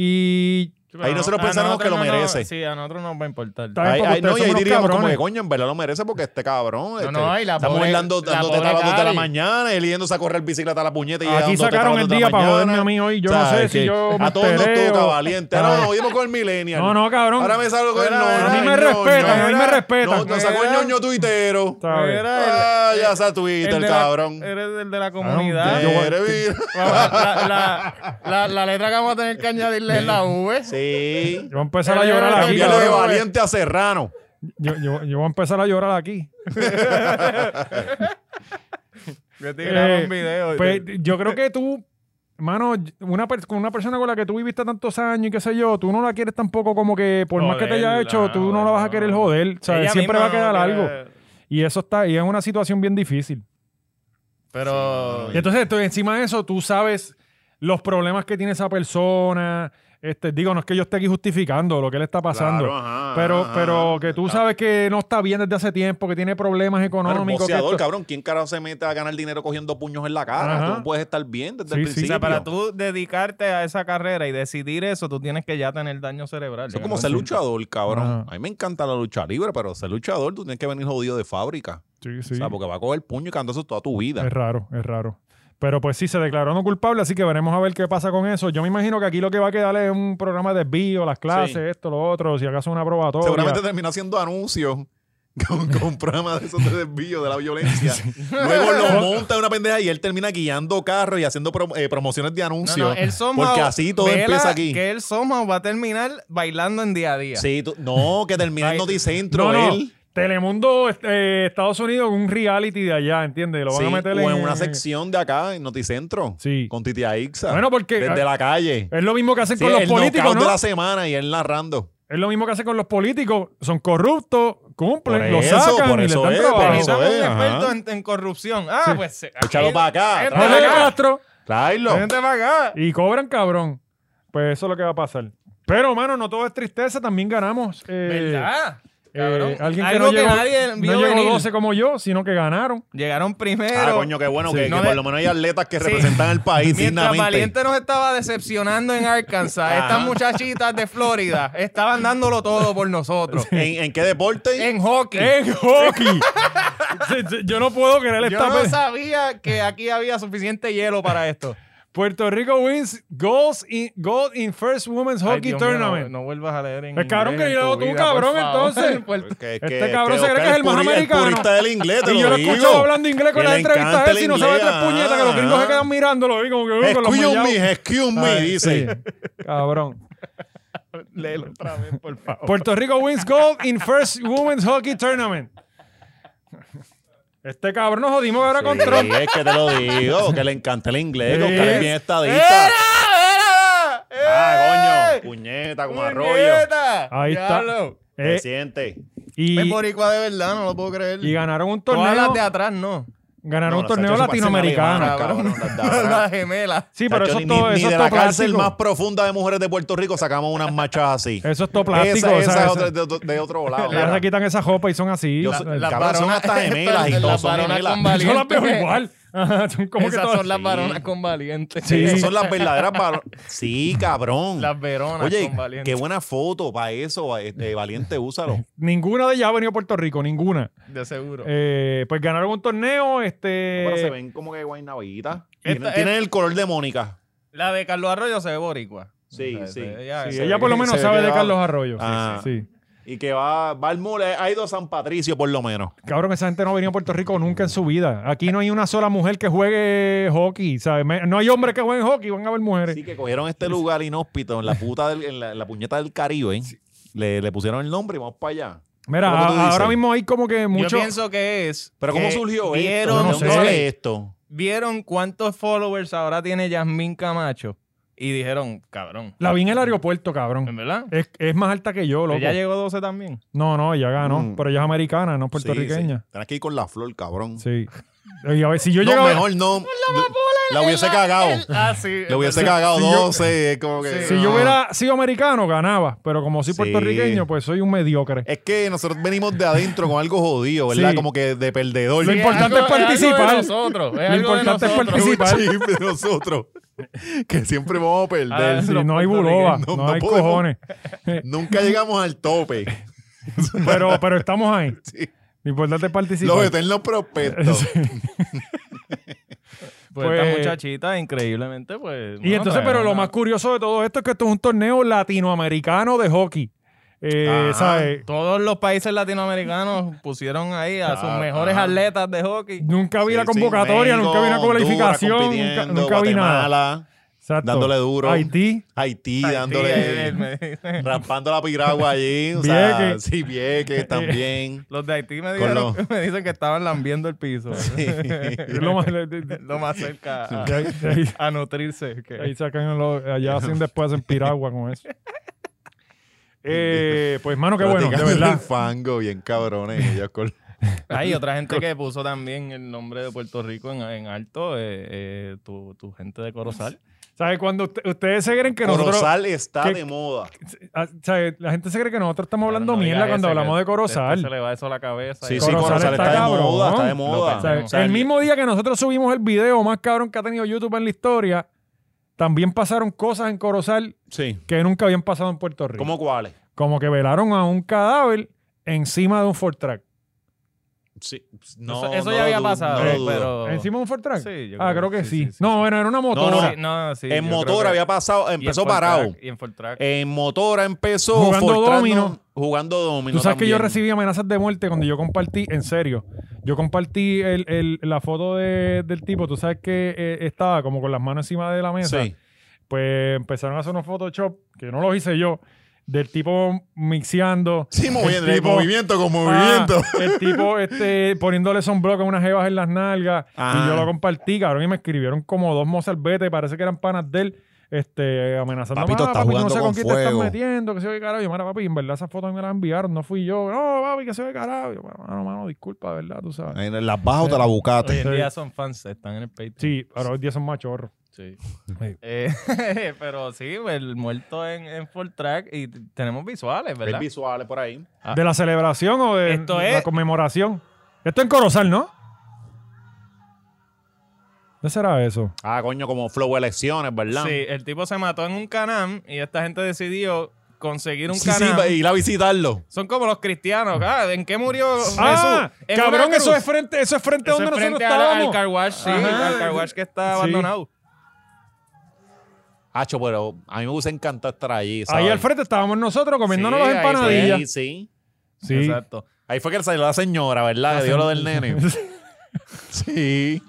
Speaker 2: y
Speaker 3: Ahí nosotros
Speaker 4: A
Speaker 3: pensamos que lo
Speaker 4: nosotros no-
Speaker 3: merece.
Speaker 4: sí, a nosotros nos va a importar.
Speaker 2: Está-
Speaker 3: Ahí,
Speaker 2: porque
Speaker 3: ahí- no,
Speaker 2: ustedes
Speaker 3: y ahí
Speaker 2: son unos
Speaker 3: diríamos como
Speaker 2: cabrones.
Speaker 3: que coño, en verdad lo merece porque este cabrón. este,
Speaker 4: no, y la
Speaker 3: estamos
Speaker 4: pobre-
Speaker 3: hablando
Speaker 4: la
Speaker 3: dándote
Speaker 4: pobre
Speaker 3: a las 2 de la
Speaker 4: Cari.
Speaker 3: mañana, él yéndose a correr bicicleta a la puñeta y
Speaker 2: aquí
Speaker 3: dándote a las
Speaker 2: sacaron
Speaker 3: 2
Speaker 2: el
Speaker 3: de la
Speaker 2: día para
Speaker 3: mañana.
Speaker 2: joderme a mí hoy. Yo
Speaker 3: O sea,
Speaker 2: no sé
Speaker 3: es que
Speaker 2: si yo me
Speaker 3: A todos nos
Speaker 2: alteré
Speaker 3: toca
Speaker 2: o-
Speaker 3: valiente. Ahora nos jodimos con el millennial.
Speaker 2: No, no, cabrón.
Speaker 3: Ahora me salgo con el
Speaker 4: Mira,
Speaker 3: no,
Speaker 4: a mí
Speaker 3: el
Speaker 4: me
Speaker 3: ñoño.
Speaker 2: respetan, a mí me respetan.
Speaker 3: No, nos sacó el
Speaker 4: Mira.
Speaker 3: ñoño tuitero.
Speaker 2: ¿sabes?
Speaker 3: Ah, ya está Twitter,
Speaker 4: de la-
Speaker 3: cabrón.
Speaker 4: Eres el
Speaker 3: Ah,
Speaker 4: de la comunidad.
Speaker 2: yo-
Speaker 3: Eres vir-
Speaker 4: la, la- la- la letra que vamos a tener que añadirle es la ¿eh? V.
Speaker 3: Sí.
Speaker 2: Yo voy a empezar a llorar aquí.
Speaker 3: Cambiarlo de
Speaker 2: cabrón.
Speaker 3: valiente a serrano.
Speaker 2: Yo, yo- yo voy a empezar a llorar aquí.
Speaker 4: Yo te grabo
Speaker 2: Eh,
Speaker 4: un video. y
Speaker 2: Pues,
Speaker 4: te-
Speaker 2: yo creo que tú, mano, una, per- con una persona con la que tú viviste tantos años y qué sé yo, tú no la quieres tampoco como que, por más que te haya
Speaker 4: Joderla,
Speaker 2: hecho, tú no la vas a querer
Speaker 4: joderla.
Speaker 2: joder. O sea,
Speaker 4: Ella
Speaker 2: siempre va
Speaker 4: misma
Speaker 2: a quedar
Speaker 4: no
Speaker 2: algo.
Speaker 4: quiere-
Speaker 2: Y eso está, y es una situación bien difícil.
Speaker 4: Pero.
Speaker 2: Y entonces, tú- encima de eso, tú sabes los problemas que tiene esa persona. Este, digo, no es que yo esté aquí justificando lo que le está pasando,
Speaker 3: Claro, ajá,
Speaker 2: pero,
Speaker 3: ajá,
Speaker 2: pero
Speaker 3: ajá.
Speaker 2: que tú
Speaker 3: Claro.
Speaker 2: sabes que no está bien desde hace tiempo, que tiene problemas
Speaker 3: Claro,
Speaker 2: económicos. que
Speaker 3: boxeador,
Speaker 2: esto-
Speaker 3: cabrón. ¿Quién carajo se mete a ganar dinero cogiendo puños en la cara?
Speaker 2: Ajá.
Speaker 3: Tú puedes estar bien desde
Speaker 2: Sí,
Speaker 3: el
Speaker 2: sí. O
Speaker 3: principio.
Speaker 4: O sea, para tú dedicarte a esa carrera y decidir eso, tú tienes que ya tener daño cerebral.
Speaker 3: Eso es
Speaker 4: Ya
Speaker 3: como
Speaker 4: no
Speaker 3: ser
Speaker 4: siento.
Speaker 3: luchador, cabrón.
Speaker 2: Ajá.
Speaker 3: A mí me encanta la lucha libre, pero ser luchador tú tienes que venir jodido de fábrica.
Speaker 2: Sí, sí.
Speaker 3: O sea, porque va a coger puño y cantazo toda tu vida.
Speaker 2: Es raro, es raro. Pero pues sí, se declaró no culpable, así que veremos a ver qué pasa con eso. Yo me imagino que aquí lo que va a quedar es un programa de desvío, las clases,
Speaker 3: Sí.
Speaker 2: esto, lo otro, si acaso una probatoria.
Speaker 3: Seguramente terminó haciendo anuncios con, con programas de esos de desvío de la violencia. Luego lo monta en una pendeja y él termina guiando carros y haciendo pro- eh, promociones de
Speaker 4: No,
Speaker 3: anuncios.
Speaker 4: no, él somehow-
Speaker 3: porque así todo
Speaker 4: vela
Speaker 3: empieza aquí.
Speaker 4: Que el somehow va a terminar bailando en día a día.
Speaker 3: Sí, tú- no, que termina en
Speaker 4: Ay,
Speaker 3: Noticentro
Speaker 2: No, no.
Speaker 3: él.
Speaker 2: Telemundo, este, eh, Estados Unidos, un reality de allá, ¿entiendes? Lo van a
Speaker 3: Sí,
Speaker 2: meter
Speaker 3: o en una sección de acá, en Noticentro.
Speaker 2: Sí.
Speaker 3: Con Titi Aixa.
Speaker 2: Bueno, porque-
Speaker 3: Desde la calle.
Speaker 2: Es lo mismo que hacen
Speaker 3: Sí,
Speaker 2: con los
Speaker 3: el
Speaker 2: políticos,
Speaker 3: knockout
Speaker 2: ¿no?
Speaker 3: de la semana y él narrando.
Speaker 2: Es lo mismo que hacen con los políticos. Son corruptos, cumplen,
Speaker 3: Por
Speaker 2: los
Speaker 3: eso,
Speaker 2: sacan
Speaker 3: por
Speaker 2: y les
Speaker 3: eso
Speaker 2: dan
Speaker 3: es,
Speaker 2: trabajo.
Speaker 3: por
Speaker 4: Necesitan
Speaker 3: eso
Speaker 4: un
Speaker 3: es, ajá.
Speaker 4: experto en, en corrupción. Ah, pues. eh,
Speaker 3: Échalo
Speaker 4: aquí-
Speaker 3: pa' acá,
Speaker 4: Vente
Speaker 2: Ponle
Speaker 4: pa' acá.
Speaker 2: Castro
Speaker 3: Tráelo.
Speaker 4: Vente pa' acá.
Speaker 2: y cobran cabrón. Pues eso es lo que va a pasar. Pero, mano, no todo es tristeza, también ganamos. eh,
Speaker 4: ¿Verdad?
Speaker 2: eh,
Speaker 4: Cabrón.
Speaker 2: alguien que
Speaker 4: Algo
Speaker 2: no llegó,
Speaker 4: nadie
Speaker 2: no
Speaker 4: vio
Speaker 2: llegó
Speaker 4: venir.
Speaker 2: 12 como yo, sino que ganaron.
Speaker 4: Llegaron primero.
Speaker 3: Ah, coño, qué bueno que,
Speaker 4: No
Speaker 3: que
Speaker 4: de-
Speaker 3: por lo menos hay atletas que
Speaker 4: Sí.
Speaker 3: representan al país
Speaker 4: Mientras
Speaker 3: dignamente.
Speaker 4: Valiente nos estaba decepcionando en Arkansas, estas muchachitas de Florida estaban dándolo todo por nosotros.
Speaker 3: ¿En, en qué deporte?
Speaker 4: En hockey.
Speaker 2: ¡En hockey! Sí, sí, yo no puedo creer
Speaker 4: Yo
Speaker 2: esta
Speaker 4: no
Speaker 2: vez.
Speaker 4: sabía que aquí había suficiente hielo para esto.
Speaker 2: Puerto Rico wins goals in, gold in first women's
Speaker 4: Ay,
Speaker 2: hockey
Speaker 4: Dios mío,
Speaker 2: tournament.
Speaker 4: no, no vuelvas a leer en
Speaker 2: Pues, cabrón,
Speaker 4: inglés
Speaker 2: que
Speaker 4: en
Speaker 2: yo
Speaker 4: tu
Speaker 2: tú,
Speaker 4: vida,
Speaker 2: cabrón,
Speaker 4: por favor. Pues,
Speaker 2: entonces.
Speaker 4: Puerto-
Speaker 3: Que-
Speaker 2: Este
Speaker 3: que-
Speaker 2: cabrón
Speaker 3: que
Speaker 2: se cree
Speaker 3: Oscar
Speaker 2: que es el más
Speaker 3: puri-
Speaker 2: americano.
Speaker 3: purista del inglés, te
Speaker 2: Y yo
Speaker 3: lo
Speaker 2: lo
Speaker 3: digo.
Speaker 2: escucho hablando inglés con
Speaker 3: Que
Speaker 2: las
Speaker 3: le
Speaker 2: entrevistas
Speaker 3: encanta
Speaker 2: él,
Speaker 3: el
Speaker 2: si no sabe tres
Speaker 3: inglés, Ah.
Speaker 2: puñetas, que los gringos se quedan mirándolo ahí como que uh, con los
Speaker 3: Excuse
Speaker 2: mallados.
Speaker 3: me, excuse me,
Speaker 2: Ay,
Speaker 3: dice.
Speaker 2: sí, Cabrón.
Speaker 4: Léelo otra vez, por favor.
Speaker 2: Puerto Rico wins gold in first women's hockey tournament. Este cabrón nos jodimos ahora con
Speaker 3: Sí,
Speaker 2: Trump.
Speaker 3: es que te lo digo, que le encanta el inglés, que Oscar es bien estadista.
Speaker 2: ¡Eh!
Speaker 4: ¡Era! ¡Era!
Speaker 3: Ah,
Speaker 4: ¡Eh!
Speaker 3: coño, puñeta como arroyo.
Speaker 2: Eh,
Speaker 4: ¡Puñeta!
Speaker 2: Ahí está.
Speaker 4: Diablo.
Speaker 2: Eh,
Speaker 3: Se siente.
Speaker 2: y,
Speaker 4: Es boricua de verdad, no lo puedo creer.
Speaker 2: y ganaron un
Speaker 4: Todas
Speaker 2: torneo,
Speaker 4: las de atrás, no.
Speaker 2: ganaron
Speaker 3: No,
Speaker 2: un
Speaker 3: no,
Speaker 2: torneo
Speaker 3: Sacho, eso parecen
Speaker 2: latinoamericano.
Speaker 3: alemanas, cabrón, las de atrás.
Speaker 4: las gemelas.
Speaker 2: Sí, pero eso
Speaker 3: Chacho, ni,
Speaker 2: es todo,
Speaker 3: ni
Speaker 2: eso
Speaker 3: de
Speaker 2: es
Speaker 3: la
Speaker 2: todo
Speaker 3: cárcel
Speaker 2: plástico.
Speaker 3: más profunda de mujeres de Puerto Rico sacamos unas machas así.
Speaker 2: Eso es todo plástico,
Speaker 3: Esa,
Speaker 2: o sea,
Speaker 3: esa es
Speaker 2: eso-
Speaker 3: otra de, de- de otro lado.
Speaker 2: Ellas se quitan esa jopa y son así.
Speaker 3: Yo
Speaker 2: La-
Speaker 3: soy-
Speaker 2: la-
Speaker 3: cabrón, son hasta gemelas y
Speaker 4: las
Speaker 3: todos son
Speaker 4: varonas
Speaker 3: gemelas.
Speaker 4: con valientes.
Speaker 2: yo las veo igual. Ajá, son como que
Speaker 4: Esas
Speaker 2: todas-
Speaker 4: son las varonas con valientes.
Speaker 2: Sí.
Speaker 3: Esas son las verdaderas varonas. Sí, cabrón.
Speaker 4: Las veronas
Speaker 3: Oye,
Speaker 4: con valientes.
Speaker 3: qué buena foto para eso, va- este, Valiente, úsalo.
Speaker 2: Ninguna de ellas ha venido a Puerto Rico, ninguna.
Speaker 4: De seguro.
Speaker 2: Eh, pues ganaron un torneo,
Speaker 3: Ahora se
Speaker 2: este...
Speaker 3: ven como que guaynabitas.
Speaker 4: Esta-
Speaker 3: Tienen, tienen el color de Mónica.
Speaker 4: La de Carlos Arroyo se ve boricua.
Speaker 3: Sí,
Speaker 4: O sea,
Speaker 3: sí.
Speaker 4: se- ella-
Speaker 2: sí,
Speaker 4: se
Speaker 2: ella
Speaker 4: ve-
Speaker 2: por lo
Speaker 3: se
Speaker 2: menos
Speaker 3: ve
Speaker 2: sabe de
Speaker 3: que va-
Speaker 2: Carlos Arroyo. Sí,
Speaker 3: Ah.
Speaker 2: sí, sí.
Speaker 3: Y que va, va al mall, eh, ha ido a San Patricio por lo menos.
Speaker 2: Cabrón, esa gente no ha venido a Puerto Rico nunca en su vida. Aquí no hay una sola mujer que juegue hockey, ¿sabes? Me- No hay hombres que jueguen hockey, van a ver mujeres.
Speaker 3: Así que cogieron este lugar inhóspito en la puta del- en la, en la puñeta del Caribe. ¿eh? Le, le pusieron el nombre y vamos para allá.
Speaker 2: Mira,
Speaker 3: ¿Cómo tú
Speaker 2: a- ahora
Speaker 3: dices?
Speaker 2: mismo hay como que
Speaker 4: Yo
Speaker 2: mucho...
Speaker 4: pienso que es.
Speaker 3: Pero ¿cómo
Speaker 4: que
Speaker 3: surgió esto?
Speaker 4: vieron,
Speaker 2: Yo no
Speaker 3: Eh, ¿De
Speaker 2: sé.
Speaker 3: dónde sale esto?
Speaker 4: vieron cuántos followers ahora tiene Yasmín Camacho y dijeron, cabrón.
Speaker 2: La vi en el aeropuerto, cabrón.
Speaker 3: Em,
Speaker 4: ¿En verdad?
Speaker 2: Es, es más alta que yo, loco.
Speaker 4: Ella llegó 12 también.
Speaker 2: No, no, ella ganó.
Speaker 3: Mm.
Speaker 2: Pero ella es americana, no es
Speaker 3: Sí, sí.
Speaker 2: puertorriqueña.
Speaker 3: Tienes que ir con la flor, cabrón.
Speaker 2: Sí. Y a ver, si yo
Speaker 3: no,
Speaker 2: llegaba...
Speaker 3: mejor no. La, hubiese cagado.
Speaker 4: Ah, sí.
Speaker 3: Le hubiese
Speaker 4: es verdad.
Speaker 3: cagado
Speaker 2: si yo-
Speaker 3: 12. es como que,
Speaker 2: Si
Speaker 3: no.
Speaker 2: yo hubiera sido americano, ganaba. Pero como soy
Speaker 3: Ah. Sí.
Speaker 2: puertorriqueño, pues soy un mediocre.
Speaker 3: Es que nosotros venimos de adentro con algo jodido, ¿verdad?
Speaker 2: Sí.
Speaker 3: Como que de perdedor.
Speaker 2: Lo importante es
Speaker 4: algo de
Speaker 2: participar.
Speaker 4: nosotros, es
Speaker 2: Lo
Speaker 4: algo de
Speaker 2: importante es
Speaker 4: nosotros.
Speaker 3: Es un
Speaker 2: participar.
Speaker 3: chip de nosotros. Que siempre vamos a perder.
Speaker 4: Ah,
Speaker 2: Sí,
Speaker 4: los
Speaker 2: no hay buloba,
Speaker 4: puertorriqueños.
Speaker 2: no,
Speaker 3: No- no
Speaker 2: hay
Speaker 3: podemos-
Speaker 2: cojones.
Speaker 3: Nunca llegamos al tope.
Speaker 2: Pero, pero estamos ahí.
Speaker 3: Sí.
Speaker 2: Lo importante es participar.
Speaker 3: Los eternos prospectos.
Speaker 4: Pues,
Speaker 2: Pues-
Speaker 4: esta muchachita, increíblemente, pues.
Speaker 2: Y
Speaker 4: bueno,
Speaker 2: entonces,
Speaker 4: pues,
Speaker 2: pero lo
Speaker 4: una-
Speaker 2: más curioso de todo esto es que esto es un torneo latinoamericano de hockey. Eh,
Speaker 3: Ajá.
Speaker 2: ¿sabes?
Speaker 4: Todos los países latinoamericanos pusieron ahí a sus
Speaker 3: Ah,
Speaker 4: mejores
Speaker 3: ah.
Speaker 4: atletas de hockey.
Speaker 2: Nunca vi
Speaker 3: Sí,
Speaker 2: la
Speaker 3: sí,
Speaker 2: convocatoria,
Speaker 3: México,
Speaker 2: nunca vi una
Speaker 3: Honduras
Speaker 2: cualificación, nunca,
Speaker 3: compitiendo,
Speaker 2: nunca vi nada.
Speaker 3: Guatemala,
Speaker 2: Exacto.
Speaker 3: dándole duro.
Speaker 2: Haití.
Speaker 3: Haití
Speaker 4: Sí,
Speaker 3: dándole.
Speaker 4: eh, me dicen-
Speaker 3: raspando la piragua allí. O sea,
Speaker 2: Vieques.
Speaker 3: sí, Vieques también.
Speaker 4: Los de Haití me,
Speaker 3: Con
Speaker 4: dijeron-
Speaker 3: los-
Speaker 4: me dicen que estaban lambiendo el piso.
Speaker 2: Es lo más-
Speaker 4: lo más cerca a,
Speaker 2: ahí-
Speaker 4: a nutrirse. que-
Speaker 2: Ahí sacan los, allá hacen después hacen piragua con eso. Eh, pues mano, qué bueno, de
Speaker 3: Practicando el
Speaker 2: verdad.
Speaker 3: fango, bien cabrones. ellos con-
Speaker 4: Hay otra gente que puso también el nombre de Puerto Rico en, en alto, eh, eh, tu, tu gente de Corozal.
Speaker 2: ¿Sabes? Cuando usted- ustedes se creen que nosotros.
Speaker 3: Corozal está
Speaker 2: que-
Speaker 3: de moda.
Speaker 2: ah, ¿sabe? La gente se cree que nosotros estamos hablando
Speaker 4: Claro, no
Speaker 2: mierda
Speaker 4: diga
Speaker 2: cuando
Speaker 4: eso, que
Speaker 2: hablamos de Corozal.
Speaker 4: después Se le va eso a la cabeza.
Speaker 3: Sí,
Speaker 4: Y-
Speaker 3: sí, Corozal está, de
Speaker 2: cabrón,
Speaker 3: moda, está de
Speaker 2: ¿no?
Speaker 3: moda.
Speaker 2: O sea,
Speaker 3: O sea,
Speaker 2: el mismo día que nosotros subimos el video más cabrón que ha tenido YouTube en la historia, también pasaron cosas en Corozal
Speaker 3: Sí.
Speaker 2: que nunca habían pasado en Puerto Rico.
Speaker 3: ¿Cómo cuáles?
Speaker 2: Como que velaron a un cadáver encima de un Ford Track.
Speaker 3: Sí.
Speaker 4: Eso,
Speaker 3: No,
Speaker 4: eso
Speaker 3: no
Speaker 4: ya
Speaker 3: lo
Speaker 4: había
Speaker 3: dudo,
Speaker 4: pasado,
Speaker 3: no lo
Speaker 4: eh,
Speaker 3: dudo.
Speaker 4: pero...
Speaker 2: ¿Encima de un Ford Track?
Speaker 4: Sí, yo
Speaker 2: ah,
Speaker 4: creo
Speaker 2: creo
Speaker 4: que
Speaker 2: que
Speaker 4: sí,
Speaker 2: sí.
Speaker 4: sí, sí,
Speaker 2: no, bueno, era una motora.
Speaker 3: no,
Speaker 4: Sí, no, sí,
Speaker 3: en
Speaker 4: yo creo
Speaker 3: motor
Speaker 4: que-
Speaker 3: había pasado,
Speaker 4: y en
Speaker 3: empezó
Speaker 4: Ford
Speaker 3: parado.
Speaker 4: Track, Y en Ford Track.
Speaker 3: En motora empezó
Speaker 2: Jugando
Speaker 3: Fortran,
Speaker 2: domino.
Speaker 3: no, jugando domino.
Speaker 2: Tú sabes que yo
Speaker 3: también.
Speaker 2: recibí amenazas de muerte cuando yo compartí, en serio, yo compartí el- el- la foto de- del tipo, tú sabes que eh, estaba como con las manos encima de la mesa,
Speaker 3: Sí.
Speaker 2: pues empezaron a hacer unos Photoshop, que no los hice yo, del tipo mixeando.
Speaker 3: Sí, moviendo,
Speaker 2: el tipo-
Speaker 3: movimiento con
Speaker 2: Ah,
Speaker 3: movimiento.
Speaker 2: el tipo este, poniéndole sunblock a unas jevas en las nalgas.
Speaker 3: Ah.
Speaker 2: Y yo lo compartí, cabrón, y me escribieron como dos mozalbetes, parece que eran panas de él, este, amenazando.
Speaker 3: Papito, estás
Speaker 2: no
Speaker 3: jugando
Speaker 2: sé con,
Speaker 3: con
Speaker 2: quién te estás
Speaker 3: fuego".
Speaker 2: metiendo, que se ve carajo. Yo, mira, papi, en verdad esas fotos me las enviaron, no fui yo. No, papi, que se ve carajo. Yo, mano, mano, disculpa, de verdad, tú sabes.
Speaker 3: En las bajas o te la bucate.
Speaker 4: Hoy en
Speaker 2: sí.
Speaker 4: día son fans, están en el Patreon.
Speaker 2: Sí, ahora hoy día son machorros.
Speaker 4: Sí. Eh, pero sí, el muerto en, en Full Track y t- tenemos visuales, ¿verdad?
Speaker 3: visuales por ahí.
Speaker 4: Ah.
Speaker 2: ¿De la celebración o de
Speaker 4: Esto
Speaker 2: la
Speaker 4: es-
Speaker 2: conmemoración? Esto en Corozal, ¿no? ¿Qué será eso?
Speaker 3: Ah, coño, como flow elecciones, ¿verdad?
Speaker 4: Sí, el tipo se mató en un canam y esta gente decidió conseguir un
Speaker 3: Sí, sí,
Speaker 4: canam.
Speaker 3: va- ir a visitarlo.
Speaker 4: Son como los cristianos, ah, ¿en qué murió
Speaker 2: Ah,
Speaker 4: Jesús? ¿En
Speaker 2: cabrón,
Speaker 4: una
Speaker 2: eso
Speaker 4: cruz?
Speaker 2: es frente, eso es frente a
Speaker 4: Eso
Speaker 2: donde
Speaker 4: es
Speaker 2: nosotros
Speaker 4: frente al, al
Speaker 2: estábamos.
Speaker 4: car wash, sí,
Speaker 2: Ajá.
Speaker 4: al car wash que está
Speaker 2: Sí.
Speaker 4: abandonado.
Speaker 3: Hacho, pero a mí me gusta encantar estar allí. ¿sabes?
Speaker 2: Ahí al frente estábamos nosotros comiéndonos
Speaker 4: Sí,
Speaker 2: las
Speaker 4: ahí fue.
Speaker 2: empanadillas.
Speaker 3: Sí, sí.
Speaker 2: Sí.
Speaker 4: Exacto.
Speaker 3: Ahí fue que salió la señora, ¿verdad? Que dio lo del nene. sí.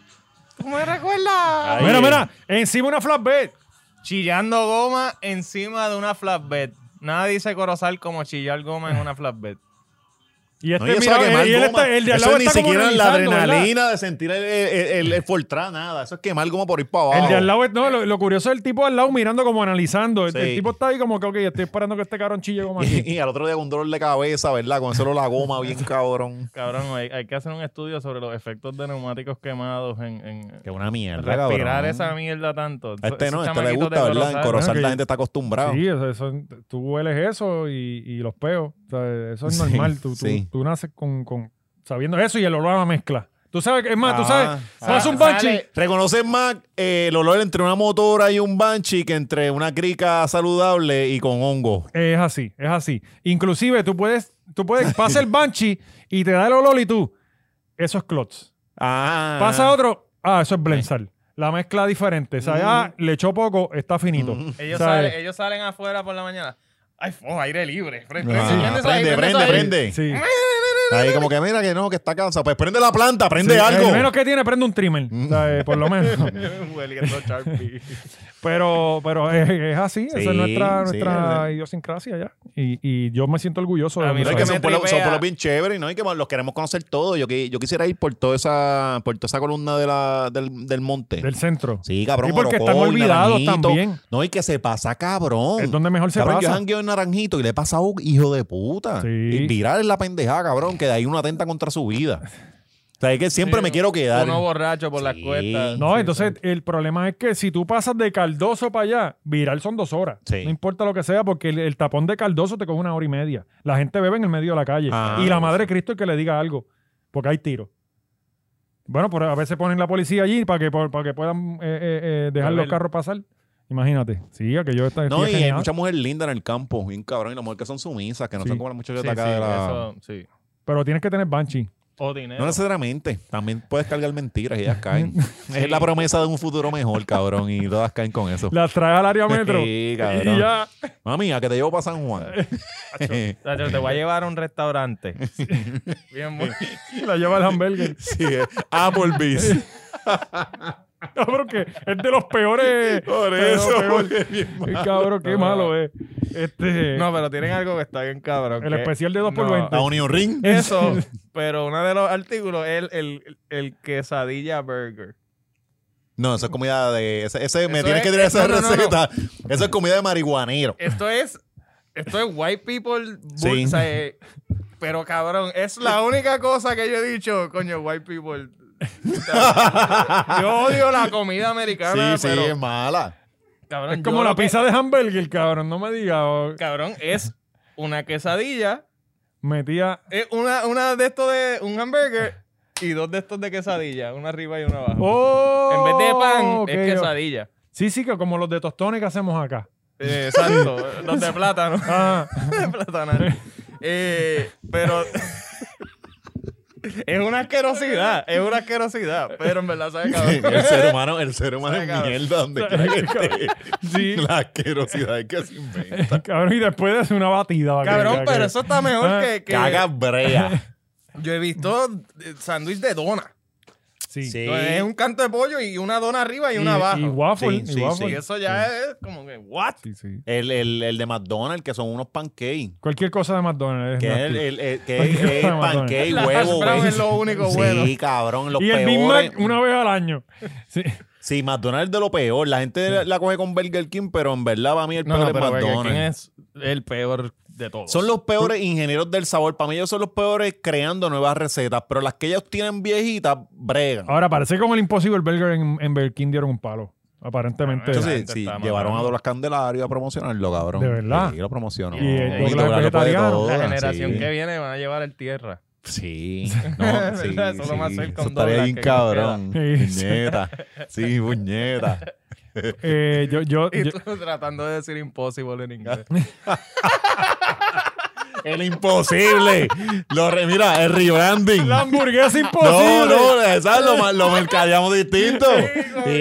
Speaker 4: ¿Cómo me recuerda?
Speaker 3: Ahí.
Speaker 2: Mira, mira, encima una flatbed.
Speaker 4: Chillando goma encima de una flatbed. Nada dice corozal como chillar goma en una flatbed.
Speaker 2: Y
Speaker 3: No,
Speaker 2: este,
Speaker 3: y eso
Speaker 2: mira,
Speaker 3: a quemar
Speaker 2: él- y él
Speaker 3: goma.
Speaker 2: está- el de al
Speaker 3: Eso
Speaker 2: lado
Speaker 3: ni
Speaker 2: está como
Speaker 3: siquiera la
Speaker 2: analizando, ¿verdad?
Speaker 3: adrenalina de sentir el, el, el- el Fortran, nada. Eso es quemar como por ir para abajo.
Speaker 2: El de al lado, es- no, lo, lo curioso es el tipo al lado mirando como analizando. Este, El,
Speaker 3: Sí.
Speaker 2: el tipo está ahí como que, ok, estoy esperando que este cabrón chille como aquí.
Speaker 3: Y, y al otro día con dolor de cabeza, ¿verdad? Con eso la goma bien cabrón.
Speaker 4: Cabrón, hay, hay que hacer un estudio sobre los efectos de neumáticos quemados en, en
Speaker 3: Que una mierda,
Speaker 4: respirar
Speaker 3: cabrón.
Speaker 4: esa mierda tanto.
Speaker 3: A este no,
Speaker 4: Esos
Speaker 3: a este le
Speaker 4: chamaquitos
Speaker 3: gusta,
Speaker 4: de
Speaker 3: ¿verdad? En
Speaker 4: Corozal,
Speaker 3: Corozal
Speaker 2: ¿no?
Speaker 3: la
Speaker 2: Que-
Speaker 3: gente está acostumbrada.
Speaker 2: Sí, eso, eso- tú hueles eso y, y los peos. O sea, eso es normal. Tú, tú-
Speaker 3: sí.
Speaker 2: tú naces con, con- sabiendo eso y el olor a la mezcla. Tú sabes, que- es más, tú
Speaker 3: Ah,
Speaker 2: sabes,
Speaker 3: ah.
Speaker 2: pasa un
Speaker 4: Sale-
Speaker 2: banshee
Speaker 3: Reconocer más eh, el olor entre una motora y un banshee que entre una crica saludable y con hongo.
Speaker 2: Es así, es así. Inclusive tú puedes, tú puedes, pasa el Banshee y te da el olor y tú, eso es Clots.
Speaker 3: Ah.
Speaker 2: Pasa otro, ah, eso es Blensal. La mezcla diferente,
Speaker 3: Mm.
Speaker 2: ¿sabes? Ah, le echó poco, está finito. ¿Sabes?
Speaker 4: Ellos, salen, ellos salen afuera por la mañana. Ay, fo, aire libre. Pre-
Speaker 3: Ah,
Speaker 4: prende eso ahí,
Speaker 3: prende,
Speaker 4: prende eso
Speaker 3: prende, prende.
Speaker 4: ahí.
Speaker 2: Sí.
Speaker 3: Ahí como que mira que no, que está cansado. Pues prende la planta, prende
Speaker 2: Sí,
Speaker 3: algo. Mm.
Speaker 2: El menos que tiene, prende un trimmer, ¿sabes? Por lo menos.
Speaker 4: Hueliendo Sharpie.
Speaker 2: Pero, pero es, es así, esa es
Speaker 3: Sí,
Speaker 2: nuestra,
Speaker 3: sí,
Speaker 2: nuestra
Speaker 3: es-
Speaker 2: idiosincrasia ya. Y, y yo me siento orgulloso de
Speaker 4: A mí
Speaker 2: eso.
Speaker 3: No, y
Speaker 4: lo
Speaker 3: que
Speaker 4: me
Speaker 3: son pueblos, son
Speaker 4: tripea.
Speaker 3: pueblos bien chéveres ¿no? y que los queremos conocer todos. Yo, qui- yo quisiera ir por toda esa, por toda esa columna de la, del, del monte.
Speaker 2: del centro.
Speaker 3: Sí, cabrón.
Speaker 2: Y porque están
Speaker 3: Orocol,
Speaker 2: olvidados
Speaker 3: Naranjito.
Speaker 2: también.
Speaker 3: No, y que se pasa, cabrón.
Speaker 2: Es donde mejor se
Speaker 3: cabrón, Yo
Speaker 2: pasa.
Speaker 3: jangueo en Naranjito y le he pasado hijo de puta.
Speaker 2: Sí.
Speaker 3: Y viral es la pendejada, cabrón, que de ahí uno atenta contra su vida. O sea, es que siempre me quiero quedar.
Speaker 4: Uno borracho por las
Speaker 3: Sí.
Speaker 4: cuestas.
Speaker 2: No, entonces el problema es que si tú pasas de Caldoso para allá, viral son dos horas.
Speaker 3: Sí.
Speaker 2: No importa lo que sea, porque el, el tapón de Caldoso te coge una hora y media. La gente bebe en el medio de la calle.
Speaker 3: Ah,
Speaker 2: y la
Speaker 3: no
Speaker 2: madre de Cristo es que le diga algo, porque hay tiros. Bueno, por, a veces ponen la policía allí para que, para que puedan eh, eh, eh, dejar
Speaker 4: Pero
Speaker 2: los
Speaker 4: el-
Speaker 2: carros pasar. Imagínate. Sí, a que yo esta-
Speaker 3: No,
Speaker 2: estoy
Speaker 3: y hay
Speaker 2: genial.
Speaker 3: muchas mujeres lindas en el campo, bien cabrón, y las mujeres que son sumisas, que no
Speaker 2: Sí.
Speaker 3: son como las muchachas
Speaker 4: Sí,
Speaker 3: de acá
Speaker 4: sí,
Speaker 3: de la-
Speaker 4: eso, sí.
Speaker 2: Pero tienes que tener Banshee.
Speaker 4: O dinero.
Speaker 3: No necesariamente, también puedes cargar mentiras y ellas caen. Es la promesa de un futuro mejor, cabrón, y todas caen con eso.
Speaker 2: Las traes al área metro.
Speaker 3: Sí,
Speaker 2: Y
Speaker 3: cabrón.
Speaker 2: ya.
Speaker 3: Mami, ¿a que te llevo para San Juan?
Speaker 4: Tacho, Te voy a llevar a un restaurante. Bien, bueno.
Speaker 2: La lleva el hamburger.
Speaker 3: sí, es Applebee's.
Speaker 2: Cabrón, que es de los peores.
Speaker 3: Por
Speaker 2: de los
Speaker 3: eso,
Speaker 2: peores.
Speaker 3: porque es bien
Speaker 2: Ay, cabrón, qué
Speaker 4: No,
Speaker 2: malo
Speaker 4: no.
Speaker 2: es. Este,
Speaker 4: No, pero tienen algo que está bien cabrón.
Speaker 2: El
Speaker 4: que-
Speaker 2: especial de dos por
Speaker 4: No,
Speaker 2: 20.
Speaker 3: La Union Ring.
Speaker 4: Eso, pero uno de los artículos es el, el, el quesadilla burger.
Speaker 3: No, eso es comida de. Ese, ese- me
Speaker 4: Eso
Speaker 3: tienes
Speaker 4: es-
Speaker 3: que tirar esa
Speaker 4: no, no, no,
Speaker 3: receta. Eso es comida de marihuanero.
Speaker 4: Esto es. Esto es white people. bu-
Speaker 3: Sí.
Speaker 4: o sea, eh, pero cabrón, es la única cosa que yo he dicho, coño, white people. Yo odio la comida
Speaker 3: Sí,
Speaker 4: americana,
Speaker 3: sí,
Speaker 4: pero,
Speaker 3: es mala.
Speaker 4: Cabrón,
Speaker 2: Es como
Speaker 4: yo
Speaker 2: la
Speaker 4: lo que-
Speaker 2: pizza de hamburger, cabrón. No me digas. o-
Speaker 4: Cabrón, es una quesadilla,
Speaker 2: Metía.
Speaker 4: es una, una de estos de un hamburger y dos de estos de quesadilla, una arriba y una abajo.
Speaker 2: ¡Oh!
Speaker 4: en vez de pan,
Speaker 2: ok,
Speaker 4: es
Speaker 2: ok.
Speaker 4: quesadilla.
Speaker 2: Sí, sí, que como los de tostones que hacemos acá. Ah,
Speaker 4: Eh, exacto, los de plátano.
Speaker 2: Ajá.
Speaker 4: de platanal. Eh, pero es una asquerosidad, es una asquerosidad, pero en verdad sabe cabrón.
Speaker 3: El ser humano, el ser humano es
Speaker 4: cabrón.
Speaker 3: mierda donde quiera que esté.
Speaker 2: Sí.
Speaker 3: La asquerosidad que se inventa.
Speaker 2: Cabrón, y después de hacer una batida. va, que-
Speaker 4: Cabrón,
Speaker 2: que-
Speaker 4: pero
Speaker 2: que-
Speaker 4: eso está mejor
Speaker 2: Ah.
Speaker 4: que, que-
Speaker 3: Caga brea.
Speaker 4: yo he visto eh, sándwich de dona.
Speaker 2: Sí.
Speaker 4: Entonces, es un canto de pollo y una dona arriba y una abajo.
Speaker 2: Y waffle.
Speaker 3: Sí,
Speaker 2: y
Speaker 3: sí,
Speaker 2: waffle.
Speaker 4: Y eso ya es como que what?
Speaker 2: Sí, sí.
Speaker 3: El, el, el de McDonald's, que son unos pancakes.
Speaker 2: Cualquier cosa de McDonald's.
Speaker 3: Que
Speaker 2: es
Speaker 3: es el,
Speaker 2: nasty.
Speaker 3: el- el- que
Speaker 2: Cualquier
Speaker 3: es-
Speaker 2: cosa
Speaker 3: es
Speaker 2: de McDonald's.
Speaker 3: pancake,
Speaker 4: La hash
Speaker 3: huevo,
Speaker 4: brown
Speaker 3: güey.
Speaker 4: es lo único bueno.
Speaker 3: Sí, cabrón, los
Speaker 2: y el Big
Speaker 3: peores.
Speaker 2: Mac una vez al año. Sí.
Speaker 3: Sí, McDonald's es de lo peor. La gente la- la coge con Burger King, pero en verdad para mí el
Speaker 4: No,
Speaker 3: peor
Speaker 4: no,
Speaker 3: es
Speaker 4: pero Burger King
Speaker 3: McDonald's.
Speaker 4: es el peor de todos.
Speaker 3: Son los peores ingenieros del sabor. Para mí ellos son los peores creando nuevas recetas, pero las que ellos tienen viejitas, bregan.
Speaker 4: Ah,
Speaker 2: Ahora, parece como el Impossible Burger en, en Burger King dieron un palo. Aparentemente.
Speaker 4: Entonces,
Speaker 3: Entonces,
Speaker 4: gente
Speaker 3: sí,
Speaker 4: está mal,
Speaker 3: llevaron
Speaker 4: ¿no?
Speaker 3: a Douglas Candelario a promocionarlo, cabrón.
Speaker 2: ¿De verdad?
Speaker 3: Sí, lo promocionó.
Speaker 2: Y el Douglas
Speaker 3: lo puede
Speaker 2: vegetariano.
Speaker 3: todo,
Speaker 4: la generación
Speaker 3: sí.
Speaker 4: que viene van a llevar el tierra.
Speaker 3: Sí, no, sí,
Speaker 4: ¿Verdad? Eso es lo más
Speaker 3: sí.
Speaker 4: cerca a
Speaker 3: Eso
Speaker 4: un
Speaker 3: estaría
Speaker 4: Douglas
Speaker 3: bien
Speaker 4: que
Speaker 3: cabrón.
Speaker 2: queda. Sí, sí.
Speaker 3: Puñeta. Sí, puñeta.
Speaker 2: Eh, yo, yo,
Speaker 4: Y
Speaker 2: yo-
Speaker 4: tú tratando de decir impossible en inglés.
Speaker 3: El imposible. Lo re- mira, el rebranding.
Speaker 2: La hamburguesa
Speaker 3: No,
Speaker 2: imposible.
Speaker 3: no, esa lo, ma- lo mercadeamos distinto. Sí.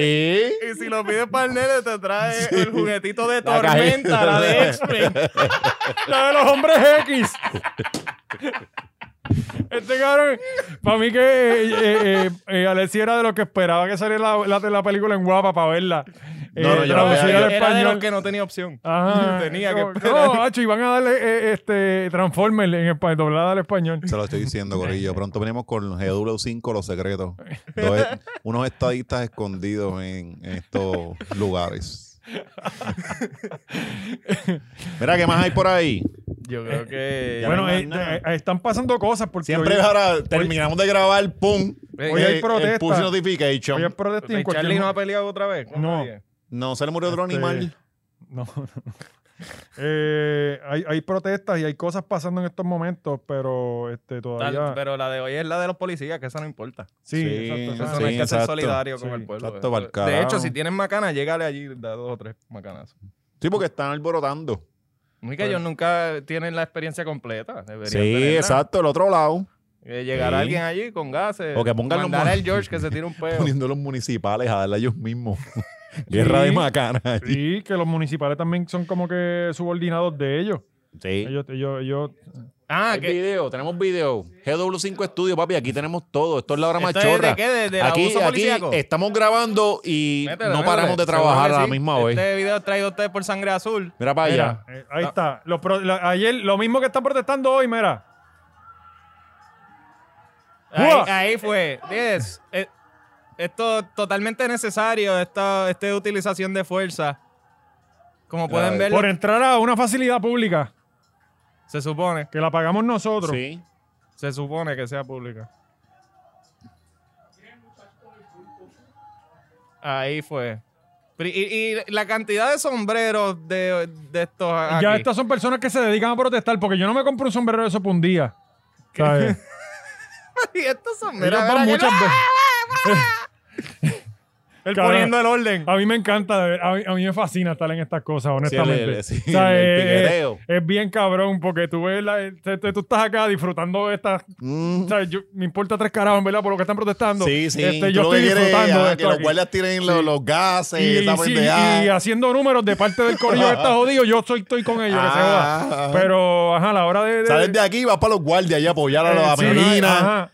Speaker 4: Y si lo pides para el nene, te trae el juguetito
Speaker 3: La
Speaker 4: de tormenta,
Speaker 3: cajita.
Speaker 4: la de X-Men.
Speaker 2: La de ¡Ah, los hombres X. Este cabrón, para mí que eh, eh, eh, eh, Alexi era de los que esperaba que saliera la, la, la película en guapa para verla. Eh,
Speaker 3: No, no, yo la voy a-
Speaker 2: traducida
Speaker 3: yo-
Speaker 2: al
Speaker 4: Era de los
Speaker 2: español.
Speaker 4: que no tenía opción.
Speaker 2: Ajá.
Speaker 4: Tenía que
Speaker 2: Como,
Speaker 4: esperar.
Speaker 2: No, hacho, y van a darle eh, este Transformer en español, doblada al español.
Speaker 3: Se lo estoy diciendo, Gorillo. Pronto venimos con GW5, Los Secretos. Dos- e, unos estadistas escondidos en, en estos lugares. Mira, ¿qué más hay por ahí?
Speaker 4: Yo creo que...
Speaker 3: Ya
Speaker 2: Bueno,
Speaker 3: no hay
Speaker 2: eh,
Speaker 3: más nada.
Speaker 2: eh, eh, están pasando cosas porque
Speaker 3: Siempre
Speaker 2: hoy,
Speaker 3: ahora terminamos de grabar, ¡pum! eh,
Speaker 2: Hoy hay
Speaker 3: El-
Speaker 2: protesta.
Speaker 3: El push
Speaker 2: hoy es
Speaker 3: notification.
Speaker 2: protesta y en
Speaker 4: Ray
Speaker 2: cualquier
Speaker 4: Charlie no ha peleado otra vez. con
Speaker 2: No.
Speaker 4: nadie.
Speaker 3: No, se le murió otro
Speaker 2: Este-
Speaker 3: animal.
Speaker 2: No, no, no. Eh, hay, hay protestas y hay cosas pasando en estos momentos, pero este,
Speaker 4: Tal-
Speaker 2: todavía.
Speaker 4: pero la de hoy es la de los policías, que esa no importa.
Speaker 2: sí,
Speaker 3: Sí,
Speaker 2: exacto,
Speaker 4: Eso
Speaker 2: exacto.
Speaker 4: no hay que ser
Speaker 3: exacto.
Speaker 4: solidario
Speaker 2: Sí,
Speaker 4: con el pueblo.
Speaker 3: exacto, pa'l
Speaker 4: Eso- de
Speaker 3: carajo.
Speaker 4: hecho, si tienen macanas, llégale allí, da dos o tres macanas.
Speaker 3: Sí, porque están alborotando.
Speaker 4: Muy que ellos nunca tienen la experiencia completa. deberían
Speaker 3: Sí,
Speaker 4: tenerla.
Speaker 3: exacto, el otro lado.
Speaker 4: Eh, llegar
Speaker 3: Sí.
Speaker 4: alguien allí con gases.
Speaker 3: O que pongan los
Speaker 4: mandar
Speaker 3: mon-
Speaker 4: al George que se tire un peo.
Speaker 3: Poniendo los municipales a darle a ellos mismos. Guerra de macanas. allí.
Speaker 2: Sí, que los municipales también son como que subordinados de ellos.
Speaker 3: Sí.
Speaker 2: Ellos, ellos, ellos.
Speaker 4: Ah,
Speaker 3: Hay
Speaker 4: que
Speaker 3: video, tenemos video. GW5 Estudio, papi, aquí tenemos todo. Esto es la hora
Speaker 4: ¿Esto
Speaker 3: más
Speaker 4: es de
Speaker 3: chorra.
Speaker 4: qué? ¿De- del
Speaker 3: aquí,
Speaker 4: abuso
Speaker 3: aquí
Speaker 4: policíaco?
Speaker 3: estamos grabando y
Speaker 4: Métele,
Speaker 3: no
Speaker 4: métele.
Speaker 3: paramos de
Speaker 4: Seguro
Speaker 3: trabajar
Speaker 4: que
Speaker 3: a la
Speaker 4: sí.
Speaker 3: misma vez.
Speaker 4: Este video traído a ustedes por Sangre Azul.
Speaker 3: Mira para allá.
Speaker 2: Mira, eh,
Speaker 4: Ah.
Speaker 2: ahí está. Los pro- la- ayer, lo mismo que están protestando hoy, mira.
Speaker 4: Ahí,
Speaker 2: Ua.
Speaker 4: ahí fue. Yes. Eh, Esto totalmente necesario, esta, esta utilización de fuerza. Como pueden ver,
Speaker 2: Por entrar a una facilidad pública
Speaker 4: se supone,
Speaker 2: que la pagamos nosotros.
Speaker 3: Sí.
Speaker 4: se supone que sea pública. Ahí fue. Pri- Y, y la cantidad de sombreros de, de estos aquí.
Speaker 2: Ya estas son personas que se dedican a protestar porque yo no me compro un sombrero de eso por un día. ¿Sabes?
Speaker 4: Y estos sombreros.
Speaker 2: Ellos
Speaker 4: mira,
Speaker 2: van muchas
Speaker 4: mira.
Speaker 2: veces.
Speaker 4: Él
Speaker 2: Cabrón.
Speaker 4: poniendo el orden.
Speaker 3: Ah,
Speaker 2: A mí me encanta, de ver- a mí, a mí me fascina estar en estas cosas, honestamente.
Speaker 3: sí,
Speaker 2: O sea,
Speaker 3: el- el
Speaker 2: es-
Speaker 3: piqueteo.
Speaker 2: es, es bien cabrón porque tú ves, la, eh, te- te- tú estás acá disfrutando de estas...
Speaker 3: Mm,
Speaker 2: o sea, yo- me importa tres carajos, en verdad, por lo que están protestando.
Speaker 3: sí, sí.
Speaker 2: Este,
Speaker 3: Tú
Speaker 2: yo
Speaker 3: lo
Speaker 2: estoy
Speaker 3: que quieres,
Speaker 2: disfrutando
Speaker 3: ajá,
Speaker 2: de esto
Speaker 3: "Ah, que los
Speaker 2: aquí.
Speaker 3: guardias tiren los, los gases,
Speaker 2: y,
Speaker 3: esa
Speaker 2: sí,
Speaker 3: pendeja.
Speaker 2: y haciendo números de parte del corillo que está jodido, yo soy, estoy con ellos, que se
Speaker 3: Ah,
Speaker 2: joda.
Speaker 3: ajá.
Speaker 2: Pero, ajá, a la hora de... de-
Speaker 3: Sales de aquí y vas para los guardias y apoyar a la
Speaker 2: Eh,
Speaker 3: Ah,
Speaker 2: Sí,
Speaker 3: Medina,
Speaker 2: ajá.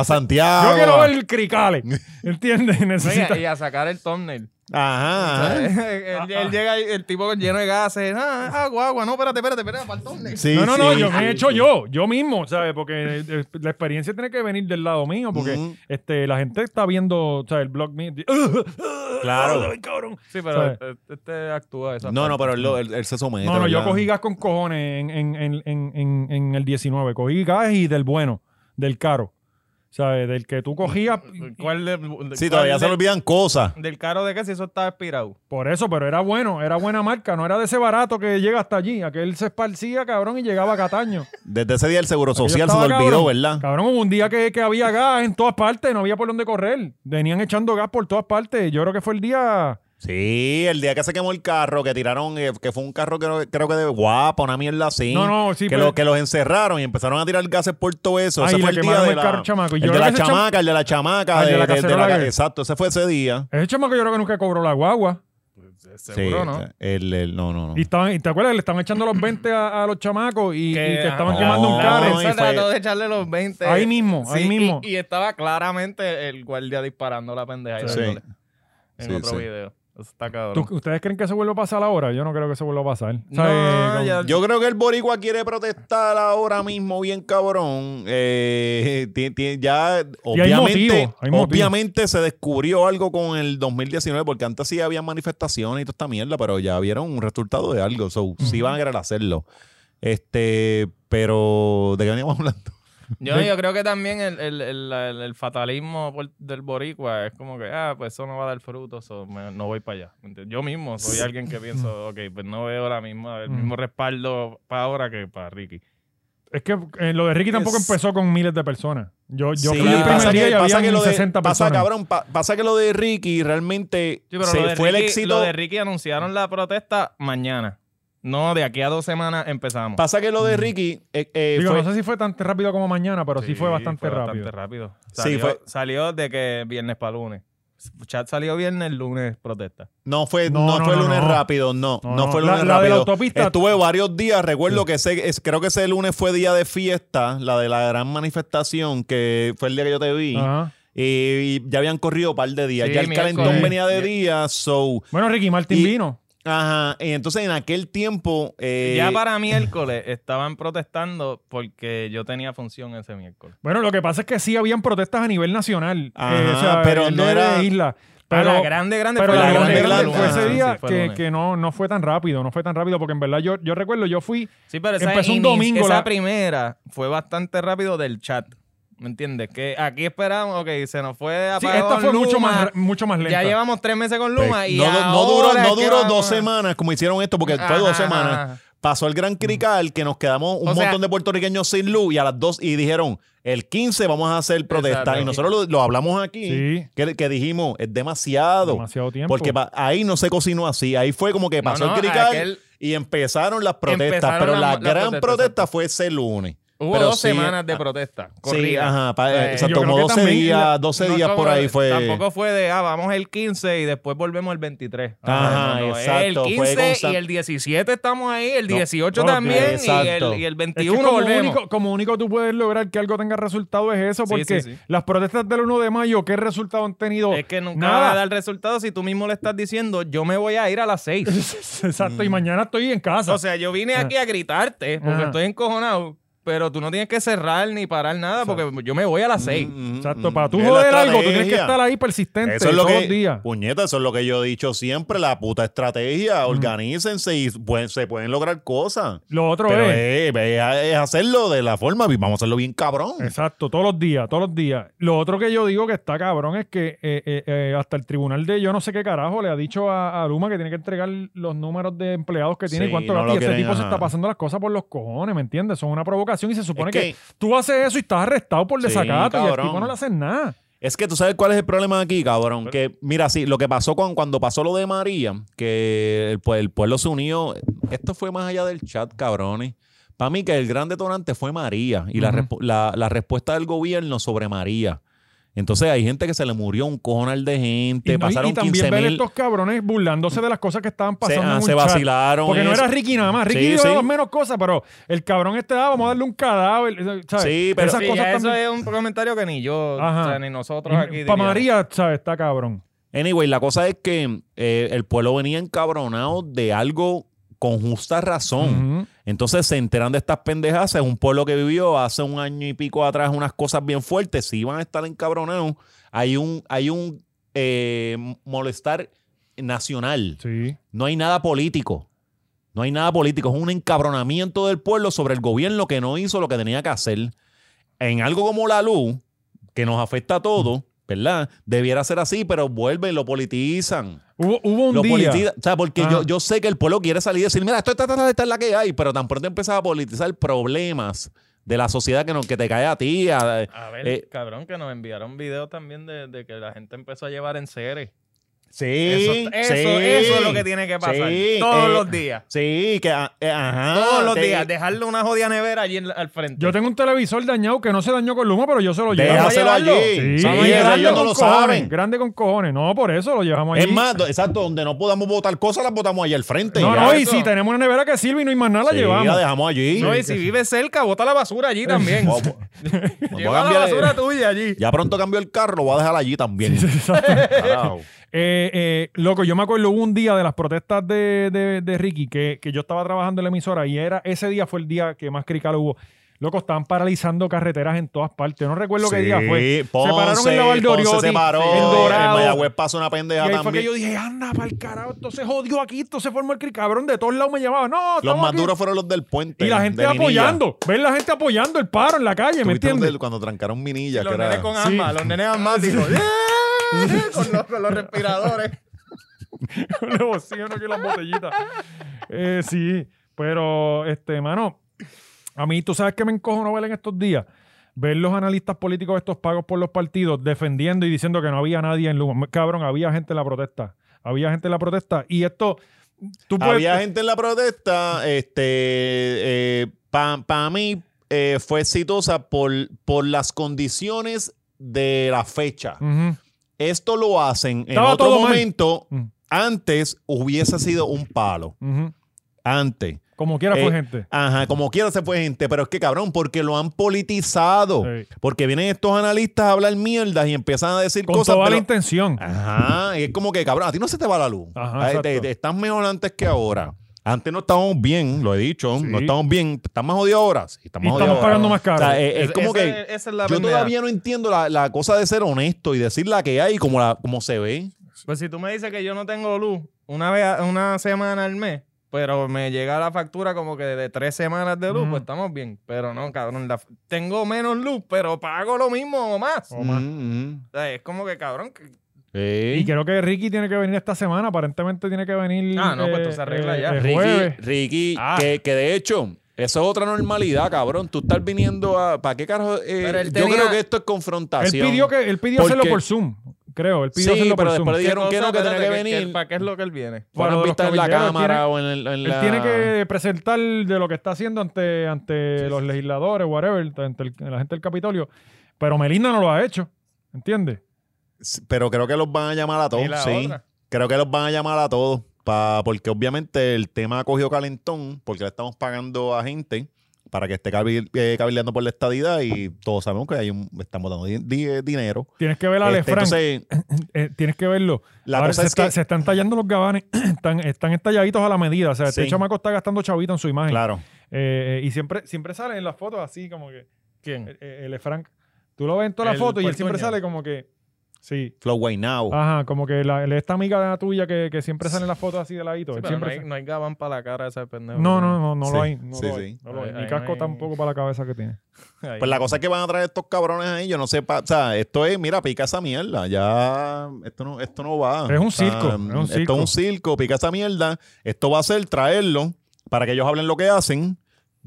Speaker 3: a Santiago.
Speaker 2: Yo quiero ver el cricale, ¿entiendes? Necesita...
Speaker 4: Oiga, y a sacar el thumbnail.
Speaker 3: Ajá.
Speaker 4: él, él llega, el tipo lleno de gases. Ah, agua, agua. No, espérate, espérate, espérate, para el thumbnail.
Speaker 3: Sí,
Speaker 2: no, no, no,
Speaker 3: sí,
Speaker 2: yo me
Speaker 3: sí,
Speaker 2: he hecho
Speaker 3: sí.
Speaker 2: yo, yo mismo, ¿sabes? Porque eh, la experiencia tiene que venir del lado mío, porque
Speaker 3: Ujú.
Speaker 2: este, la gente está viendo, o sea, el blog mío.
Speaker 3: Claro.
Speaker 2: Ay, cabrón.
Speaker 4: Sí,
Speaker 2: ¿Sabe?
Speaker 4: pero este, este actúa de esa
Speaker 3: No, no, pero
Speaker 4: parte.
Speaker 3: él, lo- él- él se somete.
Speaker 2: No, no, yo
Speaker 3: ¿verdad?
Speaker 2: cogí gas con cojones en, en- en- en- en- en el 19, cogí gas y del bueno, del caro. ¿Sabes? Del que tú cogías
Speaker 4: ¿Cuál de-
Speaker 3: Sí,
Speaker 4: cuál
Speaker 3: todavía se
Speaker 4: del-
Speaker 3: le olvidan cosas.
Speaker 4: Del caro de qué, si eso está expirado.
Speaker 2: por eso, pero era bueno, era buena marca, no era de ese barato que llega hasta allí. Aquel se esparcía, cabrón, y llegaba a Cataño.
Speaker 3: Desde ese día el Seguro
Speaker 2: Yo
Speaker 3: Social se
Speaker 2: estaba,
Speaker 3: le olvidó,
Speaker 2: cabrón.
Speaker 3: ¿verdad?
Speaker 2: Cabrón, hubo un día que, que había gas en todas partes, no había por dónde correr. Venían echando gas por todas partes. Yo creo que fue el día.
Speaker 3: Sí, el día que se quemó el carro, que tiraron, eh, que fue un carro que no- creo que de guapa, una mierda así.
Speaker 2: No, no, sí,
Speaker 3: que,
Speaker 2: pero-
Speaker 3: lo- que los encerraron y empezaron a tirar gases por todo eso.
Speaker 2: Ay,
Speaker 3: ese
Speaker 2: le
Speaker 3: fue el día
Speaker 2: quemaron
Speaker 3: de
Speaker 2: el
Speaker 3: la,
Speaker 2: carro, chamaco. Y yo
Speaker 3: el de
Speaker 2: creo
Speaker 3: la
Speaker 2: que ese cham-
Speaker 3: chamaca, el de la chamaca,
Speaker 2: Ah, el
Speaker 3: de,
Speaker 2: de la
Speaker 3: de- de
Speaker 2: cacerola
Speaker 3: la-
Speaker 2: que-
Speaker 3: exacto, ese fue ese día.
Speaker 2: Ese chamaco yo creo que nunca cobró la guagua.
Speaker 3: Seguro,
Speaker 2: ¿no?
Speaker 3: El, el- no, no, no.
Speaker 2: Y, estaban, y te acuerdas, le estaban echando los 20 a, a los chamacos y, y que, estaban
Speaker 3: ah,
Speaker 2: quemando un
Speaker 3: no,
Speaker 2: carro.
Speaker 3: y fue-
Speaker 4: Se trató de echarle los 20.
Speaker 2: Ahí mismo, ahí
Speaker 4: y-
Speaker 2: mismo.
Speaker 4: Y, estaba claramente el guardia disparando la pendeja. y
Speaker 3: Sí.
Speaker 4: dándole En
Speaker 3: Sí,
Speaker 4: otro
Speaker 3: sí.
Speaker 4: video. Eso está cabrón.
Speaker 2: ¿Tú- ¿Ustedes creen que se vuelva a pasar ahora? Yo no creo que se vuelva a pasar. O sea,
Speaker 4: No,
Speaker 2: eh, como-
Speaker 4: ya-
Speaker 3: Yo creo que el boricua quiere protestar ahora mismo bien cabrón. Eh, ti- ti- ya obviamente,
Speaker 2: motivo, hay motivo.
Speaker 3: obviamente se descubrió algo con el 2019 porque antes sí había manifestaciones y toda esta mierda, pero ya vieron un resultado de algo. So, Sí van a querer hacerlo. Este, pero ¿de qué veníamos hablando?
Speaker 4: Yo, yo creo que también el, el- el- el- el fatalismo por- del boricua es como que, ah, pues eso no va a dar frutos, no voy para allá. ¿me entiendes? Yo mismo soy alguien que pienso, ok, pues no veo la misma, el mismo respaldo para ahora que para Ricky.
Speaker 2: Es que eh, lo de Ricky tampoco
Speaker 3: Es-
Speaker 2: empezó con miles de personas. Yo, Pues yo
Speaker 3: Sí,
Speaker 2: fui el primer
Speaker 3: pasa
Speaker 2: día
Speaker 3: que,
Speaker 2: y
Speaker 3: pasa que
Speaker 2: había
Speaker 3: lo de,
Speaker 2: 60
Speaker 3: pasa,
Speaker 2: personas.
Speaker 3: cabrón, pa- pasa que lo de Ricky realmente
Speaker 4: Sí, pero
Speaker 3: se
Speaker 4: lo de
Speaker 3: fue
Speaker 4: Ricky,
Speaker 3: el éxito.
Speaker 4: Lo de Ricky anunciaron la protesta mañana. No, de aquí a dos semanas empezamos.
Speaker 3: Pasa que lo de Ricky eh, eh,
Speaker 2: Digo,
Speaker 3: fue-
Speaker 2: no sé si fue tan rápido como mañana, pero sí, fue bastante rápido.
Speaker 3: Sí,
Speaker 4: Salió,
Speaker 3: fue-
Speaker 4: salió de que viernes para lunes. Chat salió viernes, lunes protesta.
Speaker 3: No fue,
Speaker 2: No,
Speaker 3: no,
Speaker 2: no,
Speaker 3: fue
Speaker 2: no,
Speaker 3: lunes
Speaker 2: no.
Speaker 3: rápido, no.
Speaker 2: No,
Speaker 3: No,
Speaker 2: no.
Speaker 3: fue
Speaker 2: La-
Speaker 3: lunes
Speaker 2: la de la
Speaker 3: rápido.
Speaker 2: autopista-
Speaker 3: Estuve varios días. Recuerdo que ese, es- creo que ese lunes fue día de fiesta, la de la gran manifestación, que fue el día que yo te vi.
Speaker 2: Ajá.
Speaker 3: Y, y ya habían corrido un par de días.
Speaker 4: Sí,
Speaker 3: ya el
Speaker 4: miércoles.
Speaker 3: calentón venía de día, so.
Speaker 2: Bueno, Ricky Martin
Speaker 3: Y-
Speaker 2: vino.
Speaker 3: Ajá. Y entonces en aquel tiempo. eh,
Speaker 4: ya para miércoles estaban protestando porque yo tenía función ese miércoles.
Speaker 2: Bueno, lo que pasa es que sí habían protestas a nivel nacional.
Speaker 3: Ajá,
Speaker 2: eh, o sea,
Speaker 3: pero
Speaker 2: el
Speaker 3: no
Speaker 2: de-
Speaker 3: era-
Speaker 2: de isla.
Speaker 4: Pero
Speaker 2: Pero,
Speaker 4: la grande, grande
Speaker 2: pero
Speaker 4: fue
Speaker 2: la
Speaker 3: la
Speaker 2: grande,
Speaker 3: grande,
Speaker 2: grande
Speaker 3: grande
Speaker 2: fue ese
Speaker 3: lunes.
Speaker 2: día
Speaker 4: Ah, Sí, fue
Speaker 2: que,
Speaker 4: lunes.
Speaker 2: que no, no fue tan rápido, no fue tan rápido, porque en verdad yo, yo recuerdo, yo fui,
Speaker 4: Sí, pero esa,
Speaker 2: Empezó un
Speaker 4: ini-
Speaker 2: domingo,
Speaker 4: esa
Speaker 2: la-
Speaker 4: primera fue bastante rápido del chat. ¿Me entiendes? Que aquí esperamos, ok, se nos fue
Speaker 2: sí,
Speaker 4: apagón
Speaker 2: esta fue mucho
Speaker 4: Luma,
Speaker 2: más, ra- mucho más lenta.
Speaker 4: Ya llevamos tres meses con
Speaker 3: pues,
Speaker 4: Luma y
Speaker 3: no, no duró,
Speaker 4: ahora
Speaker 3: no
Speaker 4: es que
Speaker 3: duró
Speaker 4: vamos
Speaker 3: dos
Speaker 4: a-
Speaker 3: semanas como hicieron esto, porque
Speaker 4: Ajá,
Speaker 3: fue dos
Speaker 4: ajá,
Speaker 3: semanas.
Speaker 4: ajá.
Speaker 3: Pasó el gran crical que nos quedamos un
Speaker 4: O sea-
Speaker 3: montón de puertorriqueños sin luz y a las dos y dijeron el 15 vamos a hacer protesta.
Speaker 4: Exacto.
Speaker 3: Y nosotros lo, lo hablamos aquí.
Speaker 2: Sí,
Speaker 3: que, que dijimos es demasiado.
Speaker 2: demasiado tiempo.
Speaker 3: Porque pa- ahí no se cocinó así. Ahí fue como que
Speaker 4: No,
Speaker 3: pasó
Speaker 4: no,
Speaker 3: el crical
Speaker 4: aquel-
Speaker 3: y empezaron las protestas.
Speaker 4: Empezaron
Speaker 3: pero
Speaker 4: la-
Speaker 3: la,
Speaker 4: las
Speaker 3: gran
Speaker 4: protestas,
Speaker 3: protesta,
Speaker 4: exacto.
Speaker 3: fue ese lunes.
Speaker 4: Hubo
Speaker 3: Pero
Speaker 4: dos
Speaker 3: sí,
Speaker 4: semanas de
Speaker 3: ah,
Speaker 4: protesta.
Speaker 3: Sí,
Speaker 4: corrida. Pues,
Speaker 3: ajá. pa-
Speaker 4: O sea,
Speaker 3: eh, exacto,
Speaker 2: yo creo
Speaker 3: como
Speaker 2: que
Speaker 3: 12
Speaker 2: también
Speaker 3: días,
Speaker 2: la-
Speaker 3: 12
Speaker 4: no es
Speaker 3: días
Speaker 4: como
Speaker 3: por ahí
Speaker 4: de-
Speaker 3: fue.
Speaker 4: Tampoco fue de, ah, vamos el 15 y después volvemos el 23.
Speaker 3: Ajá,
Speaker 4: Ah, es
Speaker 3: exacto,
Speaker 4: El
Speaker 3: fue
Speaker 4: 15
Speaker 3: constant-
Speaker 4: y el 17 estamos ahí, el
Speaker 3: No,
Speaker 4: 18
Speaker 2: todos los
Speaker 4: también
Speaker 3: días.
Speaker 4: y,
Speaker 3: Exacto.
Speaker 4: el, y el
Speaker 2: Es que
Speaker 4: 21
Speaker 2: como,
Speaker 4: volvemos.
Speaker 2: único, como único tú puedes lograr que algo tenga resultado es eso,
Speaker 4: Sí,
Speaker 2: porque
Speaker 4: sí, sí.
Speaker 2: las protestas del 1 de mayo, ¿qué resultado han tenido?
Speaker 4: Es que nunca
Speaker 2: Nada.
Speaker 4: va a dar resultado si tú mismo le estás diciendo, yo me voy a ir a las 6.
Speaker 2: Exacto,
Speaker 3: Mm.
Speaker 2: y mañana estoy en casa.
Speaker 4: o sea, yo vine aquí a gritarte porque
Speaker 2: Ah. Ajá.
Speaker 4: estoy encojonado, pero tú no tienes que cerrar ni parar nada porque yo me voy a las 6.
Speaker 3: Mm,
Speaker 2: Exacto,
Speaker 3: mm,
Speaker 2: para tú
Speaker 3: es la
Speaker 2: joder algo, tú tienes que
Speaker 3: estrategia.
Speaker 2: estar ahí persistente
Speaker 3: Eso es lo
Speaker 2: todos los
Speaker 3: que,
Speaker 2: días.
Speaker 3: puñeta, eso es lo que yo he dicho siempre, la puta estrategia, organícense y pues, se pueden lograr cosas.
Speaker 2: Lo otro
Speaker 3: Pero
Speaker 2: es,
Speaker 3: eh, ve- es hacerlo de la forma, vamos a hacerlo bien cabrón.
Speaker 2: exacto, todos los días, todos los días. Lo otro que yo digo que está cabrón es que eh, eh, eh, hasta el tribunal de yo no sé qué carajo le ha dicho a, a Luma que tiene que entregar los números de empleados que tiene y
Speaker 3: Sí,
Speaker 2: cuánto
Speaker 3: no
Speaker 2: gasta.
Speaker 3: lo
Speaker 2: Y este
Speaker 3: quieren,
Speaker 2: tipo se
Speaker 3: ajá.
Speaker 2: está pasando las cosas por los cojones, ¿me entiendes? Son una provocación y se supone que,
Speaker 3: que-
Speaker 2: tú haces eso y estás arrestado por
Speaker 3: Sí,
Speaker 2: desacato y al
Speaker 3: cabrón.
Speaker 2: tipo no le haces nada.
Speaker 3: Es que tú sabes cuál es el problema aquí, cabrón. Que mira, sí, lo que pasó con, cuando pasó lo de María, que el, pue- el pueblo se unió. Esto fue más allá del chat, cabrones. Para mí que el gran detonante fue María y la,
Speaker 2: Ujú.
Speaker 3: respu- la- la respuesta del gobierno sobre María. Entonces hay gente que se le murió un cojonal de gente,
Speaker 2: no-
Speaker 3: pasaron
Speaker 2: también
Speaker 3: 15
Speaker 2: ver
Speaker 3: mil...
Speaker 2: estos cabrones burlándose de las cosas que estaban pasando.
Speaker 3: ah,
Speaker 2: en un
Speaker 3: se
Speaker 2: chat.
Speaker 3: vacilaron
Speaker 2: Porque no
Speaker 3: eso.
Speaker 2: era Ricky nada más. Ricky
Speaker 3: Sí,
Speaker 2: dio
Speaker 3: sí.
Speaker 2: las menos cosas, pero el cabrón este daba, vamos a darle un cadáver. eh, ¿sabes?
Speaker 3: Sí, pero-
Speaker 2: esas
Speaker 4: Sí,
Speaker 2: cosas
Speaker 4: ya eso
Speaker 2: también.
Speaker 4: es un comentario que ni yo,
Speaker 2: Ajá.
Speaker 4: o sea, ni nosotros aquí.
Speaker 2: Para
Speaker 4: diríamos.
Speaker 2: María, ¿sabes? Está cabrón.
Speaker 3: Anyway, la cosa es que eh, el pueblo venía encabronado de algo con justa razón.
Speaker 2: Ujú.
Speaker 3: Entonces se enteran de estas pendejas. Es un pueblo que vivió hace un año y pico atrás unas cosas bien fuertes. Si van a estar encabronados, hay un, hay un eh, molestar nacional.
Speaker 2: Sí.
Speaker 3: No hay nada político. No hay nada político. Es un encabronamiento del pueblo sobre el gobierno que no hizo lo que tenía que hacer. En algo como la luz, que nos afecta a todos, ¿verdad? Debiera ser así, pero vuelven, lo politizan.
Speaker 2: Hubo, hubo un
Speaker 3: Lo
Speaker 2: día.
Speaker 3: politiza- o sea, porque
Speaker 2: Ah.
Speaker 3: yo, yo sé que el pueblo quiere salir y decir, mira, esto esta, esta, esta es la que hay, pero tan pronto empiezas a politizar problemas de la sociedad que, no, que te cae a ti. a-
Speaker 4: A ver,
Speaker 3: Eh,
Speaker 4: cabrón, que nos enviaron videos también de, de que la gente empezó a llevar en seres.
Speaker 3: sí,
Speaker 4: eso, eso, eso es lo que tiene que pasar.
Speaker 3: sí,
Speaker 4: todos
Speaker 3: eh,
Speaker 4: los días.
Speaker 3: Sí, que ah, eh, ajá.
Speaker 4: Todos los
Speaker 3: te-
Speaker 4: días. Dejarle una jodida nevera allí en la- al frente.
Speaker 2: Yo tengo un televisor dañado que no se dañó con Luma, pero yo se lo llevo.
Speaker 3: Déjaselo
Speaker 4: Vamos a llevarlo.
Speaker 3: allí.
Speaker 2: Sí, vamos
Speaker 3: Sí,
Speaker 2: a
Speaker 3: ellos
Speaker 2: llevarlo.
Speaker 3: no
Speaker 2: Con
Speaker 3: lo
Speaker 2: cojones,
Speaker 3: saben.
Speaker 2: Grande con cojones. No, por eso lo llevamos allí.
Speaker 3: Es más, do- exacto, donde no podamos votar cosas, las votamos allí al frente.
Speaker 2: No,
Speaker 3: ya.
Speaker 2: no, y
Speaker 4: eso.
Speaker 2: si tenemos una nevera que sirve y no hay más nada, la
Speaker 3: Sí, La
Speaker 2: llevamos.
Speaker 3: dejamos allí.
Speaker 4: No, y si vives cerca, bota la basura allí también.
Speaker 3: Vamos- vamos a
Speaker 4: Lleva la
Speaker 3: cambiar de-
Speaker 4: basura tuya allí.
Speaker 3: Ya pronto cambió el carro, lo voy a dejar allí también. Carajo.
Speaker 2: Eh, eh, loco, yo me acuerdo hubo un día de las protestas de, de- de Ricky que, que yo estaba trabajando en la emisora y era ese día fue el día que más crical hubo. Loco, estaban paralizando carreteras en todas partes. No recuerdo qué día fue.
Speaker 3: Ponce,
Speaker 2: se pararon en la
Speaker 3: Ponce
Speaker 2: Valdoriotti,
Speaker 3: se paró,
Speaker 2: en
Speaker 3: En
Speaker 2: Dorado.
Speaker 3: Mayagüez pasó una
Speaker 2: Y
Speaker 3: pendeja
Speaker 2: ahí fue que
Speaker 3: también.
Speaker 2: yo dije, "Ah, anda pa'l carajo, esto se jodió aquí, esto se formó el crical. Cabrón, de todos lados me llamaban. No,
Speaker 3: Los
Speaker 2: estamos
Speaker 3: más
Speaker 2: aquí".
Speaker 3: duros fueron los del puente.
Speaker 2: Y la gente
Speaker 3: de Minilla.
Speaker 2: apoyando. Ver la gente apoyando el paro en la calle, ¿me
Speaker 3: Tuviste un
Speaker 2: entiendes?
Speaker 3: del- Cuando trancaron Minilla, que
Speaker 4: Los
Speaker 3: era...
Speaker 4: nenes con asma, los nenes asmáticos. ¡Yeah! con, los, con los respiradores.
Speaker 2: con el oxígeno que las botellitas. Eh, sí, pero, este, mano, a mí tú sabes que me encojo no ver en estos días. Ver los analistas políticos estos pagos por los partidos defendiendo y diciendo que no había nadie en Luma. Cabrón, había gente en la protesta. Había gente en la protesta. Y esto, tú puedes...
Speaker 3: Había gente en la protesta, este, para mí eh, fue exitosa por, por las condiciones de la fecha.
Speaker 2: Ujú.
Speaker 3: Esto lo hacen en
Speaker 2: Mm. Estaba
Speaker 3: otro
Speaker 2: todo mal.
Speaker 3: momento.
Speaker 2: Mm.
Speaker 3: Antes hubiese sido un palo.
Speaker 2: Ujú.
Speaker 3: Antes.
Speaker 2: Como quiera fue
Speaker 3: Eh,
Speaker 2: gente.
Speaker 3: Ajá, como quiera se fue gente, pero es que cabrón, porque lo han politizado.
Speaker 2: Sí.
Speaker 3: Porque vienen estos analistas a hablar mierdas y empiezan a decir
Speaker 2: Con
Speaker 3: cosas.
Speaker 2: toda la
Speaker 3: pero- Ah,
Speaker 2: intención.
Speaker 3: Ajá, es como que cabrón, a ti no se te va la luz.
Speaker 2: Ajá,
Speaker 3: Ay, te-
Speaker 2: exacto.
Speaker 3: te- estás mejor antes que ahora. Antes no estábamos bien, lo he dicho, no estábamos bien. Estamos más jodidos ahora. Sí, estamos
Speaker 2: Y
Speaker 3: jodidos
Speaker 2: estamos
Speaker 3: ahora.
Speaker 2: pagando más caro.
Speaker 3: O sea, eh, es, es
Speaker 4: Esa-
Speaker 3: como que
Speaker 4: esa- esa es la
Speaker 3: yo
Speaker 4: pendeja.
Speaker 3: todavía no entiendo la, la cosa de ser honesto y decir la que hay como, la, como se ve.
Speaker 4: Pues si tú me dices que yo no tengo luz una vez a- una semana al mes, pero me llega la factura como que de tres semanas de luz,
Speaker 2: Ujú.
Speaker 4: pues estamos bien. Pero no, cabrón, la- tengo menos luz, pero pago lo mismo o más.
Speaker 2: Oh.
Speaker 4: O
Speaker 3: Mm, mm.
Speaker 4: sea, es como que, cabrón, que-
Speaker 3: Sí.
Speaker 2: Y creo que Ricky tiene que venir esta semana. Aparentemente tiene que venir. eh,
Speaker 4: Ah, no, pues entonces arregla ya.
Speaker 2: el jueves.
Speaker 5: Ricky, Ricky
Speaker 4: Ah.
Speaker 5: que, que de hecho, eso es otra normalidad, cabrón. Tú estás viniendo a. ¿Para qué carajo? eh,
Speaker 4: Pero él
Speaker 5: yo
Speaker 4: tenía-
Speaker 5: creo que esto es
Speaker 2: Él
Speaker 5: confrontación.
Speaker 2: pidió, que, él pidió
Speaker 5: ¿Por
Speaker 2: hacerlo
Speaker 5: qué?
Speaker 2: por Zoom, creo. Él pidió
Speaker 5: Sí,
Speaker 2: hacerlo
Speaker 5: pero
Speaker 2: por Zoom.
Speaker 5: después dijeron que no, que tenía que
Speaker 4: espérate,
Speaker 5: venir.
Speaker 4: ¿Para qué es lo que él viene?
Speaker 2: Para
Speaker 5: Fueron
Speaker 2: los
Speaker 5: vistas en la
Speaker 2: caballeros,
Speaker 5: cámara
Speaker 2: tiene-
Speaker 5: o en, el- en
Speaker 2: Él
Speaker 5: la.
Speaker 2: tiene que presentar de lo que está haciendo ante, ante los legisladores, whatever, ante el- la gente del Capitolio. Pero Melinda no lo ha hecho. ¿Entiendes?
Speaker 3: S- Pero creo que los van a llamar a todos,
Speaker 4: la
Speaker 3: sí.
Speaker 4: otra.
Speaker 3: Creo que los van a llamar a todos. pa- porque obviamente el tema ha cogido calentón, porque le estamos pagando a gente para que esté cabil- eh, cabildeando por la estadidad y todos sabemos que hay un, estamos dando di- di- dinero.
Speaker 2: Tienes que ver a Ale
Speaker 3: Este,
Speaker 2: Frank,
Speaker 3: entonces,
Speaker 2: eh, tienes que verlo.
Speaker 3: La
Speaker 2: Ahora
Speaker 3: cosa
Speaker 2: se,
Speaker 3: es
Speaker 2: está-
Speaker 3: que-
Speaker 2: se están tallando los gabanes, están, están estalladitos a la medida. O sea, este
Speaker 3: Sí.
Speaker 2: chamaco está gastando chavito en su imagen.
Speaker 3: claro.
Speaker 2: Eh, eh, y siempre, siempre sale en las fotos así, como que. eh,
Speaker 4: ¿Quién?
Speaker 2: El, el Frank. Tú lo ves en todas las
Speaker 4: Mm. El Oh.
Speaker 2: fotos y él siempre
Speaker 4: puertorriqueño.
Speaker 2: sale como que. Sí.
Speaker 3: Flow Way Now.
Speaker 2: Ajá, como que la, esta amiga tuya que, que siempre sale en las fotos así de ladito.
Speaker 4: Sí,
Speaker 2: él
Speaker 4: pero
Speaker 2: siempre
Speaker 4: no, hay,
Speaker 2: sa-
Speaker 4: no hay gabán para la cara de ese pendejo.
Speaker 2: no, no, no, no
Speaker 3: Sí,
Speaker 2: lo hay. No
Speaker 3: sí,
Speaker 2: lo
Speaker 3: sí.
Speaker 2: hay, no lo hay.
Speaker 4: Ahí-
Speaker 2: Ni
Speaker 4: ahí
Speaker 2: casco
Speaker 4: no hay-
Speaker 2: tampoco para la cabeza que tiene.
Speaker 4: Ahí.
Speaker 3: Pues la cosa es que van a traer estos cabrones ahí, yo no sé, pa- o sea, esto es, mira, pica esa mierda, ya, esto no, esto no va.
Speaker 2: Es un
Speaker 3: O sea,
Speaker 2: circo, es un
Speaker 3: Esto
Speaker 2: circo.
Speaker 3: es un circo, pica esa mierda, esto va a ser traerlo para que ellos hablen lo que hacen,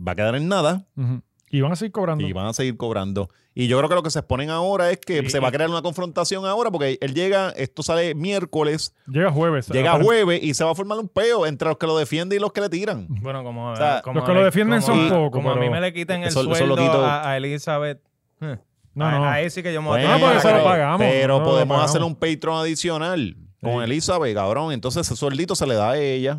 Speaker 3: va a quedar en nada
Speaker 2: Ujú. Y van a seguir cobrando.
Speaker 3: y van a seguir cobrando. Y yo creo que lo que se exponen ahora es que se va a crear una confrontación ahora porque él llega, esto sale miércoles,
Speaker 2: Llega jueves.
Speaker 3: llega
Speaker 2: aparente-
Speaker 3: jueves y se va a formar un peo entre los que lo defienden y los que le tiran.
Speaker 4: Bueno, como,
Speaker 3: O sea,
Speaker 4: como
Speaker 2: los que lo
Speaker 4: a-
Speaker 2: defienden
Speaker 4: como
Speaker 2: son
Speaker 4: a-
Speaker 2: pocos,
Speaker 4: Como a mí
Speaker 2: pero-
Speaker 4: me le quiten el
Speaker 3: Eso- eso lo
Speaker 4: sueldo
Speaker 3: quito.
Speaker 4: a, a Elizabeth. eh,
Speaker 2: No,
Speaker 4: a,
Speaker 2: no.
Speaker 4: a él sí que yo me voy a
Speaker 3: Bueno,
Speaker 4: tirar
Speaker 2: porque
Speaker 4: la
Speaker 2: se Ah, pues lo
Speaker 4: cara.
Speaker 2: paga. pagamos,
Speaker 3: Pero
Speaker 2: no lo
Speaker 3: podemos
Speaker 2: pagamos.
Speaker 3: hacer un Patreon adicional con
Speaker 2: Sí.
Speaker 3: Elizabeth, cabrón. Entonces ese sueldito se le da a ella.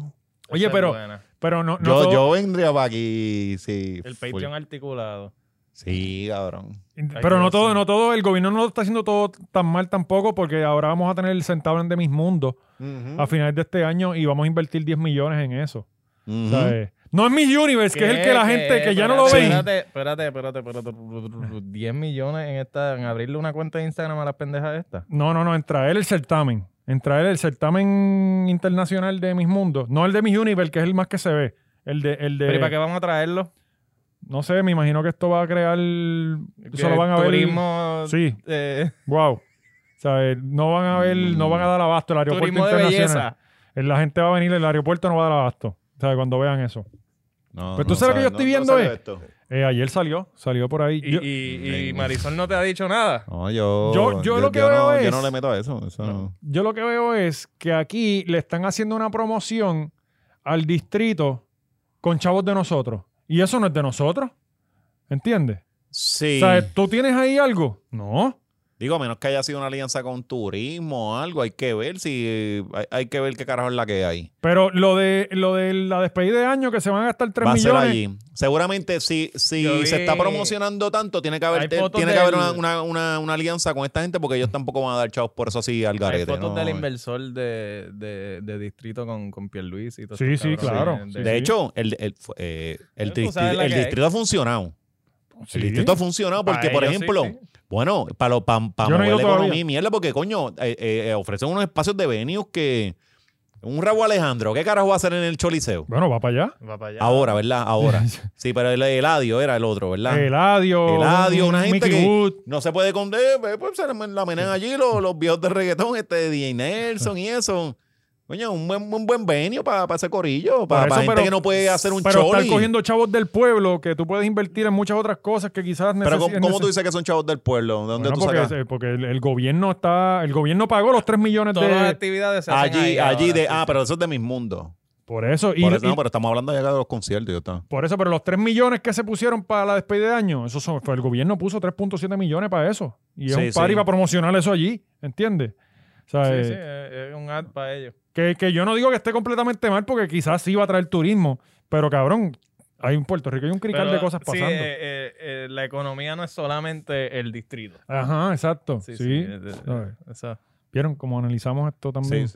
Speaker 2: Oye,
Speaker 4: Esa es
Speaker 2: pero-
Speaker 4: buena.
Speaker 2: Pero no, no
Speaker 3: yo,
Speaker 2: todo-
Speaker 3: yo vendría para aquí. Sí,
Speaker 4: El Patreon articulado.
Speaker 3: Sí, cabrón.
Speaker 2: Pero
Speaker 4: Ay,
Speaker 2: no
Speaker 4: Dios
Speaker 2: todo,
Speaker 4: mío.
Speaker 2: no todo. El gobierno no lo está haciendo todo tan mal tampoco, porque ahora vamos a tener el centavo de mis mundos a finales de este año y vamos a invertir 10 millones en eso.
Speaker 3: Ujú.
Speaker 2: O sea, eh, No es mi universe, que es el
Speaker 4: ¿Qué?
Speaker 2: que la
Speaker 4: ¿Qué?
Speaker 2: gente que ya no lo
Speaker 4: Espérate,
Speaker 2: ven.
Speaker 4: Espérate, espérate, espérate, espérate. 10 millones en esta, en abrirle una cuenta de Instagram a las pendejas estas.
Speaker 2: No, no, no, en traer el certamen. En traer el certamen internacional de Mis Mundos. No el de Mis Universe, que es el más que se ve. El de. El de
Speaker 4: Pero ¿y para qué vamos a traerlo?
Speaker 2: No sé, me imagino que esto va a crear. Eso lo van a ver.
Speaker 4: Turismo.
Speaker 2: Sí,
Speaker 4: eh,
Speaker 2: wow. O sea, eh, no van a ver, no van a dar abasto el aeropuerto
Speaker 4: turismo de
Speaker 2: internacional.
Speaker 4: belleza.
Speaker 2: Eh, La gente va a venir, el aeropuerto no va a dar abasto. O sea, cuando vean eso.
Speaker 3: No,
Speaker 2: Pero tú
Speaker 3: no
Speaker 2: sabes lo que yo
Speaker 3: no-
Speaker 2: estoy
Speaker 3: no
Speaker 2: viendo,
Speaker 3: salió
Speaker 2: eh.
Speaker 3: esto.
Speaker 2: Eh, ayer salió, salió por ahí.
Speaker 4: Y,
Speaker 2: Yo-
Speaker 4: y- y Marisol no te ha dicho nada.
Speaker 3: No, yo,
Speaker 2: Yo- yo lo que veo
Speaker 3: no,
Speaker 2: es-
Speaker 3: Yo no le meto a eso. eso no.
Speaker 2: Yo lo que veo es que aquí le están haciendo una promoción al distrito con chavos de nosotros. Y eso no es de nosotros. ¿Entiendes? O
Speaker 3: Sí.
Speaker 2: sea, ¿tú tienes ahí algo? No.
Speaker 3: Digo, a menos que haya sido una alianza con turismo o algo, hay que ver si hay, hay que ver qué carajo es la que hay.
Speaker 2: Pero lo de lo de la despedida de año que se van a gastar 3
Speaker 3: Va a ser
Speaker 2: millones.
Speaker 3: allí. Seguramente si, si
Speaker 4: Yo vi-
Speaker 3: se está promocionando tanto, tiene que haber,
Speaker 4: Hay
Speaker 3: te-
Speaker 4: fotos
Speaker 3: tiene que haber
Speaker 4: del-
Speaker 3: una, una- una- una alianza con esta gente porque ellos tampoco van a dar chavos por eso así al
Speaker 4: Hay
Speaker 3: garete.
Speaker 4: fotos
Speaker 3: ¿no?
Speaker 4: del inversor de, de- de distrito con, con Pierluis y todo este
Speaker 2: Sí, sí, claro. Sí,
Speaker 3: De hecho, el, el, eh, el
Speaker 4: Tú
Speaker 3: distri-
Speaker 4: sabes la
Speaker 3: el
Speaker 4: que hay.
Speaker 3: distrito ha funcionado.
Speaker 2: Sí.
Speaker 3: El distrito ha funcionado porque,
Speaker 4: Para
Speaker 3: por
Speaker 4: ellos sí,
Speaker 3: ejemplo,
Speaker 4: sí.
Speaker 3: bueno, para lo, pa-
Speaker 2: Yo
Speaker 3: pa
Speaker 2: no he
Speaker 3: mover
Speaker 2: ido
Speaker 3: la
Speaker 2: todavía.
Speaker 3: economía y mierda, porque coño, eh, eh, ofrecen unos espacios de venues que. Un rabo Alejandro, ¿qué carajo va a hacer en el Choliseo?
Speaker 2: Bueno, va para allá.
Speaker 4: Va para allá.
Speaker 3: Ahora, ¿verdad? Ahora. Sí, pero el Eladio era el otro, ¿verdad?
Speaker 2: Eh, Eladio.
Speaker 3: Eladio, una gente
Speaker 2: Mickey
Speaker 3: que-
Speaker 2: Wood.
Speaker 3: No se puede con... eh, Pues se la menean allí los, los viejos de reggaetón, este DJ Nelson y eso. Coño, un buen, un buen venio para ese corillo, para,
Speaker 2: Por eso,
Speaker 3: gente
Speaker 2: pero-
Speaker 3: que no puede hacer un
Speaker 2: Pero
Speaker 3: choli.
Speaker 2: están cogiendo chavos del pueblo que tú puedes invertir en muchas otras cosas que quizás
Speaker 3: Pero
Speaker 2: necesitas.
Speaker 3: ¿cómo, cómo tú dices que son chavos del pueblo? ¿De dónde
Speaker 2: Bueno,
Speaker 3: tú
Speaker 2: porque,
Speaker 3: sacas?
Speaker 2: eh, porque el, el gobierno está, el gobierno pagó los 3 millones
Speaker 4: Todas las
Speaker 2: de.
Speaker 4: actividades se hacen
Speaker 3: Allí, allí
Speaker 4: ahí ahora,
Speaker 3: de...
Speaker 4: sí,
Speaker 3: ah,
Speaker 4: sí.
Speaker 3: pero eso es de mis mundos.
Speaker 2: Por eso, y,
Speaker 3: Por eso,
Speaker 2: y-
Speaker 3: no, pero estamos hablando ya de los conciertos. Yo estaba.
Speaker 2: por eso, pero los 3 millones que se pusieron para la despedida de año, eso son- fue el gobierno puso 3.7 millones para eso. Y es
Speaker 3: Sí,
Speaker 2: un party
Speaker 3: sí.
Speaker 2: para promocionar eso allí, ¿entiendes? O sea, eh,
Speaker 4: Sí, sí, es es un ad para ellos.
Speaker 2: Que, que yo no digo que esté completamente mal porque quizás sí va a traer turismo, pero cabrón, hay en Puerto Rico hay un crical
Speaker 4: Pero,
Speaker 2: de cosas
Speaker 4: sí,
Speaker 2: pasando.
Speaker 4: eh, eh, eh, la economía no es solamente el distrito.
Speaker 2: Ajá, exacto. Sí,
Speaker 4: eh, eh,
Speaker 2: ¿sabes?
Speaker 4: eso.
Speaker 2: Vieron cómo analizamos esto también.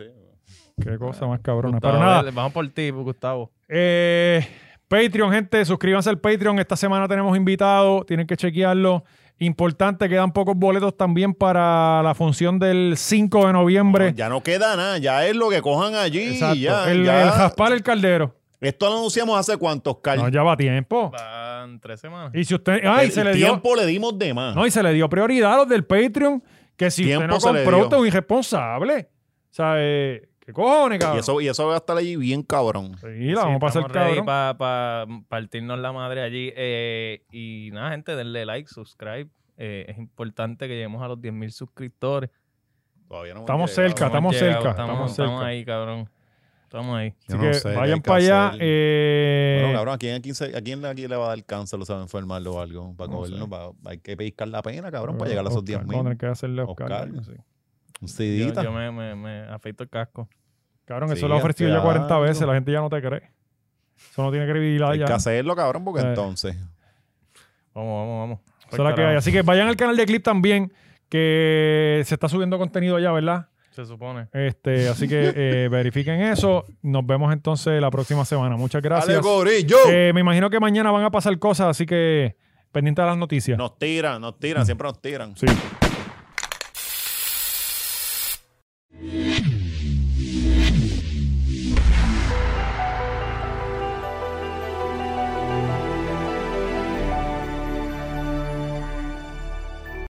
Speaker 2: Qué cosa más cabrona.
Speaker 4: Gustavo,
Speaker 2: Pero nada,
Speaker 4: dale, vamos por ti, Gustavo.
Speaker 2: Eh, Patreon, gente, suscríbanse al Patreon. Esta semana tenemos invitado, tienen que chequearlo. Importante, quedan pocos boletos también para la función del 5 de noviembre.
Speaker 3: Ya no queda nada, ya es lo que cojan allí.
Speaker 2: Exacto.
Speaker 3: Ya,
Speaker 2: el,
Speaker 3: ya.
Speaker 2: el Jaspar el Caldero.
Speaker 3: Esto lo anunciamos hace cuántos, Carl.
Speaker 2: No, ya va tiempo.
Speaker 4: Van tres semanas.
Speaker 2: Y si usted. Ay,
Speaker 3: el
Speaker 2: se le dio.
Speaker 3: tiempo le dimos de más.
Speaker 2: No, y se le dio prioridad a los del Patreon. Que si usted
Speaker 3: Tiempo
Speaker 2: no
Speaker 3: se le
Speaker 2: compró,
Speaker 3: dio.
Speaker 2: usted es un irresponsable. O sea, eh, ¿qué cojones, cabrón?
Speaker 3: y, eso, y eso va a estar allí bien cabrón.
Speaker 2: Sí, la vamos a pasar, cabrón.
Speaker 4: Para partirnos la madre allí. eh, y nada, gente, denle like, subscribe. Eh, es importante que lleguemos a los 10.000 suscriptores.
Speaker 3: Todavía no hemos
Speaker 2: Estamos
Speaker 3: llegado.
Speaker 2: cerca, estamos-
Speaker 4: No hemos llegado,
Speaker 2: cerca,
Speaker 4: Estamos,
Speaker 2: estamos
Speaker 4: estamos
Speaker 2: cerca.
Speaker 4: ahí, cabrón. Estamos ahí.
Speaker 3: Yo
Speaker 2: Así
Speaker 3: no
Speaker 2: que
Speaker 3: sé qué hay
Speaker 2: vayan
Speaker 3: que
Speaker 2: para allá.
Speaker 3: hacer.
Speaker 2: eh,
Speaker 3: Bueno, cabrón, ¿a quién, a quién se- a quién aquí le va a dar cáncer o se va a enfermar o algo? Para
Speaker 2: No
Speaker 3: cogerlo,
Speaker 2: sé.
Speaker 3: para- hay que pescar la pena, cabrón, para llegar a esos
Speaker 2: Oscar,
Speaker 3: 10
Speaker 2: vamos a tener
Speaker 3: mil.
Speaker 2: que hacerle a Oscar.
Speaker 3: Oscar.
Speaker 2: algo así.
Speaker 3: Un
Speaker 4: Yo,
Speaker 3: sidita.
Speaker 4: yo me, me, me afeito el casco.
Speaker 2: Cabrón, eso
Speaker 3: Sí,
Speaker 2: lo ha ofrecido ya
Speaker 3: hazte
Speaker 2: 40
Speaker 3: algo.
Speaker 2: veces, la gente ya no te cree. Eso no tiene credibilidad
Speaker 3: Hay
Speaker 2: ya.
Speaker 3: que
Speaker 2: Eso
Speaker 3: hacerlo, cabrón, porque
Speaker 2: Eh.
Speaker 3: entonces.
Speaker 4: Vamos, vamos, vamos. Pues,
Speaker 2: es la que hay. Así que vayan al canal de Clip también, que se está subiendo contenido allá, ¿verdad?
Speaker 4: Se supone.
Speaker 2: Este, así que eh, verifiquen eso. Nos vemos entonces la próxima semana. Muchas
Speaker 3: ¡Ale,
Speaker 2: gracias.
Speaker 3: cobrillo!
Speaker 2: Eh, me imagino que mañana van a pasar cosas, así que pendiente de las noticias.
Speaker 3: Nos tiran, nos tiran, siempre nos tiran.
Speaker 2: Sí.